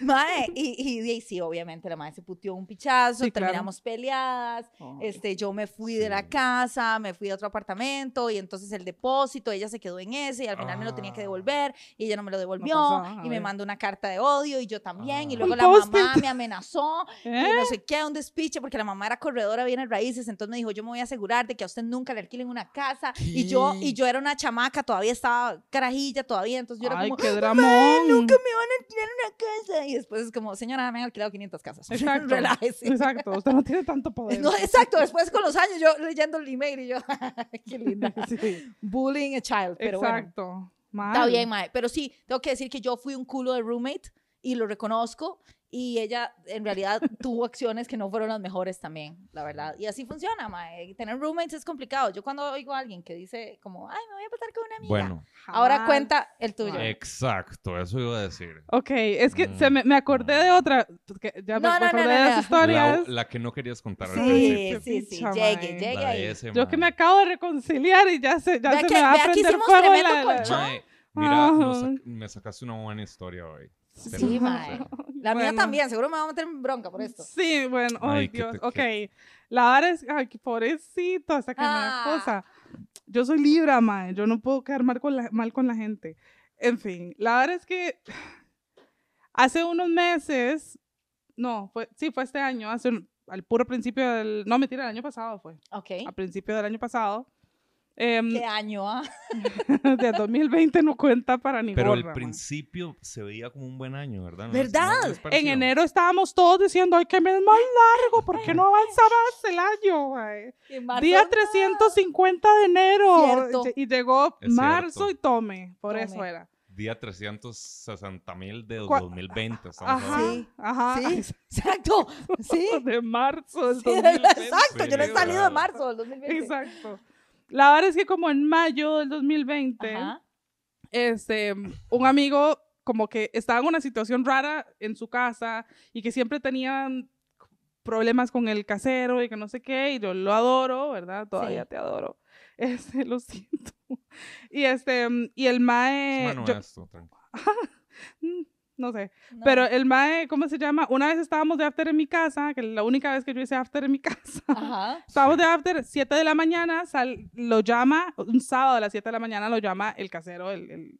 Speaker 4: mae, y, y, y sí, obviamente la mae se puteó un pichazo,
Speaker 2: Sí, claro.
Speaker 4: terminamos peleadas,
Speaker 2: Eh,
Speaker 4: este, yo me fui de la
Speaker 3: Sí.
Speaker 4: casa, me fui a otro apartamento, y entonces el depósito, ella se quedó en ese, y al final me lo tenía que devolver, y ella no me lo devolvió,
Speaker 2: pasa nada,
Speaker 4: y me
Speaker 2: eh.
Speaker 4: mandó una carta de odio, y yo también, y
Speaker 3: Ah.
Speaker 4: luego
Speaker 2: Un
Speaker 4: la mamá
Speaker 2: post-it.
Speaker 4: me amenazó, y
Speaker 2: ¿Eh?
Speaker 4: no sé qué, un despiche, porque la mamá era corredora bien en raíces, entonces me dijo, yo me voy a asegurar de que a usted nunca le alquilen una casa, y yo, y yo era una chamaca, todavía estaba carajilla, todavía, entonces yo era
Speaker 2: Ay,
Speaker 4: como,
Speaker 2: qué
Speaker 4: "Ah,
Speaker 2: dramón.
Speaker 4: nunca me van a alquilar una casa, y después es como, señora, me han alquilado 500 casas,
Speaker 2: Exacto.
Speaker 4: relájese.
Speaker 2: Exacto, usted no tiene tanto poder.
Speaker 4: No, exacto, después con los años yo leyendo el email y yo, qué linda,
Speaker 2: Sí,
Speaker 4: bullying a child, pero bueno.
Speaker 2: exacto. Mal.
Speaker 4: Está bien, mae. Pero sí, tengo que decir que yo fui un culo de roommate y lo reconozco. Y ella en realidad tuvo acciones que no fueron las mejores también, la verdad. Y así funciona, mae. Y Tener roommates es complicado. Yo cuando oigo a alguien que dice como, ay, me voy a pasar con una amiga.
Speaker 3: Bueno, Eh,
Speaker 4: Ahora
Speaker 2: Jamás.
Speaker 4: cuenta el tuyo.
Speaker 2: Ay.
Speaker 3: exacto, eso iba a decir.
Speaker 2: Ok, es que
Speaker 3: Mm.
Speaker 2: se me, me acordé de otra. que ya me,
Speaker 4: No,
Speaker 2: me
Speaker 4: no, no,
Speaker 2: acordé
Speaker 4: no,
Speaker 2: de
Speaker 4: no.
Speaker 2: esas
Speaker 3: La,
Speaker 2: historias.
Speaker 3: la que no querías contar al
Speaker 4: Sí,
Speaker 3: principio.
Speaker 4: sí, sí.
Speaker 2: Picha,
Speaker 4: Llegue,
Speaker 2: mae.
Speaker 4: llegue
Speaker 3: La de
Speaker 4: ahí.
Speaker 3: ese,
Speaker 2: Yo que me
Speaker 3: mae.
Speaker 2: acabo de reconciliar y ya se, ya
Speaker 4: Vea
Speaker 2: se
Speaker 4: que-
Speaker 2: me va
Speaker 4: vea
Speaker 2: a
Speaker 4: que
Speaker 2: prender
Speaker 4: hicimos
Speaker 2: fuego
Speaker 4: tremendo
Speaker 2: la, la-
Speaker 4: colchón.
Speaker 3: Mae, mira, nos
Speaker 2: Ay.
Speaker 3: sac- me sacaste una buena historia hoy. Te
Speaker 4: Sí,
Speaker 3: lo
Speaker 4: mae.
Speaker 3: juro.
Speaker 4: La mía
Speaker 2: Bueno.
Speaker 4: también, seguro me va a meter en bronca por esto.
Speaker 2: Sí, bueno, ay,
Speaker 3: Ay, qué
Speaker 2: Dios,
Speaker 3: te-
Speaker 2: ok.
Speaker 3: qué-
Speaker 2: La vara es, ay, qué pobrecito, hasta que
Speaker 4: Ah.
Speaker 2: una cosa. Yo soy Libra, mae, yo no puedo quedar mal con, la, mal con la gente. En fin, la vara es que hace unos meses, no, fue, sí, fue este año, hace, un- al puro principio del, no, mentira, el año pasado fue,
Speaker 4: Ok.
Speaker 2: al principio del año pasado. em,
Speaker 4: ¿Qué año, ah?
Speaker 2: de 2020 no cuenta para ni
Speaker 3: Pero el
Speaker 2: gorra, mae.
Speaker 3: principio se veía como un buen año, ¿verdad? ¿No-
Speaker 4: ¿Verdad?
Speaker 3: no les
Speaker 2: En
Speaker 3: pareció?
Speaker 2: enero estábamos todos diciendo, ay, qué mes más largo, ¿por qué no avanzaba el año, mae?
Speaker 4: En marzo,
Speaker 2: Día 350 de enero.
Speaker 4: Cierto.
Speaker 2: Y llegó
Speaker 3: Es
Speaker 2: marzo
Speaker 3: cierto.
Speaker 2: y tome. Por
Speaker 4: Tome.
Speaker 2: eso era.
Speaker 3: Día 360 mil de
Speaker 2: Cua-
Speaker 3: 2020. estamos
Speaker 2: Ajá.
Speaker 3: hablando.
Speaker 4: Sí.
Speaker 1: Ah,
Speaker 2: Ajá.
Speaker 4: Sí, exacto. Sí.
Speaker 2: De marzo del
Speaker 4: Sí,
Speaker 2: 2020.
Speaker 4: exacto. Yo no he
Speaker 3: Sí,
Speaker 4: salido de
Speaker 3: claro.
Speaker 4: marzo del 2020.
Speaker 2: Exacto. La verdad es que como en mayo del 2020,
Speaker 4: Ajá.
Speaker 2: este, un amigo como que estaba en una situación rara en su casa y que siempre tenían problemas con el casero y que no sé qué, y yo lo adoro, ¿verdad? Todavía
Speaker 4: Sí.
Speaker 2: te adoro. Este, lo siento. Y este, y el mae...
Speaker 3: Es más
Speaker 2: Eh, yo-
Speaker 3: honesto, tranquilo.
Speaker 2: Mm, No sé.
Speaker 4: No.
Speaker 2: Pero el mae, ¿cómo se llama? Una vez estábamos de after en mi casa, que la única vez que yo hice after en mi casa.
Speaker 4: Ajá.
Speaker 2: Estábamos
Speaker 3: Sí.
Speaker 2: de after, 7 de la mañana, sal- lo llama, un sábado a las 7 de la mañana lo llama el casero, el, el-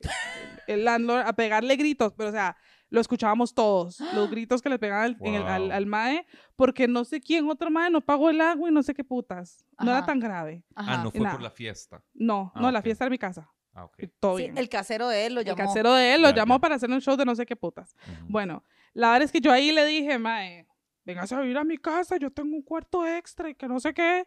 Speaker 2: el landlord, a pegarle gritos, pero o sea, lo escuchábamos todos, los gritos que le pegaban al, en el- al-
Speaker 3: Wow.
Speaker 2: al mae, porque no sé quién otro mae no pagó el agua y no sé qué putas. No
Speaker 4: Ajá.
Speaker 2: era tan grave.
Speaker 4: Ajá.
Speaker 3: Ah, no fue
Speaker 2: Nada.
Speaker 3: por la fiesta.
Speaker 2: No,
Speaker 3: Ah,
Speaker 2: no, la
Speaker 3: ok.
Speaker 2: fiesta era mi casa.
Speaker 3: Ah, ok.
Speaker 2: y Todo
Speaker 4: Sí,
Speaker 2: bien. El,
Speaker 4: el casero de él lo llamó.
Speaker 2: casero de él lo
Speaker 3: Ya, ya.
Speaker 2: llamó para hacer un show de no sé qué putas.
Speaker 3: Ujú.
Speaker 2: Bueno, la verdad es que yo ahí le dije, mae, véngase a vivir a mi casa, yo tengo un cuarto extra y que no sé qué.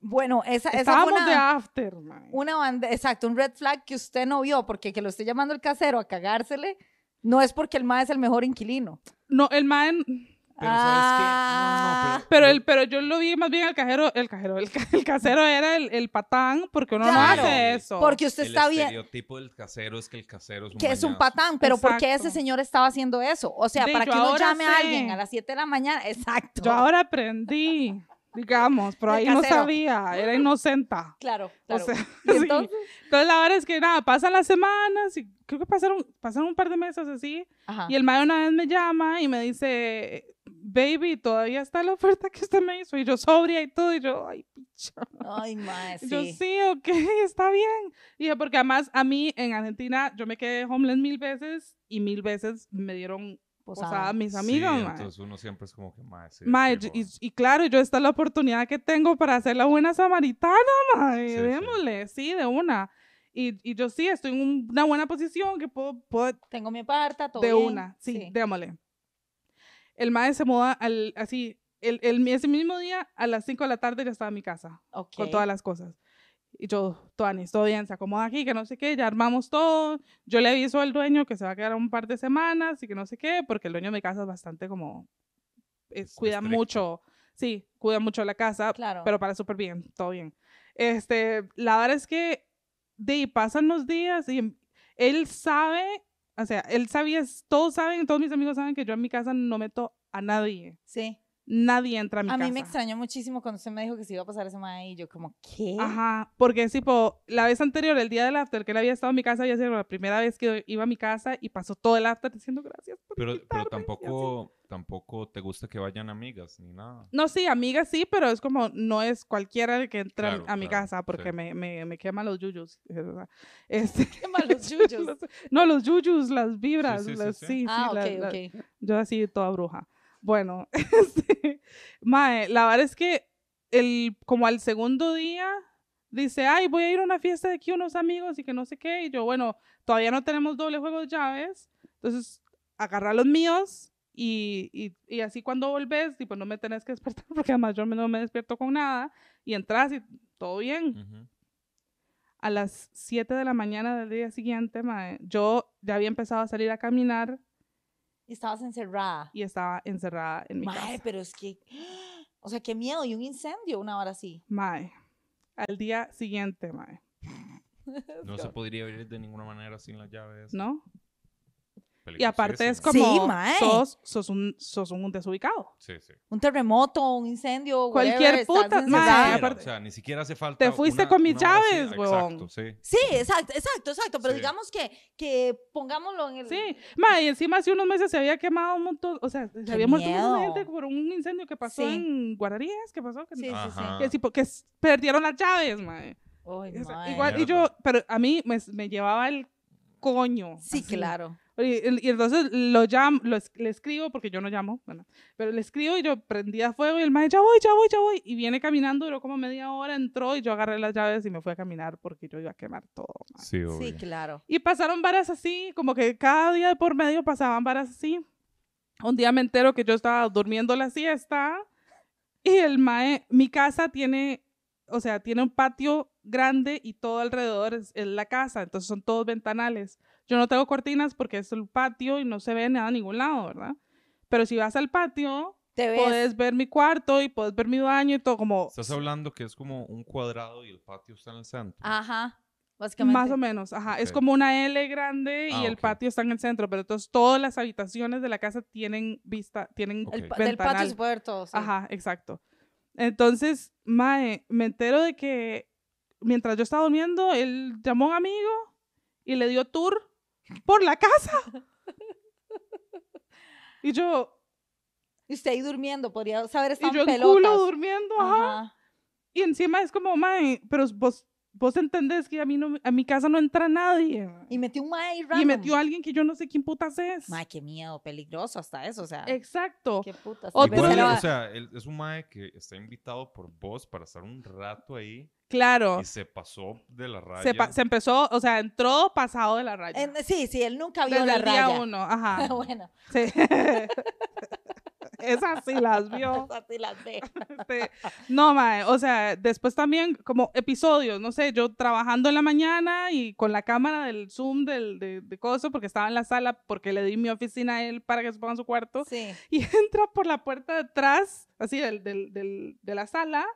Speaker 4: Bueno, esa, esa fue
Speaker 2: Estábamos de
Speaker 4: una,
Speaker 2: after, mae.
Speaker 4: una banda, exacto, un red flag que usted no vio, porque que lo esté llamando el casero a cagársele, no es porque el ma es el mejor inquilino.
Speaker 2: No, el mae,
Speaker 3: Pero ¿sabes qué? No,
Speaker 4: Ah.
Speaker 3: no, pero...
Speaker 2: pero, el, pero yo lo vi más bien al cajero, el cajero, el, ca- el casero era el, el patán, porque uno
Speaker 4: Claro,
Speaker 2: no hace eso.
Speaker 4: Porque usted
Speaker 3: el
Speaker 4: está
Speaker 3: El
Speaker 4: bien,
Speaker 3: estereotipo del casero es que el casero es un
Speaker 4: que es un
Speaker 3: pato.
Speaker 4: patán, pero ¿por qué ese
Speaker 2: Exacto.
Speaker 4: señor estaba haciendo eso? O sea,
Speaker 2: Ve,
Speaker 4: para
Speaker 2: yo
Speaker 4: que uno
Speaker 2: ahora
Speaker 4: llame a alguien
Speaker 2: sé.
Speaker 4: a las 7 de la mañana, exacto.
Speaker 2: Yo ahora aprendí, digamos, pero
Speaker 4: Del
Speaker 2: ahí no
Speaker 4: casero.
Speaker 2: sabía, era inocenta.
Speaker 4: Claro, claro.
Speaker 2: O sea,
Speaker 4: ¿Y
Speaker 2: sí.
Speaker 4: entonces?
Speaker 2: Entonces la verdad es que nada, pasan las semanas y creo que pasaron, pasaron un par de meses así.
Speaker 4: Ajá.
Speaker 2: Y el mae una vez me llama y me dice, baby, todavía está la oferta que usted me hizo. Y yo sobria y todo. Y yo, ay, picha.
Speaker 4: Ay, mae,
Speaker 2: Y Yo
Speaker 4: sí.
Speaker 2: sí, ok, está bien. Y dije, porque además a mí en Argentina yo me quedé homeless mil veces y mil veces me dieron
Speaker 4: Posada.
Speaker 2: posada a mis
Speaker 3: Sí,
Speaker 2: amigos. mae.
Speaker 3: entonces uno siempre es como que mae. sí,
Speaker 2: Mae,
Speaker 3: fijo.
Speaker 2: yo- y, y claro, yo esta es la oportunidad que tengo para hacer la buena samaritana, mae,
Speaker 3: Sí, sí.
Speaker 2: démosle, sí, de una. Y, y yo sí, estoy en un- una buena posición que puedo, puedo
Speaker 4: Tengo mi parta, todo
Speaker 2: de
Speaker 4: bien.
Speaker 2: una, sí, démosle. El mae se muda al, así, el, el- ese mismo día a las 5 de la tarde ya estaba en mi casa
Speaker 4: Ok.
Speaker 2: con todas las cosas. Y yo, Tuanis, todo bien, se acomoda aquí, que no sé qué, ya armamos todo. Yo le aviso al dueño que se va a quedar un par de semanas y que no sé qué, porque el dueño de mi casa es bastante como, eh,
Speaker 3: Es
Speaker 2: cuida
Speaker 3: estricto.
Speaker 2: mucho, sí, cuida mucho la casa,
Speaker 4: Claro.
Speaker 2: pero para súper bien, todo bien. Este, la verdad es que de ahí pasan los días y em, él sabe, o sea, él sabía, todos saben, todos mis amigos saben que yo en mi casa no meto a nadie.
Speaker 4: sí.
Speaker 2: Nadie entra a mi
Speaker 4: a
Speaker 2: casa.
Speaker 4: mí me extrañó muchísimo cuando usted me dijo que se iba a pasar ese mae y yo como, ¿qué?
Speaker 2: Ajá, porque es tipo, la vez anterior, el día del after, que él había estado en mi casa, había sido la primera vez que iba a mi casa y pasó todo el after diciendo gracias. por
Speaker 3: Pero, pero
Speaker 2: invitarme", y así.
Speaker 3: tampoco, tampoco te gusta que vayan amigas ni nada.
Speaker 2: No, sí, amiga sí, pero es como, no es cualquiera el que entra a mi-
Speaker 3: Claro,
Speaker 2: a mi
Speaker 3: claro,
Speaker 2: casa porque
Speaker 3: sí.
Speaker 2: me, me, me quema los yuyos. es verdad. Este,
Speaker 4: Qué malos yuyos.
Speaker 2: los- no, los yuyus, las vibras,
Speaker 3: sí, sí,
Speaker 2: las-
Speaker 3: sí.
Speaker 2: sí, sí,
Speaker 4: ah, ok,
Speaker 2: las- las-
Speaker 4: ok.
Speaker 2: Yo así toda bruja. Bueno, este, mae, la verdad es que el, como al segundo día dice, ay, voy a ir a una fiesta de aquí unos amigos y que no sé qué. Y yo, bueno, todavía no tenemos doble juego de llaves. Entonces, agarra los míos y, y, y así cuando volvés, tipo, no me tenés que despertar porque además yo no me despierto con nada. Y entras y todo bien
Speaker 3: Ujú.
Speaker 2: a las 7 de la mañana del día siguiente, mae, yo ya había empezado a salir a caminar
Speaker 4: Y estabas encerrada.
Speaker 2: y estaba encerrada en mi
Speaker 4: Mae,
Speaker 2: casa.
Speaker 4: pero es que, o sea, qué miedo y un incendio una hora así.
Speaker 2: Mae, al día siguiente, mae,
Speaker 3: No se podría abrir de ninguna manera sin la llave. esa.
Speaker 2: ¿no? Y aparte es
Speaker 3: Peligrosísimo.
Speaker 2: como,
Speaker 4: mae.
Speaker 2: sos, sos, un, sos un desubicado.
Speaker 3: Sí, sí.
Speaker 4: Un terremoto, un incendio,
Speaker 2: Cualquier
Speaker 4: whatever, estabas
Speaker 2: puta, mae.
Speaker 4: encerrada.
Speaker 3: Siquiera,
Speaker 2: aparte-
Speaker 3: o sea, ni siquiera hace falta.
Speaker 2: Te fuiste
Speaker 3: una-
Speaker 2: con mis
Speaker 3: una hora así.
Speaker 2: llaves, huevón.
Speaker 3: Exacto, sí.
Speaker 4: Sí, exacto, exacto, exacto. Pero
Speaker 3: Sí.
Speaker 4: digamos que, que pongámoslo en el.
Speaker 2: Sí, mae, y encima hace unos meses se había quemado un montón, o sea, se había muerto un montón de
Speaker 4: miedo.
Speaker 2: gente por un incendio que pasó
Speaker 4: Sí.
Speaker 2: en Guararías, que pasó, que,
Speaker 4: Sí, sí, sí.
Speaker 3: Ajá.
Speaker 2: que, tipo, que s- perdieron las llaves, mae.
Speaker 4: Ay,
Speaker 2: O sea,
Speaker 4: mae.
Speaker 2: Igual, y yo,
Speaker 3: Mierda.
Speaker 2: pero a mí me, me llevaba el coño.
Speaker 4: Sí,
Speaker 2: así.
Speaker 4: claro.
Speaker 2: Y, y entonces lo llamo, lo es- le escribo, porque yo no llamo, bueno, pero le escribo y yo prendía fuego y el maestro, ya voy, ya voy, ya voy. Y viene caminando, duró como media hora, entró y yo agarré las llaves y me fui a caminar porque yo iba a quemar todo. mae.
Speaker 3: Sí, obvio.
Speaker 4: Sí, claro.
Speaker 2: Y pasaron varas así, como que cada día de por medio pasaban varas así. Un día me entero que yo estaba durmiendo la siesta y el mae, mi casa tiene, o sea, tiene un patio grande y todo alrededor es, es la casa, entonces son todos ventanales. Yo no tengo cortinas porque es el patio y no se ve nada a ningún lado, ¿verdad? Pero si vas al patio,
Speaker 4: Te ves.
Speaker 2: puedes ver mi cuarto y puedes ver mi baño y todo como
Speaker 3: Estás hablando que es como un cuadrado y el patio está en el centro.
Speaker 2: Ah,
Speaker 4: Ajá. Básicamente.
Speaker 2: Más o menos, ajá. Es
Speaker 3: Ok.
Speaker 2: como una L grande
Speaker 3: Ah,
Speaker 2: y el
Speaker 3: ok.
Speaker 2: patio está en el centro, pero entonces todas las habitaciones de la casa tienen vista, tienen
Speaker 3: Ok.
Speaker 4: El pa- del patio
Speaker 2: ventanal.
Speaker 4: se puede ver todo. sí.
Speaker 2: Ajá, exacto. Entonces, mae, me entero de que mientras yo estaba durmiendo, él llamó a un amigo y le dio tour por la casa. y yo,
Speaker 4: Y usted ahí durmiendo, podría saber
Speaker 2: y
Speaker 4: están
Speaker 2: yo en
Speaker 4: pelotas.
Speaker 2: culo durmiendo, ajá.
Speaker 4: Ajá.
Speaker 2: Y encima es como, mae, pero vos, vos entendés que a, mí no, a mi casa no entra nadie. mae.
Speaker 4: Y metió un mae ahí
Speaker 2: Y
Speaker 4: random.
Speaker 2: metió a alguien que yo no sé quién putas es.
Speaker 4: Mae, qué miedo, peligroso hasta eso, o
Speaker 2: Eh,
Speaker 4: sea.
Speaker 2: Exacto.
Speaker 4: Qué puta.
Speaker 2: Otro-
Speaker 4: tal vez se
Speaker 3: Igual,
Speaker 4: lo
Speaker 3: o
Speaker 4: va-
Speaker 3: sea, él- es un mae que está invitado por vos para estar un rato ahí
Speaker 2: Claro.
Speaker 3: y se pasó de la raya.
Speaker 2: Se, pa- se empezó, o sea, entró pasado de la raya.
Speaker 4: en- sí, sí, él nunca vio
Speaker 2: Desde
Speaker 4: la
Speaker 2: el día
Speaker 4: raya. Ah,
Speaker 2: uno, ajá.
Speaker 4: bueno,
Speaker 2: Sí. Esas sí las vio.
Speaker 4: así las ve.
Speaker 2: Este, no, mae, o sea, después también como episodios, no sé, yo trabajando en la mañana y con la cámara del Zoom del, de, de coso, porque estaba en la sala, porque le di mi oficina a él para que se ponga en su cuarto,
Speaker 4: Sí.
Speaker 2: y entra por la puerta de atrás, así, del, del- del- de la sala,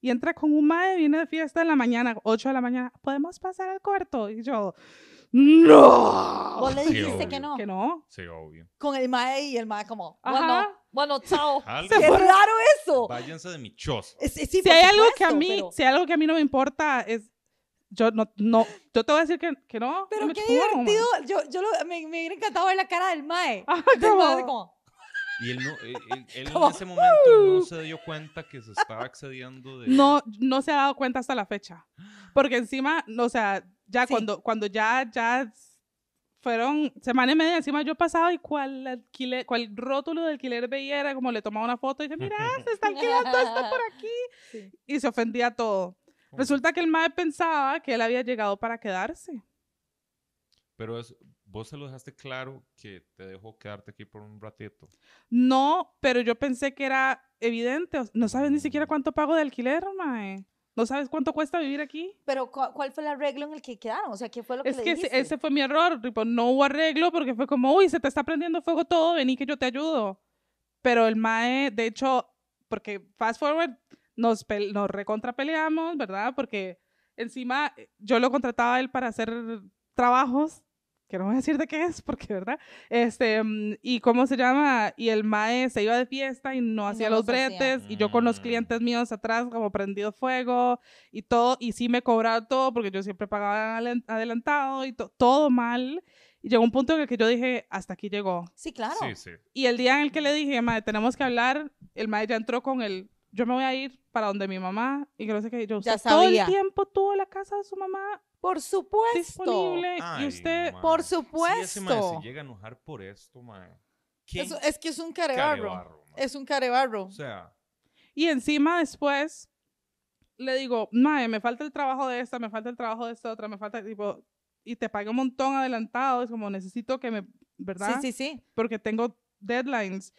Speaker 2: y entra con un mae, viene de fiesta en la mañana, 8 de la mañana, ¿podemos pasar al cuarto? Y yo, ¡No!
Speaker 4: Vos le
Speaker 3: Sí,
Speaker 4: dijiste que
Speaker 3: obvio.
Speaker 4: no.
Speaker 2: Que no.
Speaker 3: Sí, obvio.
Speaker 4: Con el mae y el mae como, bueno,
Speaker 2: Ajá.
Speaker 4: bueno, chao.
Speaker 3: Algo.
Speaker 4: Qué raro eso.
Speaker 3: Váyanse de mi choza.
Speaker 4: Es- es- sí,
Speaker 2: Si
Speaker 4: por
Speaker 2: hay algo que a
Speaker 4: supuesto,
Speaker 2: mí,
Speaker 4: pero-
Speaker 2: si hay algo que a mí no me importa, es, yo no, no, yo te voy a decir que, que no. no
Speaker 4: Pero
Speaker 2: me
Speaker 4: qué
Speaker 2: chupó, mae.
Speaker 4: divertido. Yo, yo lo- me, me hubiera encantado ver la cara del mae.
Speaker 2: Ajá,
Speaker 4: Del mae así
Speaker 2: como-
Speaker 4: como,
Speaker 3: Y él, no, él- él- él
Speaker 4: Como,
Speaker 2: Oh,
Speaker 3: en ese momento no se dio cuenta que se estaba accediendo de...
Speaker 2: no, no se ha dado cuenta hasta la fecha. Porque encima, no, o sea, ya
Speaker 4: Sí.
Speaker 2: cuando, cuando ya, ya fueron semana y media, encima yo pasaba y cual alquiler, cual rótulo de alquiler veía era como le tomaba una foto y dije, mira, se está alquilando esto por aquí.
Speaker 4: Sí.
Speaker 2: Y se ofendía todo.
Speaker 3: Oh.
Speaker 2: Resulta que el mae pensaba que él había llegado para quedarse.
Speaker 3: Pero es, vos se lo dejaste claro que te dejó quedarte aquí por un ratito.
Speaker 2: No, pero yo pensé que era evidente. o- No sabes ni siquiera cuánto pago de alquiler, mae. No sabes cuánto cuesta vivir aquí.
Speaker 4: Pero ¿cu- ¿cuál fue el arreglo en el que quedaron? O sea, ¿qué fue lo que
Speaker 2: Es
Speaker 4: le
Speaker 2: que ese,
Speaker 4: dijiste?
Speaker 2: ese fue mi error, tipo, no hubo arreglo porque fue como, uy, se te está prendiendo fuego todo, vení que yo te ayudo. Pero el mae, de hecho, porque fast forward, nos, pel- nos recontra peleamos, ¿verdad? Porque encima eh, yo lo contrataba a él para hacer trabajos, que no voy a decir de qué es, porque, ¿verdad? Este, mm, y cómo se llama, y el mae se iba de fiesta y no hacía
Speaker 4: no
Speaker 2: los
Speaker 4: los hacía.
Speaker 2: bretes, y yo con los
Speaker 3: Mm.
Speaker 2: clientes míos atrás como prendido fuego, y todo, y sí me cobraba todo porque yo siempre pagaba alen- adelantado y to- todo mal. Y llegó un punto en el que yo dije, hasta aquí llegó.
Speaker 4: Sí, claro.
Speaker 3: Sí, sí.
Speaker 2: Y el día en el que le dije, madre, tenemos que hablar, el madre ya entró con el, yo me voy a ir para donde mi mamá, y que no sé qué, yo,
Speaker 4: Ya
Speaker 2: usted todo el
Speaker 4: sabía.
Speaker 2: tiempo tuvo la casa de su mamá
Speaker 4: Por supuesto.
Speaker 2: disponible, y
Speaker 3: Ay,
Speaker 2: usted,
Speaker 3: mae.
Speaker 4: Por
Speaker 3: Sí, ese mae
Speaker 4: supuesto.
Speaker 3: se llega a enojar por esto, mae. ¿Qué
Speaker 4: Eso- es que es un carebarro.
Speaker 3: carebarro, mae?
Speaker 4: Es un carebarro.
Speaker 3: O sea,
Speaker 2: y encima después le digo, madre, me falta el trabajo de esta, me falta el trabajo de esta otra, me falta, tipo, y te pagué un montón adelantado, es como necesito que me, ¿verdad?
Speaker 4: Sí, sí, sí.
Speaker 2: porque tengo deadlines.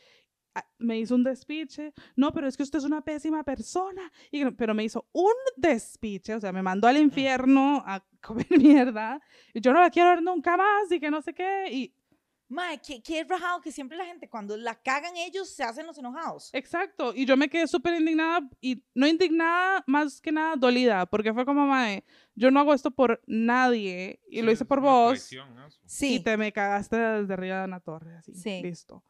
Speaker 2: Ah, Me hizo un despiche. No, pero es que usted es una pésima persona. Y, que no- pero me hizo un despiche, o sea, me mandó al infierno a comer mierda. Y yo no la quiero ver nunca más y que no sé qué. Y
Speaker 4: Mae, qué, qué rajado que siempre la gente cuando la cagan ellos se hacen los
Speaker 2: Eh,
Speaker 4: enojados.
Speaker 2: exacto. Y yo me quedé súper indignada y no indignada, más que nada dolida, porque fue como, mae, yo no hago esto por nadie y lo
Speaker 3: sí,
Speaker 2: hice
Speaker 3: es
Speaker 2: por
Speaker 3: una
Speaker 2: vos.
Speaker 3: traición eso.
Speaker 4: Sí.
Speaker 2: Y te me cagaste desde arriba de una torre, así.
Speaker 4: Sí.
Speaker 2: Listo.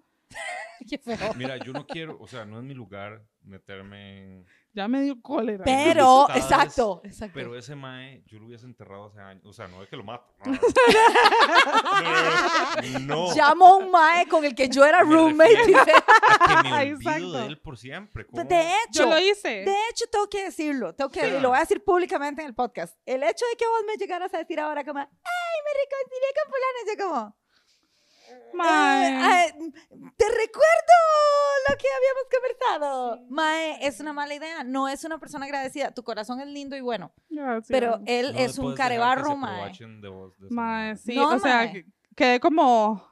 Speaker 4: Qué feo.
Speaker 3: Mira, yo no quiero, o sea, no es mi lugar meterme en...
Speaker 2: Ya me dio cólera.
Speaker 4: Pero,
Speaker 3: Pero-
Speaker 4: exacto, exacto.
Speaker 3: Pero ese mae, yo lo hubiese enterrado hace años. O sea, no es que lo mato. No, no, no, no.
Speaker 4: Llamo a un mae con el que yo era
Speaker 3: Me
Speaker 4: roommate.
Speaker 3: refiero
Speaker 4: dice.
Speaker 3: A que me olvido
Speaker 2: Exacto.
Speaker 3: de él por siempre. ¿cómo?
Speaker 4: De hecho,
Speaker 2: Yo lo hice.
Speaker 4: De hecho, tengo que decirlo, tengo que,
Speaker 3: Sí.
Speaker 4: y lo voy a decir públicamente en el podcast. El hecho de que vos me llegaras a decir ahora como, ay, me reconcilié con fulano, yo como,
Speaker 2: Mae.
Speaker 4: "Eh, ay, te recuerdo lo que habíamos conversado. Mae, es una mala idea, no es una persona agradecida, tu corazón es lindo y bueno,
Speaker 2: Gracias.
Speaker 4: pero él
Speaker 3: No
Speaker 4: es un eh.
Speaker 3: puedes dejar que se
Speaker 4: carebarro, mae.
Speaker 3: aprovechen de vos de esa
Speaker 2: Mae,
Speaker 3: manera.
Speaker 2: sí,
Speaker 4: No,
Speaker 2: o sea,
Speaker 4: mae.
Speaker 2: que- quedé como.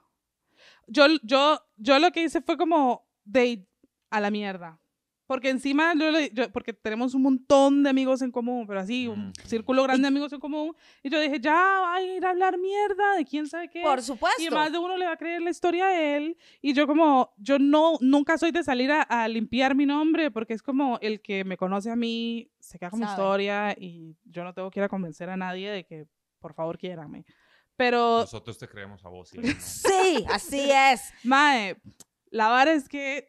Speaker 2: Yo, yo, yo lo que hice fue como de a la mierda. Porque encima, yo, le- yo- porque tenemos un montón de amigos en común, pero así, un
Speaker 3: Ujú.
Speaker 2: círculo grande de amigos en común. Y yo dije, ya va a ir a hablar mierda de quién sabe qué.
Speaker 4: Por
Speaker 2: y
Speaker 4: supuesto.
Speaker 2: más de uno le va a creer la historia a él. Y yo como, yo no, nunca soy de salir a, a limpiar mi nombre, porque es como el que me conoce a mí, se queda con mi
Speaker 4: Sabe.
Speaker 2: historia y yo no tengo que ir a convencer a nadie de que por favor quiéranme. Pero,
Speaker 3: Nosotros te creemos a vos. y a él no.
Speaker 4: Sí, así es.
Speaker 2: Mae, la vara es que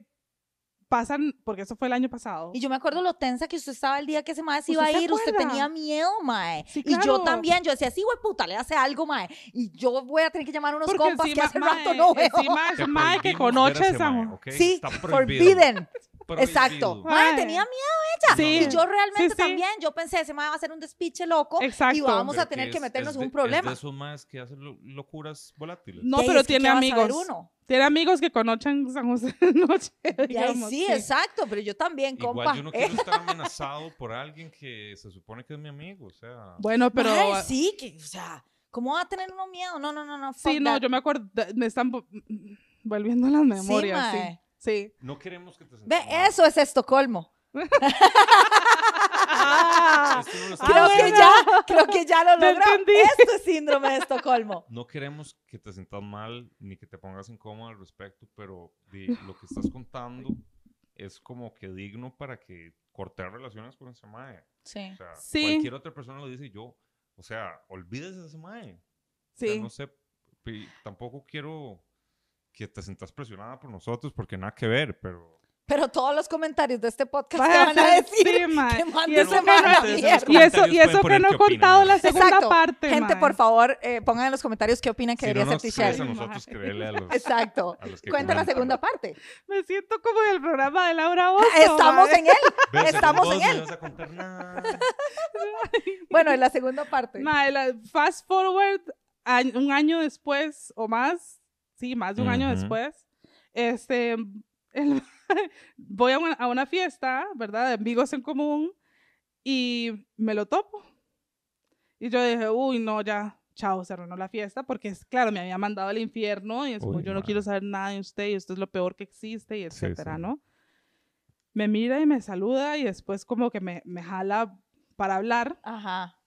Speaker 2: pasan, porque eso fue el año pasado.
Speaker 4: Y yo me acuerdo lo tensa que usted estaba el día que ese mae se iba a
Speaker 2: ¿Usted se
Speaker 4: ir. Usted
Speaker 2: acuerda?
Speaker 4: tenía miedo, mae.
Speaker 2: Sí,
Speaker 4: Y yo
Speaker 2: claro.
Speaker 4: también. Yo decía, sí, güey, puta, le hace algo, mae. Y yo voy a tener que llamar a unos
Speaker 2: porque
Speaker 4: compas que
Speaker 2: encima,
Speaker 4: hace
Speaker 2: mae,
Speaker 4: rato no veo.
Speaker 2: encima es
Speaker 3: Te
Speaker 2: un mae que
Speaker 3: prohibimos
Speaker 2: conoce
Speaker 3: ver a ese
Speaker 2: esa
Speaker 3: mae,
Speaker 2: mu-
Speaker 3: ¿ok?
Speaker 4: Sí,
Speaker 3: Está prohibido.
Speaker 4: forbidden.
Speaker 3: Prohibido.
Speaker 4: Exacto.
Speaker 2: Mae.
Speaker 4: Mae, tenía miedo ella.
Speaker 2: Sí.
Speaker 4: Y yo realmente
Speaker 2: Sí, sí.
Speaker 4: también, yo pensé, ese mae va a ser un despiche loco. Y
Speaker 2: Exacto.
Speaker 4: vamos a
Speaker 3: Pero
Speaker 4: tener que,
Speaker 3: es-
Speaker 4: meternos
Speaker 3: es
Speaker 4: en
Speaker 3: de-
Speaker 4: un problema.
Speaker 3: Es de esos maes que hacen lo- locuras volátiles.
Speaker 2: No,
Speaker 4: ¿Qué?
Speaker 2: pero
Speaker 4: Es que,
Speaker 2: tiene
Speaker 4: ¿qué va a saber
Speaker 2: amigos.
Speaker 4: uno?
Speaker 2: Tiene amigos que conocen San José de noche.
Speaker 4: Y ahí
Speaker 2: digamos,
Speaker 4: sí, exacto, pero yo también,
Speaker 3: Igual
Speaker 4: compa.
Speaker 3: yo no
Speaker 4: ¿eh?
Speaker 3: quiero estar amenazado por alguien que se supone que es mi amigo. O sea,
Speaker 2: Bueno, pero...
Speaker 4: Mae, sí, que, o sea, ¿cómo va a tener uno miedo? No, no, no, no. fuck
Speaker 2: Sí, no,
Speaker 4: that.
Speaker 2: yo me acuerdo, de- me están vo- volviendo las memorias, sí.
Speaker 4: mae.
Speaker 2: Sí.
Speaker 3: no queremos que te sientas
Speaker 4: Ve,
Speaker 3: mal.
Speaker 4: eso es Estocolmo.
Speaker 3: Esto no, lo estamos
Speaker 4: ah, Creo que
Speaker 3: haciendo-
Speaker 4: ya, creo que ya lo
Speaker 2: Ah, Ya
Speaker 4: logró.
Speaker 2: entendí.
Speaker 4: Esto es síndrome de Estocolmo.
Speaker 3: no queremos que te sientas mal ni que te pongas incómodo al respecto, pero di- lo que estás contando es como que digno para que cortar relaciones con ese mae.
Speaker 4: Sí.
Speaker 3: O sea,
Speaker 2: Sí.
Speaker 3: cualquier otra persona lo dice y yo, o sea, olvídese de ese mae. O sea,
Speaker 2: Sí.
Speaker 3: no sé, pi- tampoco quiero que te sientas presionada por nosotros porque nada que ver, pero...
Speaker 4: Pero todos los comentarios de este podcast
Speaker 2: Mae,
Speaker 4: te van a
Speaker 2: sí,
Speaker 4: decir
Speaker 2: mae.
Speaker 4: que
Speaker 2: Y
Speaker 4: mandes
Speaker 2: eso
Speaker 4: a
Speaker 2: que
Speaker 4: la
Speaker 2: no-
Speaker 3: antes de
Speaker 4: mierda.
Speaker 3: los
Speaker 2: y eso, y
Speaker 3: comentarios
Speaker 2: eso que
Speaker 3: pueden poner
Speaker 2: no he
Speaker 3: qué opinan,
Speaker 2: contado la
Speaker 3: ¿verdad?
Speaker 2: segunda
Speaker 4: Exacto.
Speaker 2: parte.
Speaker 4: Gente,
Speaker 2: mae.
Speaker 4: por favor, eh, pongan en los comentarios qué opinan que
Speaker 3: si no
Speaker 4: debería
Speaker 3: nos
Speaker 4: ser
Speaker 3: crees a
Speaker 4: t-shirt.
Speaker 2: Ay,
Speaker 3: nosotros,
Speaker 2: mae.
Speaker 3: creerle a los,
Speaker 4: Exacto.
Speaker 3: a los que
Speaker 4: Cuenta la
Speaker 3: comentan.
Speaker 4: segunda parte. Ah,
Speaker 2: Me siento como en el programa de Laura Bozo.
Speaker 4: Estamos
Speaker 2: mae.
Speaker 4: en él.
Speaker 3: Ve, según
Speaker 4: Estamos
Speaker 3: vos
Speaker 4: en
Speaker 3: no
Speaker 4: él.
Speaker 3: ibas a contar nada.
Speaker 4: Bueno, en la segunda parte.
Speaker 2: Mae, la- fast forward a- un año después o más, sí, más de un año
Speaker 3: Ujú.
Speaker 2: después, este, el- voy a una, a una fiesta, ¿verdad? De amigos en común y me lo topo. Y yo dije, uy, no, ya, chao, se arruinó la fiesta, porque es claro, me había mandado al infierno y es como,
Speaker 3: Uy,
Speaker 2: yo no
Speaker 3: madre.
Speaker 2: quiero saber nada de usted y esto es lo peor que existe y
Speaker 3: Sí,
Speaker 2: etcétera,
Speaker 3: sí.
Speaker 2: ¿no? Me mira y me saluda y después como que me, me jala para hablar
Speaker 4: Ajá.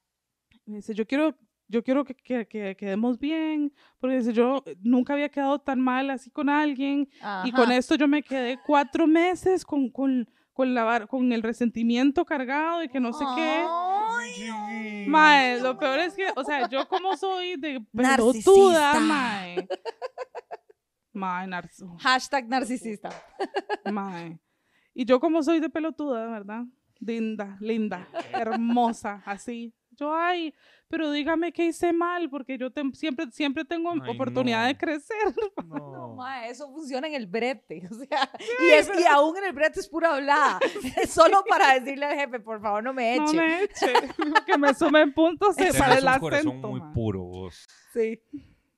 Speaker 2: me dice, yo quiero, yo quiero que, que- que quedemos bien, porque dice, yo nunca había quedado tan mal así con alguien, y con
Speaker 4: ajá.
Speaker 2: esto yo me quedé cuatro meses con, con, con, la var- con el resentimiento cargado y que no sé qué.
Speaker 4: Oh. Ay,
Speaker 2: Mae, lo peor es que, o sea, yo como soy de
Speaker 4: Narcisista.
Speaker 2: pelotuda, mae. eh. Mae, narzo,
Speaker 4: Hashtag narcisista.
Speaker 2: mae. Y yo como soy de pelotuda, ¿verdad? Linda, linda, hermosa, así. Yo, ay, pero dígame qué hice mal, porque yo tem- siempre, siempre tengo
Speaker 3: Ay,
Speaker 2: oportunidad
Speaker 3: no.
Speaker 2: de crecer.
Speaker 4: No, ma, eso funciona en el brete. O sea, y, es, y aún en el brete es pura hablada. Es Solo para decirle al jefe, por favor, no me eche.
Speaker 2: No me eche, que me sumen puntos se-
Speaker 3: Tenés
Speaker 2: para el
Speaker 3: un corazón
Speaker 2: acento.
Speaker 3: muy
Speaker 2: mae.
Speaker 3: puro, vos.
Speaker 2: Sí,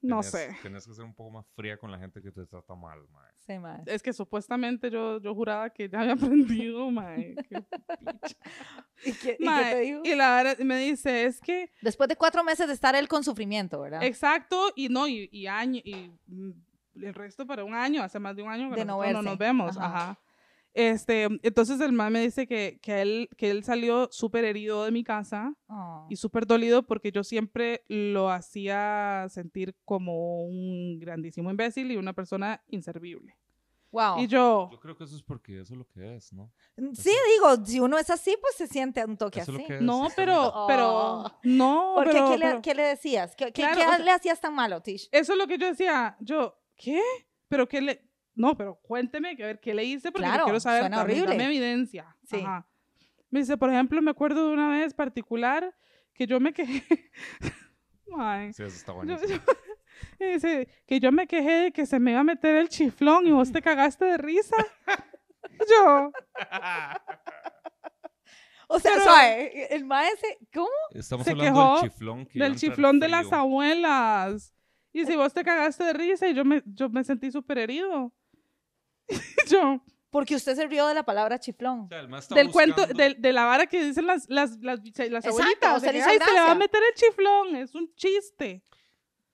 Speaker 2: no
Speaker 3: Tenés-
Speaker 2: sé.
Speaker 3: Tenés que ser un poco más fría con la gente que te trata mal, mae.
Speaker 4: Sí, ma.
Speaker 2: Es que supuestamente yo, yo juraba que ya había aprendido, mae. qué picha.
Speaker 4: ¿Y qué, y qué
Speaker 2: Mae,
Speaker 4: te digo?
Speaker 2: y la verdad me dice, es que,
Speaker 4: Después de cuatro meses de estar él con sufrimiento, ¿verdad?
Speaker 2: exacto, y no, y, y año, y mm, el resto para un año, hace más de un año que
Speaker 4: De no
Speaker 2: nosotros no,
Speaker 4: verse.
Speaker 2: nos vemos.
Speaker 4: Ajá.
Speaker 2: Ajá. Este, entonces el man me dice que, que, él, que él salió súper herido de mi casa
Speaker 4: Oh.
Speaker 2: y súper dolido porque yo siempre lo hacía sentir como un grandísimo imbécil y una persona inservible.
Speaker 4: Wow. Mm,
Speaker 2: Y yo, Pues
Speaker 3: Yo creo que eso es porque eso es lo que es, ¿no?
Speaker 4: Sí, digo, si uno es así, pues se siente un toque
Speaker 3: Eso es
Speaker 4: así.
Speaker 3: lo que es.
Speaker 2: No, pero,
Speaker 4: Oh.
Speaker 2: pero, no,
Speaker 4: ¿Por qué?
Speaker 2: pero,
Speaker 4: ¿Qué, le,
Speaker 2: pero-
Speaker 4: qué le decías? ¿Qué, qué-
Speaker 2: Claro,
Speaker 4: qué
Speaker 2: o sea-
Speaker 4: le hacías tan malo, Tish?
Speaker 2: eso es lo que yo decía, yo, ¿qué? Pero qué le, no, pero cuénteme, que a ver, ¿qué le hice? Porque yo
Speaker 4: Claro,
Speaker 2: quiero saber,
Speaker 4: suena
Speaker 2: dame-
Speaker 4: horrible.
Speaker 2: dame evidencia.
Speaker 4: Sí.
Speaker 2: Ajá. Me dice, por ejemplo, me acuerdo de una vez particular que yo me quejé, Ay.
Speaker 3: Sí, eso está
Speaker 2: Yo-
Speaker 3: buenísimo.
Speaker 2: yo- me dice, que yo me quejé de que se me iba a meter el chiflón y vos te cagaste de risa. Yo,
Speaker 4: O sea,
Speaker 2: Pero-
Speaker 4: suave, el maestro, ¿cómo?
Speaker 3: Estamos
Speaker 2: Se
Speaker 3: hablando
Speaker 2: quejó
Speaker 3: del chiflón. que iba a
Speaker 2: del
Speaker 3: entrar
Speaker 2: chiflón de las
Speaker 3: frío.
Speaker 2: abuelas. Y si vos te cagaste de risa y yo me, yo me sentí súper herido. yo,
Speaker 4: Porque usted se rió de la palabra
Speaker 3: O
Speaker 4: chiflón.
Speaker 3: sea, el mae está
Speaker 2: del cuento,
Speaker 3: buscando-
Speaker 2: del- de, la vara que dicen las, las, las, las
Speaker 4: Exacto,
Speaker 2: abuelitas.
Speaker 4: se
Speaker 2: de que,
Speaker 4: le hizo
Speaker 2: "Ay, se le va a
Speaker 4: gracia".
Speaker 2: meter el chiflón, es un chiste.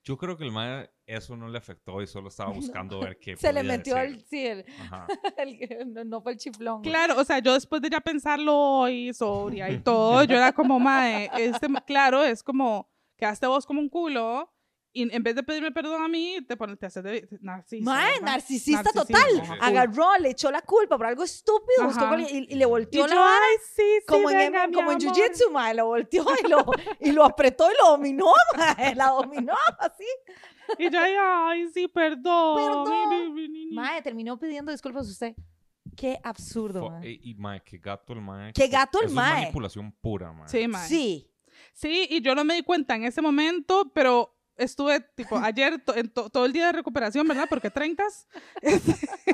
Speaker 3: Yo creo que el mae eso no le afectó y solo estaba buscando ver qué
Speaker 4: Se le
Speaker 3: podía
Speaker 4: metió el,
Speaker 3: decir.
Speaker 4: sí, el,
Speaker 3: Ajá.
Speaker 4: el- eh, no, no fue el chiflón.
Speaker 2: Claro, o sea, yo después de ya pensarlo hoy, sobria y todo, yo era como, mae, este, claro, es como, quedaste vos como un culo y en vez de pedirme perdón a mí, te pones, te haces de narcisista.
Speaker 4: Mae,
Speaker 2: ¿verdad?
Speaker 4: narcisista
Speaker 2: Narcisista,
Speaker 4: total.
Speaker 3: ajá.
Speaker 4: Agarró, le echó la culpa por algo estúpido, buscó
Speaker 2: Ajá.
Speaker 4: cual- y, y le
Speaker 2: Y yo,
Speaker 4: volteó la vara.
Speaker 2: "Ay, sí, sí,
Speaker 4: Como en,
Speaker 2: venga,
Speaker 4: em-
Speaker 2: mi
Speaker 4: como en
Speaker 2: amor".
Speaker 4: jiu-jitsu, mae, lo volteó y lo, y lo apretó y lo dominó, mae, la dominó así.
Speaker 2: Y yo, "Ay, ay, sí, perdón.
Speaker 4: Perdón.
Speaker 2: mi- mi- mi- mi".
Speaker 4: Mae, terminó pidiendo disculpas a usted. Qué absurdo,
Speaker 3: Fue-
Speaker 4: mae.
Speaker 3: y, y, mae, qué gato el mae.
Speaker 4: Qué gato el
Speaker 3: Eso es
Speaker 4: mae.
Speaker 3: manipulación pura, mae.
Speaker 2: Sí, mae. Sí.
Speaker 4: Sí.
Speaker 2: y yo no me di cuenta en ese momento, pero estuve, tipo, ayer to- en to- todo el día de recuperación, ¿verdad? Porque 30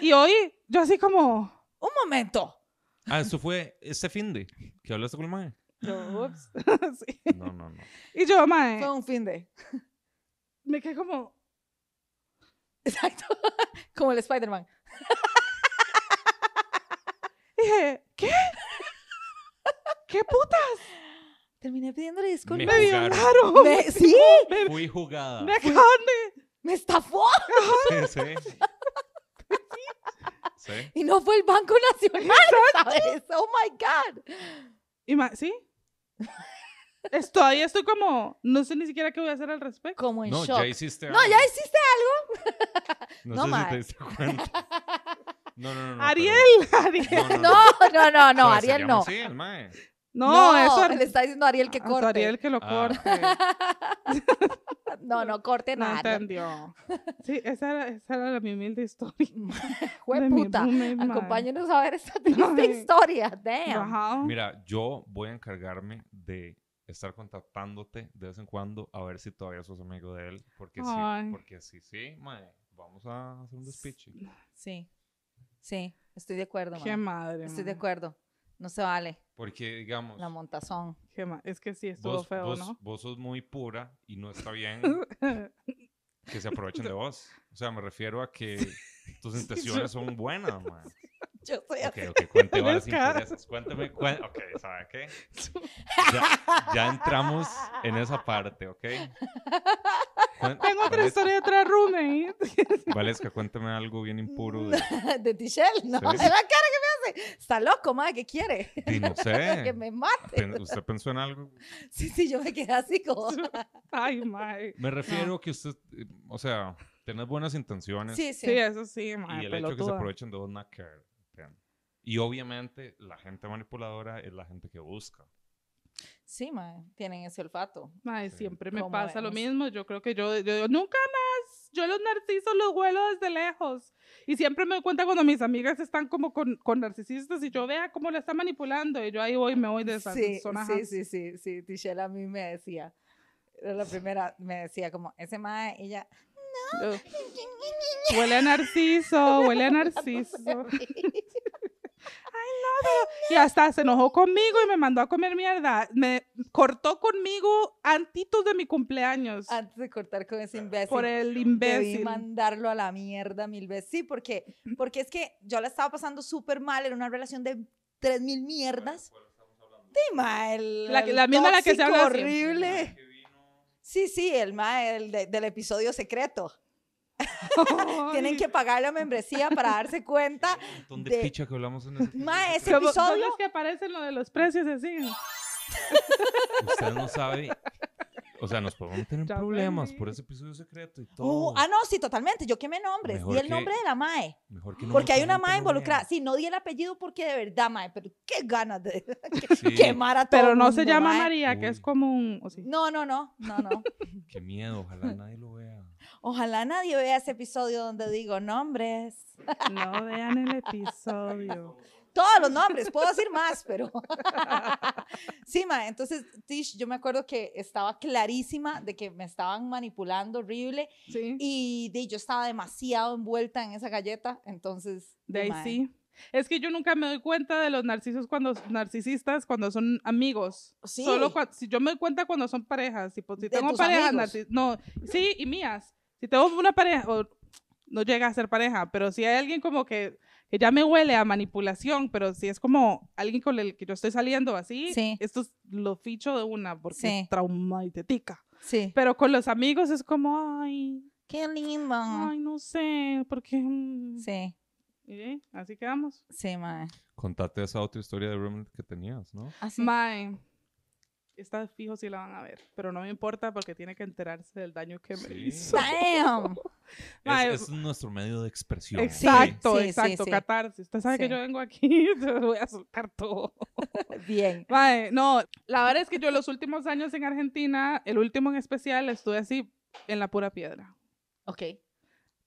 Speaker 2: Y hoy, yo así como,
Speaker 4: Un momento.
Speaker 3: Ah, eso fue este fin de que hablaste con el mae.
Speaker 2: ups. Sí.
Speaker 3: No, no, no.
Speaker 2: Y yo, mae,
Speaker 4: Fue un fin de.
Speaker 2: me quedé como,
Speaker 4: Exacto. Como el Spider-Man.
Speaker 2: dije, ¿qué? ¿Qué puta?
Speaker 4: Terminé pidiéndole disculpas.
Speaker 2: Me
Speaker 3: jugaron.
Speaker 2: violaron.
Speaker 4: Me- sí,
Speaker 3: Fui
Speaker 4: Ah,
Speaker 3: jugada.
Speaker 2: Me acaban de...
Speaker 4: me estafó.
Speaker 3: Sí, sí. Sí.
Speaker 4: Y no fue el Banco Nacional. ¿sabes? Oh my God.
Speaker 2: Y mae, ¿sí? Es- Todavía estoy como, no sé ni siquiera qué voy a hacer al respecto.
Speaker 4: Como en
Speaker 3: No,
Speaker 4: shock.
Speaker 3: ya hiciste
Speaker 4: No,
Speaker 3: algo.
Speaker 4: ya hiciste.
Speaker 3: No,
Speaker 4: No,
Speaker 3: sé
Speaker 4: mae.
Speaker 3: si te diste cuenta. No, no, no. no,
Speaker 2: Ariel, Ariel.
Speaker 3: pero-
Speaker 4: No, no, no, no,
Speaker 3: O sea,
Speaker 4: Ariel
Speaker 3: se
Speaker 4: no.
Speaker 3: llama así, el mae.
Speaker 2: No, eso
Speaker 4: le está diciendo a Ariel que
Speaker 2: a
Speaker 4: corte.
Speaker 2: Ariel que lo
Speaker 3: Ah.
Speaker 2: corte.
Speaker 4: No, no corte
Speaker 2: No
Speaker 4: nada.
Speaker 2: entendió. Sí, esa era, esa era la mi humilde historia.
Speaker 4: Jue
Speaker 2: de mi
Speaker 4: puta.
Speaker 2: roommate, mae.
Speaker 4: Acompáñenos a ver esta triste
Speaker 2: Ay.
Speaker 4: historia. Damn.
Speaker 2: Ajá.
Speaker 3: Mira, yo voy a encargarme de estar contactándote de vez en cuando a ver si todavía sos amigo de él. Porque sí,
Speaker 2: Ay.
Speaker 3: porque sí, sí, mae. Vamos a hacer un despiche.
Speaker 4: Sí. Sí, estoy de acuerdo.
Speaker 2: Qué
Speaker 4: ma.
Speaker 2: madre.
Speaker 4: Estoy de
Speaker 2: mae.
Speaker 4: acuerdo. No se vale
Speaker 3: Porque, digamos,
Speaker 4: la montazón.
Speaker 2: Qué ma- Es que sí, estuvo
Speaker 3: vos,
Speaker 2: feo,
Speaker 3: vos-
Speaker 2: ¿no?
Speaker 3: vos sos muy pura y no está bien que se aprovechen de vos. O sea, me refiero a que tus intenciones son buenas, mae.
Speaker 4: Yo soy
Speaker 3: Ok, ok, cuente
Speaker 2: Con
Speaker 3: varas
Speaker 2: escala.
Speaker 3: impurezas. Cuéntame, cué- ok, ¿sabe qué? Ya, ya entramos en esa parte, ¿ok? Cuen-
Speaker 2: Tengo otra
Speaker 3: Vales-
Speaker 2: historia de tres roomies.
Speaker 3: Valesca, cuéntame algo bien impuro de,
Speaker 4: así, de Tichel, ¿no?
Speaker 3: Sí.
Speaker 4: Es la cara que me hace. Está loco, madre, ¿qué quiere?
Speaker 3: de no
Speaker 4: que
Speaker 3: sé.
Speaker 4: me mate.
Speaker 3: Pen- ¿Usted pensó en algo?
Speaker 4: Sí, sí, yo me quedé así como...
Speaker 2: Ay, mae.
Speaker 3: Me refiero que usted, eh, o sea, tenés buenas intenciones
Speaker 4: Sí,
Speaker 2: Sí,
Speaker 4: sí.
Speaker 2: eso sí,
Speaker 3: y
Speaker 2: mae,
Speaker 3: el hecho que se
Speaker 2: pelotuda.
Speaker 3: aprovechen de vos, nada que ver, ¿entiendes? Y obviamente la gente manipuladora es la gente que busca.
Speaker 4: Sí, madre, tienen ese olfato.
Speaker 2: Mae,
Speaker 3: Sí.
Speaker 2: siempre me
Speaker 4: Como
Speaker 2: pasa lo
Speaker 4: vemos.
Speaker 2: mismo. Yo creo que yo, yo nunca más. Yo los narcisos los huelo desde lejos. Y siempre me doy cuenta cuando mis amigas están como con, con narcisistas y yo vea cómo la están manipulando. Y yo ahí voy, me voy de esa
Speaker 4: Sí,
Speaker 2: zona.
Speaker 4: sí, sí, sí, sí. Tichel a mí me decía, era la primera, me decía como, ese madre, ella...
Speaker 2: Oh. Huele a narciso, huele a narciso. Y hasta se enojó conmigo y me mandó a comer mierda. Me cortó conmigo antitos de mi cumpleaños.
Speaker 4: Antes de cortar con ese imbécil.
Speaker 2: por el
Speaker 4: Debí
Speaker 2: imbécil.
Speaker 4: mandarlo a la mierda mil veces. Sí, porque, porque es que yo la estaba pasando súper mal, era una relación de tres mil mierdas.
Speaker 3: pues,
Speaker 4: Sí, ma, el,
Speaker 2: La que-
Speaker 4: el
Speaker 2: la misma la que se
Speaker 4: tóxico
Speaker 2: habla siempre,
Speaker 4: horrible. Sí, sí, el ma, el de- del episodio secreto. Tienen que pagar la membresía para darse cuenta.
Speaker 3: Un montón de,
Speaker 4: De-
Speaker 3: picha que hablamos en ese
Speaker 4: Ma, ese
Speaker 2: Como- ¿no
Speaker 4: episodio.
Speaker 2: es que aparecen lo de los precios así.
Speaker 3: Usted no sabe. O sea, nos podemos meter en
Speaker 2: Ya
Speaker 3: problemas
Speaker 2: aprendí.
Speaker 3: por ese episodio secreto y todo.
Speaker 4: Uh, ah, no, sí, totalmente. Yo quemé nombres.
Speaker 3: Mejor
Speaker 4: Di el
Speaker 3: que-
Speaker 4: nombre de la mae.
Speaker 3: Mejor que no
Speaker 4: Porque
Speaker 3: me
Speaker 4: hay una
Speaker 3: pregunten
Speaker 4: mae involucrada. Sí,
Speaker 3: bien.
Speaker 4: no di el apellido porque de verdad, mae, pero qué ganas de
Speaker 3: Sí,
Speaker 4: quemar a todo
Speaker 2: Pero no
Speaker 4: mundo,
Speaker 2: se llama
Speaker 4: mae.
Speaker 2: María, que es
Speaker 3: Uy.
Speaker 2: como un... o sí.
Speaker 4: No, no, no, no, no.
Speaker 3: Qué miedo, ojalá nadie lo vea.
Speaker 4: Ojalá nadie vea ese episodio donde digo nombres.
Speaker 2: No vean el episodio.
Speaker 4: Todos los nombres, puedo decir más, pero. sí, mae, entonces, Tish, yo me acuerdo que estaba clarísima de que me estaban manipulando horrible
Speaker 2: Sí.
Speaker 4: y de, yo estaba demasiado envuelta en esa galleta, entonces.
Speaker 2: De ahí
Speaker 4: mae.
Speaker 2: sí. Es que yo nunca me doy cuenta de los narcisos cuando narcisistas cuando son amigos.
Speaker 4: Sí.
Speaker 2: Solo cua- si yo me doy cuenta cuando son parejas. Si, po- si
Speaker 4: De
Speaker 2: tengo
Speaker 4: tus
Speaker 2: parejas
Speaker 4: amigos.
Speaker 2: narcis- no, sí y mías. Si tengo una pareja o no llega a ser pareja, pero si hay alguien como que que ya me huele a manipulación, pero si es como alguien con el que yo estoy saliendo así,
Speaker 4: Sí.
Speaker 2: esto es lo ficho de una porque
Speaker 4: Sí.
Speaker 2: es trauma y te tica.
Speaker 4: Sí.
Speaker 2: Pero con los amigos es como, ay,
Speaker 4: Qué lindo.
Speaker 2: ay, no sé, porque... mm".
Speaker 4: Ah. Sí,
Speaker 2: Y, así quedamos.
Speaker 4: sí, mae.
Speaker 3: Contate esa otra historia de Remnant que tenías, ¿no?
Speaker 4: Así.
Speaker 2: Mae, está fijo si la van a ver, pero no me importa porque tiene que enterarse del daño que me
Speaker 3: Sí.
Speaker 2: hizo.
Speaker 4: Damn.
Speaker 2: Mae,
Speaker 3: Es, es nuestro medio de expresión. ¿ok?
Speaker 2: eh, Exacto,
Speaker 4: Sí, sí,
Speaker 2: exacto,
Speaker 4: sí.
Speaker 2: catarsis. Usted sabe que
Speaker 4: Sí.
Speaker 2: yo vengo aquí, te voy a soltar todo.
Speaker 4: Bien.
Speaker 2: Mae, no, la verdad es que yo los últimos años en Argentina, el último en especial, estuve así en la pura piedra.
Speaker 4: Ok.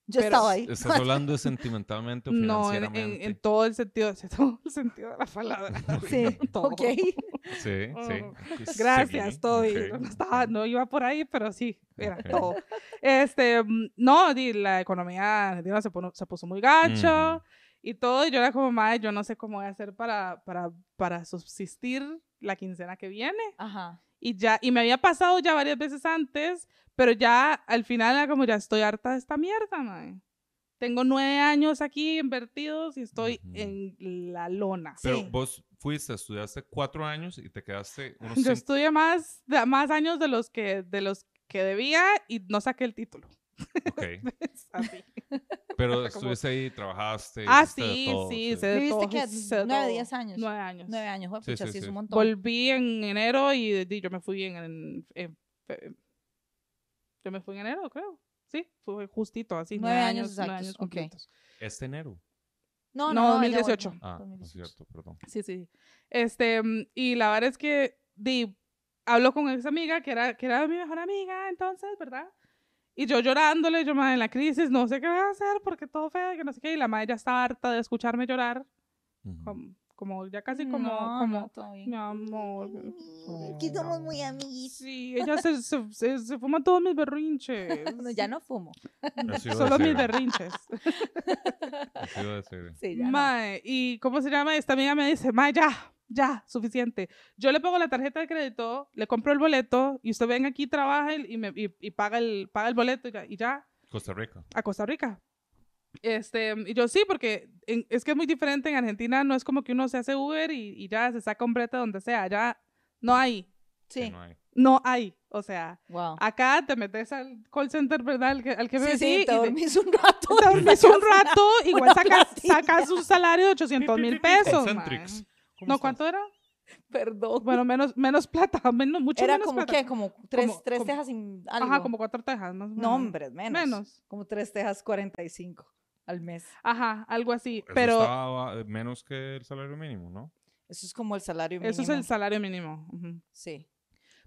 Speaker 4: Yo
Speaker 2: Pero-
Speaker 4: estaba ahí.
Speaker 3: ¿Estás hablando de sentimentalmente o
Speaker 2: No, en, en-
Speaker 3: financieramente?
Speaker 2: en todo el sentido, en todo el sentido de la palabra.
Speaker 4: Sí,
Speaker 2: Todo.
Speaker 4: ok.
Speaker 3: Sí,
Speaker 2: Oh,
Speaker 3: sí. Ok,
Speaker 2: Gracias,
Speaker 3: seguí.
Speaker 2: Toby.
Speaker 3: Ok,
Speaker 2: No, no estaba-
Speaker 3: ok.
Speaker 2: no iba por ahí, pero sí, era
Speaker 3: Ok.
Speaker 2: todo. Este, mm, no, di, la economía argentina se, pono- se puso muy gacho
Speaker 3: Ujú.
Speaker 2: y todo. Y yo era como, madre, yo no sé cómo voy a hacer para, para, para subsistir la quincena que viene.
Speaker 4: Ajá.
Speaker 2: Y ya, y me había pasado ya varias veces antes, pero ya al final era como, ya estoy harta de esta mierda, madre. Tengo nueve años aquí invertidos y estoy
Speaker 3: Ujú.
Speaker 2: en la lona.
Speaker 3: Pero
Speaker 4: Sí.
Speaker 3: vos fuiste, estudiaste cuatro años y te quedaste unos
Speaker 2: Yo
Speaker 3: cinco.
Speaker 2: estudié más, da- más años de los, que, de los que debía y no saqué el título.
Speaker 3: ok.
Speaker 2: Es así.
Speaker 3: Pero
Speaker 2: Como-
Speaker 3: estuviste ahí, trabajaste.
Speaker 2: ah,
Speaker 3: hiciste de
Speaker 2: sí,
Speaker 3: todo,
Speaker 2: sí, sé de
Speaker 4: ¿Viviste
Speaker 2: todo,
Speaker 4: que
Speaker 2: sé de todo.
Speaker 4: 9, 10 años?
Speaker 2: Nueve años.
Speaker 4: 9 años, fue
Speaker 3: Sí,
Speaker 4: pucha,
Speaker 3: sí,
Speaker 4: sí, es
Speaker 3: sí.
Speaker 4: un montón.
Speaker 2: Volví en enero y, di, yo me fui en, en- en- en- Yo me fui en enero, creo. Sí, fue justito, así.
Speaker 4: Nueve
Speaker 2: Nueve,
Speaker 4: años
Speaker 2: años, nueve
Speaker 4: exactos,
Speaker 2: años
Speaker 4: ok.
Speaker 2: completos.
Speaker 3: Este enero.
Speaker 4: no,
Speaker 2: no,
Speaker 4: ella
Speaker 2: 2018.
Speaker 4: volvió,
Speaker 3: Ah, no es
Speaker 4: 2018.
Speaker 3: cierto, perdón.
Speaker 2: Sí, sí. Este, mm, y la verdad es que di, hablo con esa amiga que era, que era mi mejor amiga entonces, ¿verdad? Y yo llorándole, yo madre en la crisis, no sé qué voy a hacer porque todo feo, que no sé qué. Y la madre ya estaba harta de escucharme llorar,
Speaker 3: Ujú.
Speaker 2: como, como ya casi como,
Speaker 4: no,
Speaker 2: como
Speaker 4: no, todo bien.
Speaker 2: mi amor.
Speaker 4: Mm, Que somos muy amiguitos.
Speaker 2: Sí, ella se, se, se- se fuma todos mis berrinches.
Speaker 4: No, ya no fumo.
Speaker 3: Eso iba a
Speaker 2: Solo mis
Speaker 3: decir,
Speaker 2: berrinches.
Speaker 3: eso iba a decir.
Speaker 4: Sí, ya no.
Speaker 2: Mae, ¿y cómo se llama? Esta amiga me dice, Mae, ya, ya, suficiente. Yo le pongo la tarjeta de crédito, le compro el boleto y usted venga aquí, trabaja y, y me- y- y paga, el, paga el boleto y ya, y ya,
Speaker 3: Costa Rica.
Speaker 2: a Costa Rica. Este, y yo sí, porque en- es que es muy diferente. En Argentina no es como que uno se hace Uber y, y ya se saca un brete donde sea. Ya no hay.
Speaker 3: que
Speaker 4: Sí.
Speaker 3: no hay.
Speaker 2: No hay. O sea,
Speaker 4: Wow.
Speaker 2: acá te metes al call center, ¿verdad? Al que, al que Ah, me
Speaker 4: Sí,
Speaker 2: metí
Speaker 4: sí,
Speaker 2: y
Speaker 4: te
Speaker 2: de-
Speaker 4: dormís un rato.
Speaker 2: te dormís Pues, un rato, igual
Speaker 4: una
Speaker 2: sacas,
Speaker 4: platilla.
Speaker 2: sacas un salario de 800 mil pesos.
Speaker 3: Concentrix.
Speaker 2: mae.
Speaker 3: ¿Cómo
Speaker 2: No,
Speaker 3: estás?
Speaker 2: ¿cuánto era?
Speaker 4: Perdón.
Speaker 2: Bueno, menos, menos plata, menos, mucho
Speaker 4: Era
Speaker 2: menos
Speaker 4: como
Speaker 2: plata.
Speaker 4: que, como tres,
Speaker 2: Como-
Speaker 4: tres
Speaker 2: como-
Speaker 4: tejas sin algo.
Speaker 2: Ajá, como cuatro tejas, más o menos.
Speaker 4: No, hombre, menos.
Speaker 2: Menos.
Speaker 4: Como tres tejas 45 al mes.
Speaker 2: Ajá, algo así.
Speaker 3: Eso
Speaker 2: pero
Speaker 3: estaba, eh, menos que el salario mínimo, ¿no?
Speaker 4: Eso es como el salario mínimo.
Speaker 2: eso es el salario mínimo. ujú.
Speaker 4: Sí.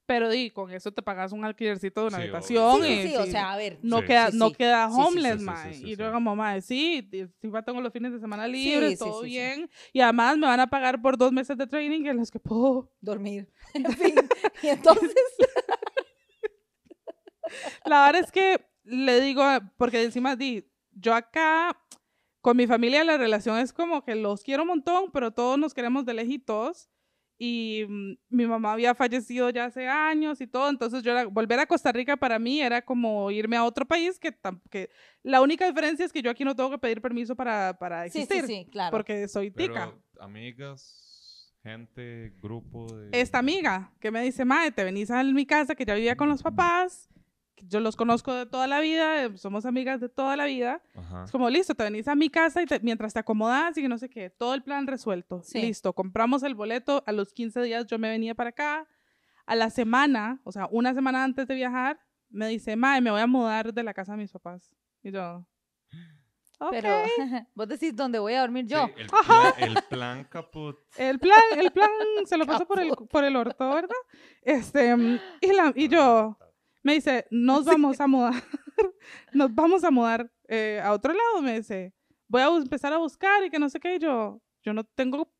Speaker 2: Pero y con eso te pagas un alquilercito de una
Speaker 3: Sí, obvio.
Speaker 2: habitación.
Speaker 4: Sí,
Speaker 2: y
Speaker 4: sí, o
Speaker 2: si
Speaker 4: sea, a ver.
Speaker 2: No,
Speaker 3: Sí.
Speaker 2: queda,
Speaker 4: Sí,
Speaker 2: no
Speaker 4: sí.
Speaker 2: queda
Speaker 4: Sí, sí, sí,
Speaker 2: hombres,
Speaker 3: sí,
Speaker 2: mae.
Speaker 3: sí,
Speaker 2: y
Speaker 3: sí,
Speaker 2: luego
Speaker 3: sí.
Speaker 2: como, mae, sí, t- sí, va, tengo los fines de semana libres,
Speaker 4: sí,
Speaker 2: todo
Speaker 4: sí, sí.
Speaker 2: bien. Y además me van a pagar por dos meses de training en los que puedo
Speaker 4: Dormir. En fin. Y entonces.
Speaker 2: La verdad es que le digo, a- porque encima di, yo acá con mi familia la relación es como que los quiero un montón, pero todos nos queremos de lejitos. Y mm, mi mamá había fallecido ya hace años y todo, entonces yo era- volver a Costa Rica para mí era como irme a otro país que, tam- que la única diferencia es que yo aquí no tengo que pedir permiso para, para
Speaker 4: Sí,
Speaker 2: existir,
Speaker 4: sí, sí, claro.
Speaker 2: porque soy
Speaker 3: Pero
Speaker 2: tica.
Speaker 3: amigas, gente, grupo de...
Speaker 2: esta amiga que me dice, madre, te venís a mi casa que ya vivía con los papás, que yo los conozco de toda la vida, eh, somos amigas de toda la vida.
Speaker 3: Ajá.
Speaker 2: Es como, listo, te venís a mi casa y te- mientras te acomodas y que no sé qué, todo el plan resuelto.
Speaker 4: Sí.
Speaker 2: Listo, compramos el boleto, a los 15 días yo me venía para acá, a la semana, o sea, una semana antes de viajar, me dice, madre, me voy a mudar de la casa de mis papás. Y yo, ok.
Speaker 4: Pero vos decís dónde voy a dormir yo.
Speaker 3: Sí, el, pla- el plan caput.
Speaker 2: El plan, el plan se lo pasó por el, por el orto, ¿verdad? Este, mm, y, la- y yo me dice, nos vamos a mudar, nos vamos a mudar eh, a otro lado, me dice, voy a bus- empezar a buscar y que no sé qué, y yo, yo no tengo,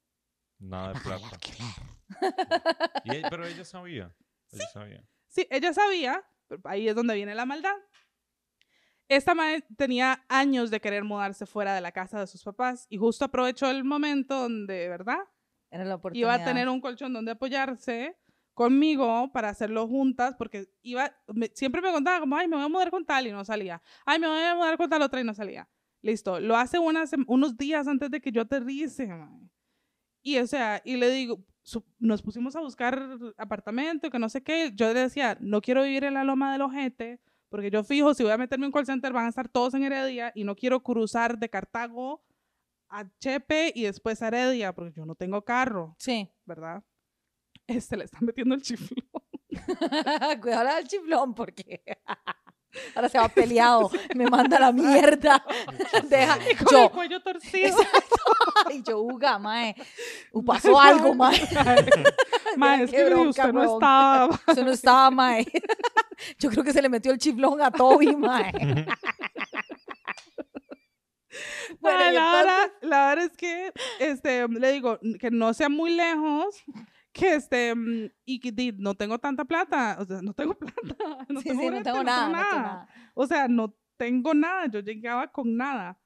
Speaker 3: Nada de plata. Y e- pero ella sabía. Ella sabía.
Speaker 2: sí, ella sabía, pero ahí es donde viene la maldad. Esta madre tenía años de querer mudarse fuera de la casa de sus papás y justo aprovechó el momento donde, ¿verdad?
Speaker 4: Era la oportunidad.
Speaker 2: iba a tener un colchón donde apoyarse conmigo para hacerlo juntas, porque iba, me- siempre me contaba como, ay, me voy a mudar con tal y no salía. Ay, me voy a mudar con tal otra y no salía. Listo, lo hace unas sem- unos días antes de que yo aterrice. mae. Y o sea, y le digo, su- nos pusimos a buscar apartamento, que no sé qué. Yo le decía, no quiero vivir en la loma del ojete, porque yo fijo, si voy a meterme en un call center, van a estar todos en Heredia y no quiero cruzar de Cartago a Chepe y después a Heredia, porque yo no tengo carro.
Speaker 4: Sí.
Speaker 2: ¿verdad? Este le están metiendo el chiflón.
Speaker 4: Cuidado al chiflón porque ahora se va peleado. Me manda a la mierda. Deja.
Speaker 2: Con el
Speaker 4: Yo.
Speaker 2: cuello torcido.
Speaker 4: Exacto. Y yo, uga, mae. u- Pasó algo, mae. Mira
Speaker 2: Mae, es
Speaker 4: qué
Speaker 2: que
Speaker 4: bronca,
Speaker 2: usted no
Speaker 4: huevón.
Speaker 2: estaba.
Speaker 4: Eso no estaba, mae. Yo creo que se le metió el chiflón a Toby, mae. Bueno,
Speaker 2: Mae,
Speaker 4: y
Speaker 2: la,
Speaker 4: entonces-
Speaker 2: verdad, la verdad es que este, le digo que no sea muy lejos. Que este, mm, y que di, no tengo tanta plata, o sea, no tengo plata, no,
Speaker 4: Sí,
Speaker 2: tengo,
Speaker 4: sí,
Speaker 2: brete,
Speaker 4: no tengo nada, no tengo nada.
Speaker 2: O sea, no tengo nada, yo llegaba con nada.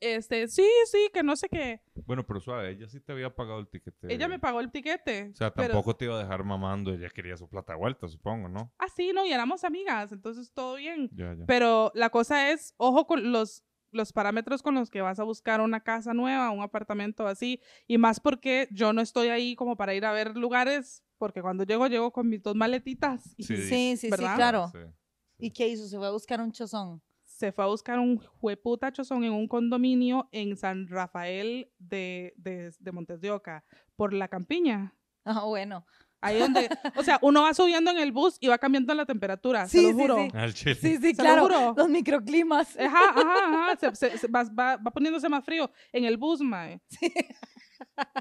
Speaker 2: Este, sí, sí, que no sé qué.
Speaker 3: Bueno, pero suave, ella sí te había pagado el tiquete.
Speaker 2: Ella me pagó el tiquete.
Speaker 3: O sea,
Speaker 2: pero-
Speaker 3: tampoco te iba a dejar mamando. Ella quería su plata de vuelta, supongo, ¿no?
Speaker 2: Ah, sí, no, y éramos amigas, entonces todo bien.
Speaker 3: Ya, ya.
Speaker 2: Pero la cosa es, ojo con los, los parámetros con los que vas a buscar una casa nueva, un apartamento así, y más porque yo no estoy ahí como para ir a ver lugares, porque cuando llego, llego con mis dos maletitas y
Speaker 3: Sí.
Speaker 4: Sí, sí, sí,
Speaker 2: ¿Verdad?
Speaker 4: claro.
Speaker 3: Ah, Sí.
Speaker 4: ¿Y qué hizo? Se fue a buscar un chozón.
Speaker 2: se fue a buscar un jueputa chozón en un condominio en San Rafael de, de, de Montes de Oca, por la campiña.
Speaker 4: Ah, bueno.
Speaker 2: Ahí donde, o sea, uno va subiendo en el bus y va cambiando la temperatura,
Speaker 4: Sí,
Speaker 2: se
Speaker 4: sí,
Speaker 2: lo juro.
Speaker 4: sí.
Speaker 3: Al chile.
Speaker 4: Sí, sí,
Speaker 2: Se lo
Speaker 4: claro.
Speaker 2: juro.
Speaker 4: Los microclimas.
Speaker 2: Ajá, ajá, ajá. Se- se- se- va, va- va poniéndose más frío en el bus, mae.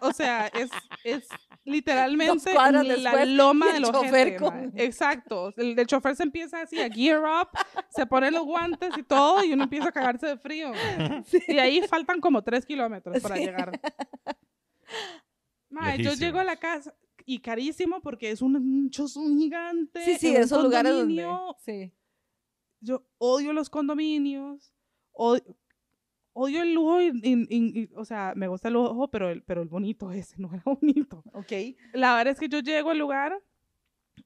Speaker 2: O sea, es, es literalmente la
Speaker 4: cuadras después,
Speaker 2: loma
Speaker 4: y el
Speaker 2: del
Speaker 4: chofer
Speaker 2: ojete,
Speaker 4: con-
Speaker 2: mae. Exacto. El, el chofer se empieza así a gear up, se pone los guantes y todo, y uno empieza a cagarse de frío. Y ahí faltan como tres kilómetros para
Speaker 4: Sí.
Speaker 2: llegar. Mae, yo
Speaker 3: Lejísimos.
Speaker 2: llego a la casa y carísimo porque es un, un chozón gigante.
Speaker 4: Sí, sí,
Speaker 2: en un
Speaker 4: esos lugares donde.
Speaker 2: condominio
Speaker 4: Sí.
Speaker 2: yo odio los condominios, od- odio, el lujo, y- y- y- y- o sea, me gusta el lujo, pero el, pero el bonito ese no era bonito.
Speaker 4: Ok.
Speaker 2: La verdad es que yo llego al lugar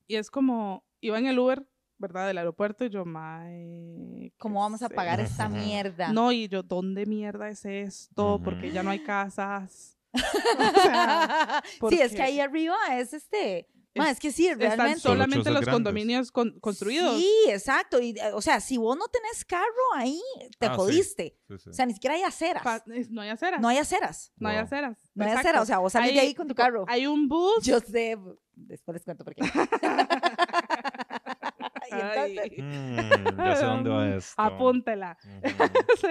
Speaker 2: y es como, iba en el Uber ¿verdad? Del aeropuerto y yo, mae.
Speaker 4: ¿Cómo
Speaker 2: ¿qué
Speaker 4: vamos a
Speaker 2: es
Speaker 4: pagar
Speaker 2: esto?"
Speaker 4: esta
Speaker 3: Ujú.
Speaker 4: mierda?
Speaker 2: No, y yo, ¿dónde mierda es esto? Porque ya no hay casas. O sea,
Speaker 4: sí, es que
Speaker 2: porque-
Speaker 4: ahí arriba es este. Ma,
Speaker 2: Es-
Speaker 4: es que sí,
Speaker 2: están
Speaker 4: realmente.
Speaker 3: Solo
Speaker 2: solamente
Speaker 3: chozas
Speaker 2: los
Speaker 3: grandes.
Speaker 2: condominios con- construidos.
Speaker 4: Sí, exacto. Y, eh, o sea, si vos no tenés carro ahí, te
Speaker 3: Ah, sí.
Speaker 4: jodiste.
Speaker 3: Sí, sí.
Speaker 4: O sea, ni siquiera hay aceras.
Speaker 2: Pa- es- no hay aceras.
Speaker 4: no hay aceras.
Speaker 2: No hay
Speaker 3: Wow.
Speaker 2: aceras.
Speaker 4: No hay
Speaker 2: exacto.
Speaker 4: aceras. O sea, vos salís de
Speaker 2: Hay-
Speaker 4: ahí con tu carro.
Speaker 2: Hay un bus.
Speaker 4: Yo sé. Después les cuento por qué. y
Speaker 2: Ay,
Speaker 4: entonces,
Speaker 3: Mm, ya sé dónde va esto.
Speaker 2: Em, Apúntela.
Speaker 3: Ujú.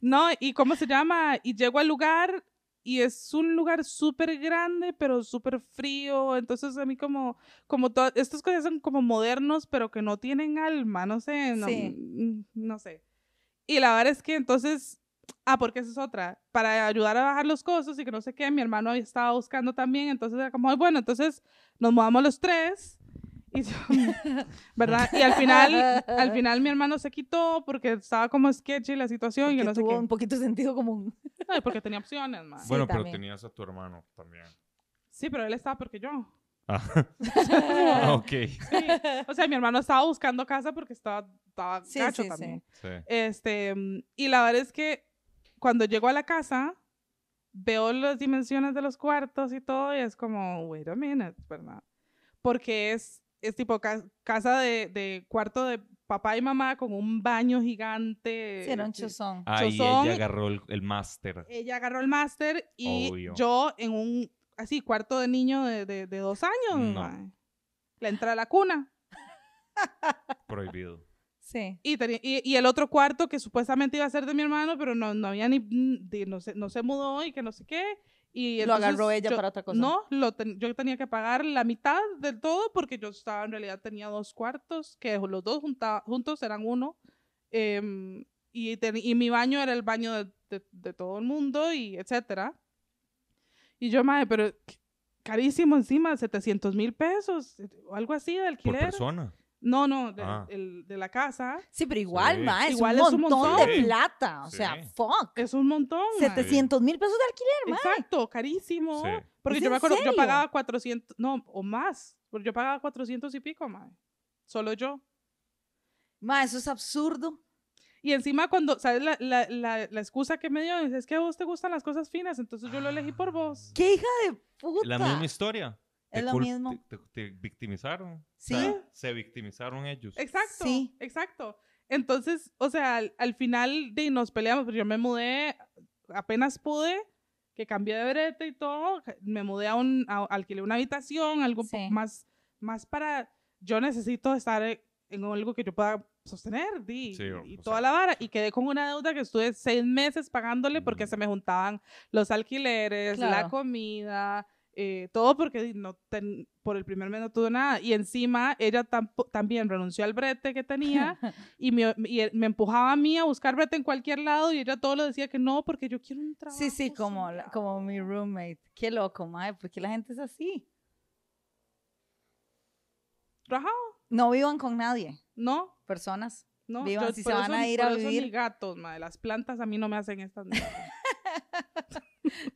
Speaker 2: no, ¿y cómo se llama? Y llego al lugar y es un lugar súper grande, pero súper frío. Entonces a mí como, como to- estas cosas son como modernos, pero que no tienen alma, no sé, no,
Speaker 4: Sí.
Speaker 2: mm, no sé. Y la verdad es que entonces, ah, porque esa es otra, para ayudar a bajar los costos y que no sé qué, mi hermano ahí estaba buscando también, entonces era como, "Ay, bueno, entonces nos mudamos los tres. Y yo, ¿verdad? Y al final, al final mi hermano se quitó porque estaba como sketchy la situación y
Speaker 4: porque
Speaker 2: que no sé
Speaker 4: tuvo
Speaker 2: qué.
Speaker 4: un poquito de sentido común.
Speaker 2: Ay, porque tenía opciones, más.
Speaker 3: Bueno, pero
Speaker 4: también.
Speaker 3: tenías a tu hermano también.
Speaker 2: Sí, pero él estaba porque yo.
Speaker 3: Ah, ah, ok.
Speaker 2: Sí. O sea, mi hermano estaba buscando casa porque estaba, estaba
Speaker 4: Sí,
Speaker 2: gacho
Speaker 4: sí, sí.
Speaker 2: también.
Speaker 3: Sí.
Speaker 2: Este, mm, y la verdad es que cuando llego a la casa, veo las dimensiones de los cuartos y todo, y es como, wait a minute, ¿verdad? Porque es, es tipo ca- casa de, de cuarto de papá y mamá con un baño gigante.
Speaker 4: Sí, era un
Speaker 2: así.
Speaker 4: chuzón.
Speaker 3: Ahí
Speaker 2: Chozón.
Speaker 3: Ah, ella agarró el, el máster.
Speaker 2: Ella agarró el máster y
Speaker 3: Obvio.
Speaker 2: yo en un, así, cuarto de niño de, de- de dos años,
Speaker 3: No.
Speaker 2: mae. le entré a la cuna.
Speaker 3: Prohibido.
Speaker 4: Sí.
Speaker 2: Y, tenía- y, y el otro cuarto que supuestamente iba a ser de mi hermano, pero no, no había ni, de- no, se, no se mudó y que no sé qué. Y
Speaker 4: lo
Speaker 2: entonces
Speaker 4: agarró ella
Speaker 2: yo-
Speaker 4: para otra cosa.
Speaker 2: No, lo ten- yo tenía que pagar la mitad del todo porque yo estaba, en realidad tenía dos cuartos, que los dos junta- juntos eran uno. em, y, ten- y mi baño era el baño de, de- de todo el mundo y etcétera. Y yo, madre, pero qué- carísimo encima, 700 mil pesos, o algo así de
Speaker 3: Por
Speaker 2: alquiler.
Speaker 3: persona.
Speaker 2: No, no, de,
Speaker 3: Ah.
Speaker 2: el- de la casa.
Speaker 4: Sí, pero igual,
Speaker 3: Sí.
Speaker 4: ma, es,
Speaker 2: Igual
Speaker 4: un montón de
Speaker 3: Sí.
Speaker 4: plata. O
Speaker 3: Sí.
Speaker 4: sea, fuck.
Speaker 2: Es un montón. mae.
Speaker 4: 700 mil pesos de alquiler.
Speaker 2: Exacto, carísimo.
Speaker 3: Sí.
Speaker 2: Porque
Speaker 4: ¿Es
Speaker 2: yo
Speaker 4: en
Speaker 2: me acuerdo, yo
Speaker 4: serio?
Speaker 2: pagaba 400, no, o más. Porque yo pagaba 400 y pico, mae. Solo yo.
Speaker 4: Ma, eso es absurdo.
Speaker 2: Y encima cuando, ¿sabes? La, la, la, la excusa que me dio es, es que a vos te gustan las cosas finas, entonces yo lo elegí por vos.
Speaker 4: ¡Qué hija de puta!
Speaker 3: La misma historia.
Speaker 4: Es
Speaker 3: Te
Speaker 4: lo
Speaker 3: cul-
Speaker 4: mismo.
Speaker 3: Te, te- te victimizaron. O
Speaker 4: Sí.
Speaker 3: sea, se victimizaron ellos.
Speaker 2: Exacto,
Speaker 4: Sí.
Speaker 2: exacto. Entonces, o sea, al, al final de nos peleamos, pero yo me mudé, apenas pude, que cambié de brete y todo, me mudé a un, a- alquilé una habitación, algo un poco
Speaker 4: Sí.
Speaker 2: más, más para, yo necesito estar e- en algo que yo pueda sostener, di,
Speaker 3: Sí, o-
Speaker 2: y
Speaker 3: o
Speaker 2: toda la
Speaker 3: sea.
Speaker 2: vara, y quedé con una deuda que estuve seis meses pagándole porque
Speaker 3: Mm.
Speaker 2: se me juntaban los alquileres, la
Speaker 4: Claro.
Speaker 2: comida, eh, todo porque di- no ten- por el primer mes no tuvo nada. Y encima ella tampo- también renunció al brete que tenía y, me, y él- me empujaba a mí a buscar brete en cualquier lado y ella todo lo decía que no, porque yo quiero un trabajo.
Speaker 4: Sí, sí, como, la-
Speaker 2: soñado".
Speaker 4: como mi roommate. Qué loco, mae, porque la gente es así.
Speaker 2: Ajá,
Speaker 4: No vivan con nadie,
Speaker 2: No,
Speaker 4: personas.
Speaker 2: no.
Speaker 4: Vivan, si se van a ir a
Speaker 2: por eso ni
Speaker 4: vivir.
Speaker 2: gatos, madre. Las plantas a mí no me hacen estas mierdas.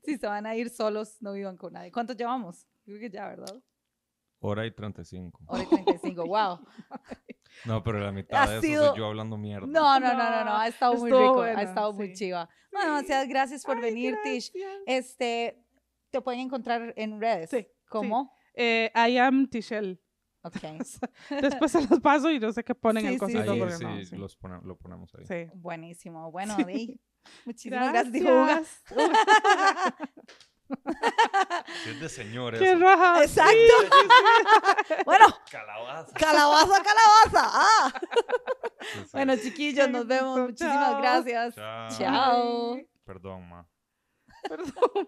Speaker 4: Si se van a ir solos, no vivan con nadie. ¿Cuánto llevamos? Creo que ya, ¿verdad?
Speaker 3: Hora y 35.
Speaker 4: Hora y 35, wow.
Speaker 3: No, pero la mitad
Speaker 4: Ha
Speaker 3: de eso
Speaker 4: sido-
Speaker 3: soy yo hablando mierda.
Speaker 4: No, no, no, no, no, ha estado muy rico,
Speaker 2: Estuvo
Speaker 4: ha
Speaker 2: bueno,
Speaker 4: estado muy
Speaker 2: sí.
Speaker 4: chiva. Bueno, demasiadas gracias por
Speaker 2: Ay,
Speaker 4: venir, Tish.
Speaker 2: gracias.
Speaker 4: Este, te pueden encontrar en redes.
Speaker 2: Sí, sí.
Speaker 4: ¿Cómo?
Speaker 2: Eh, I am Tichelle.
Speaker 4: Ok,
Speaker 2: Después se los paso y yo sé que ponen
Speaker 4: Sí,
Speaker 2: el
Speaker 4: sí,
Speaker 2: cosito.
Speaker 4: sí,
Speaker 3: Ahí
Speaker 2: porque
Speaker 3: sí,
Speaker 2: no, sí.
Speaker 3: los pone- lo ponemos ahí.
Speaker 2: Sí.
Speaker 4: buenísimo. Bueno, Di, muchísimas gracias. dijo Uga.
Speaker 2: Gracias.
Speaker 3: Sí, es de señores.
Speaker 2: ¡Qué raja!
Speaker 4: Exacto. Bueno,
Speaker 3: Calabaza.
Speaker 4: calabaza, calabaza. Ah.
Speaker 3: Sí, sí.
Speaker 4: Bueno, chiquillos,
Speaker 2: Qué
Speaker 4: nos vemos.
Speaker 2: bonito.
Speaker 4: Muchísimas
Speaker 2: Chao.
Speaker 4: gracias.
Speaker 3: Chao.
Speaker 4: Chao.
Speaker 3: Perdón, ma.
Speaker 2: Perdón.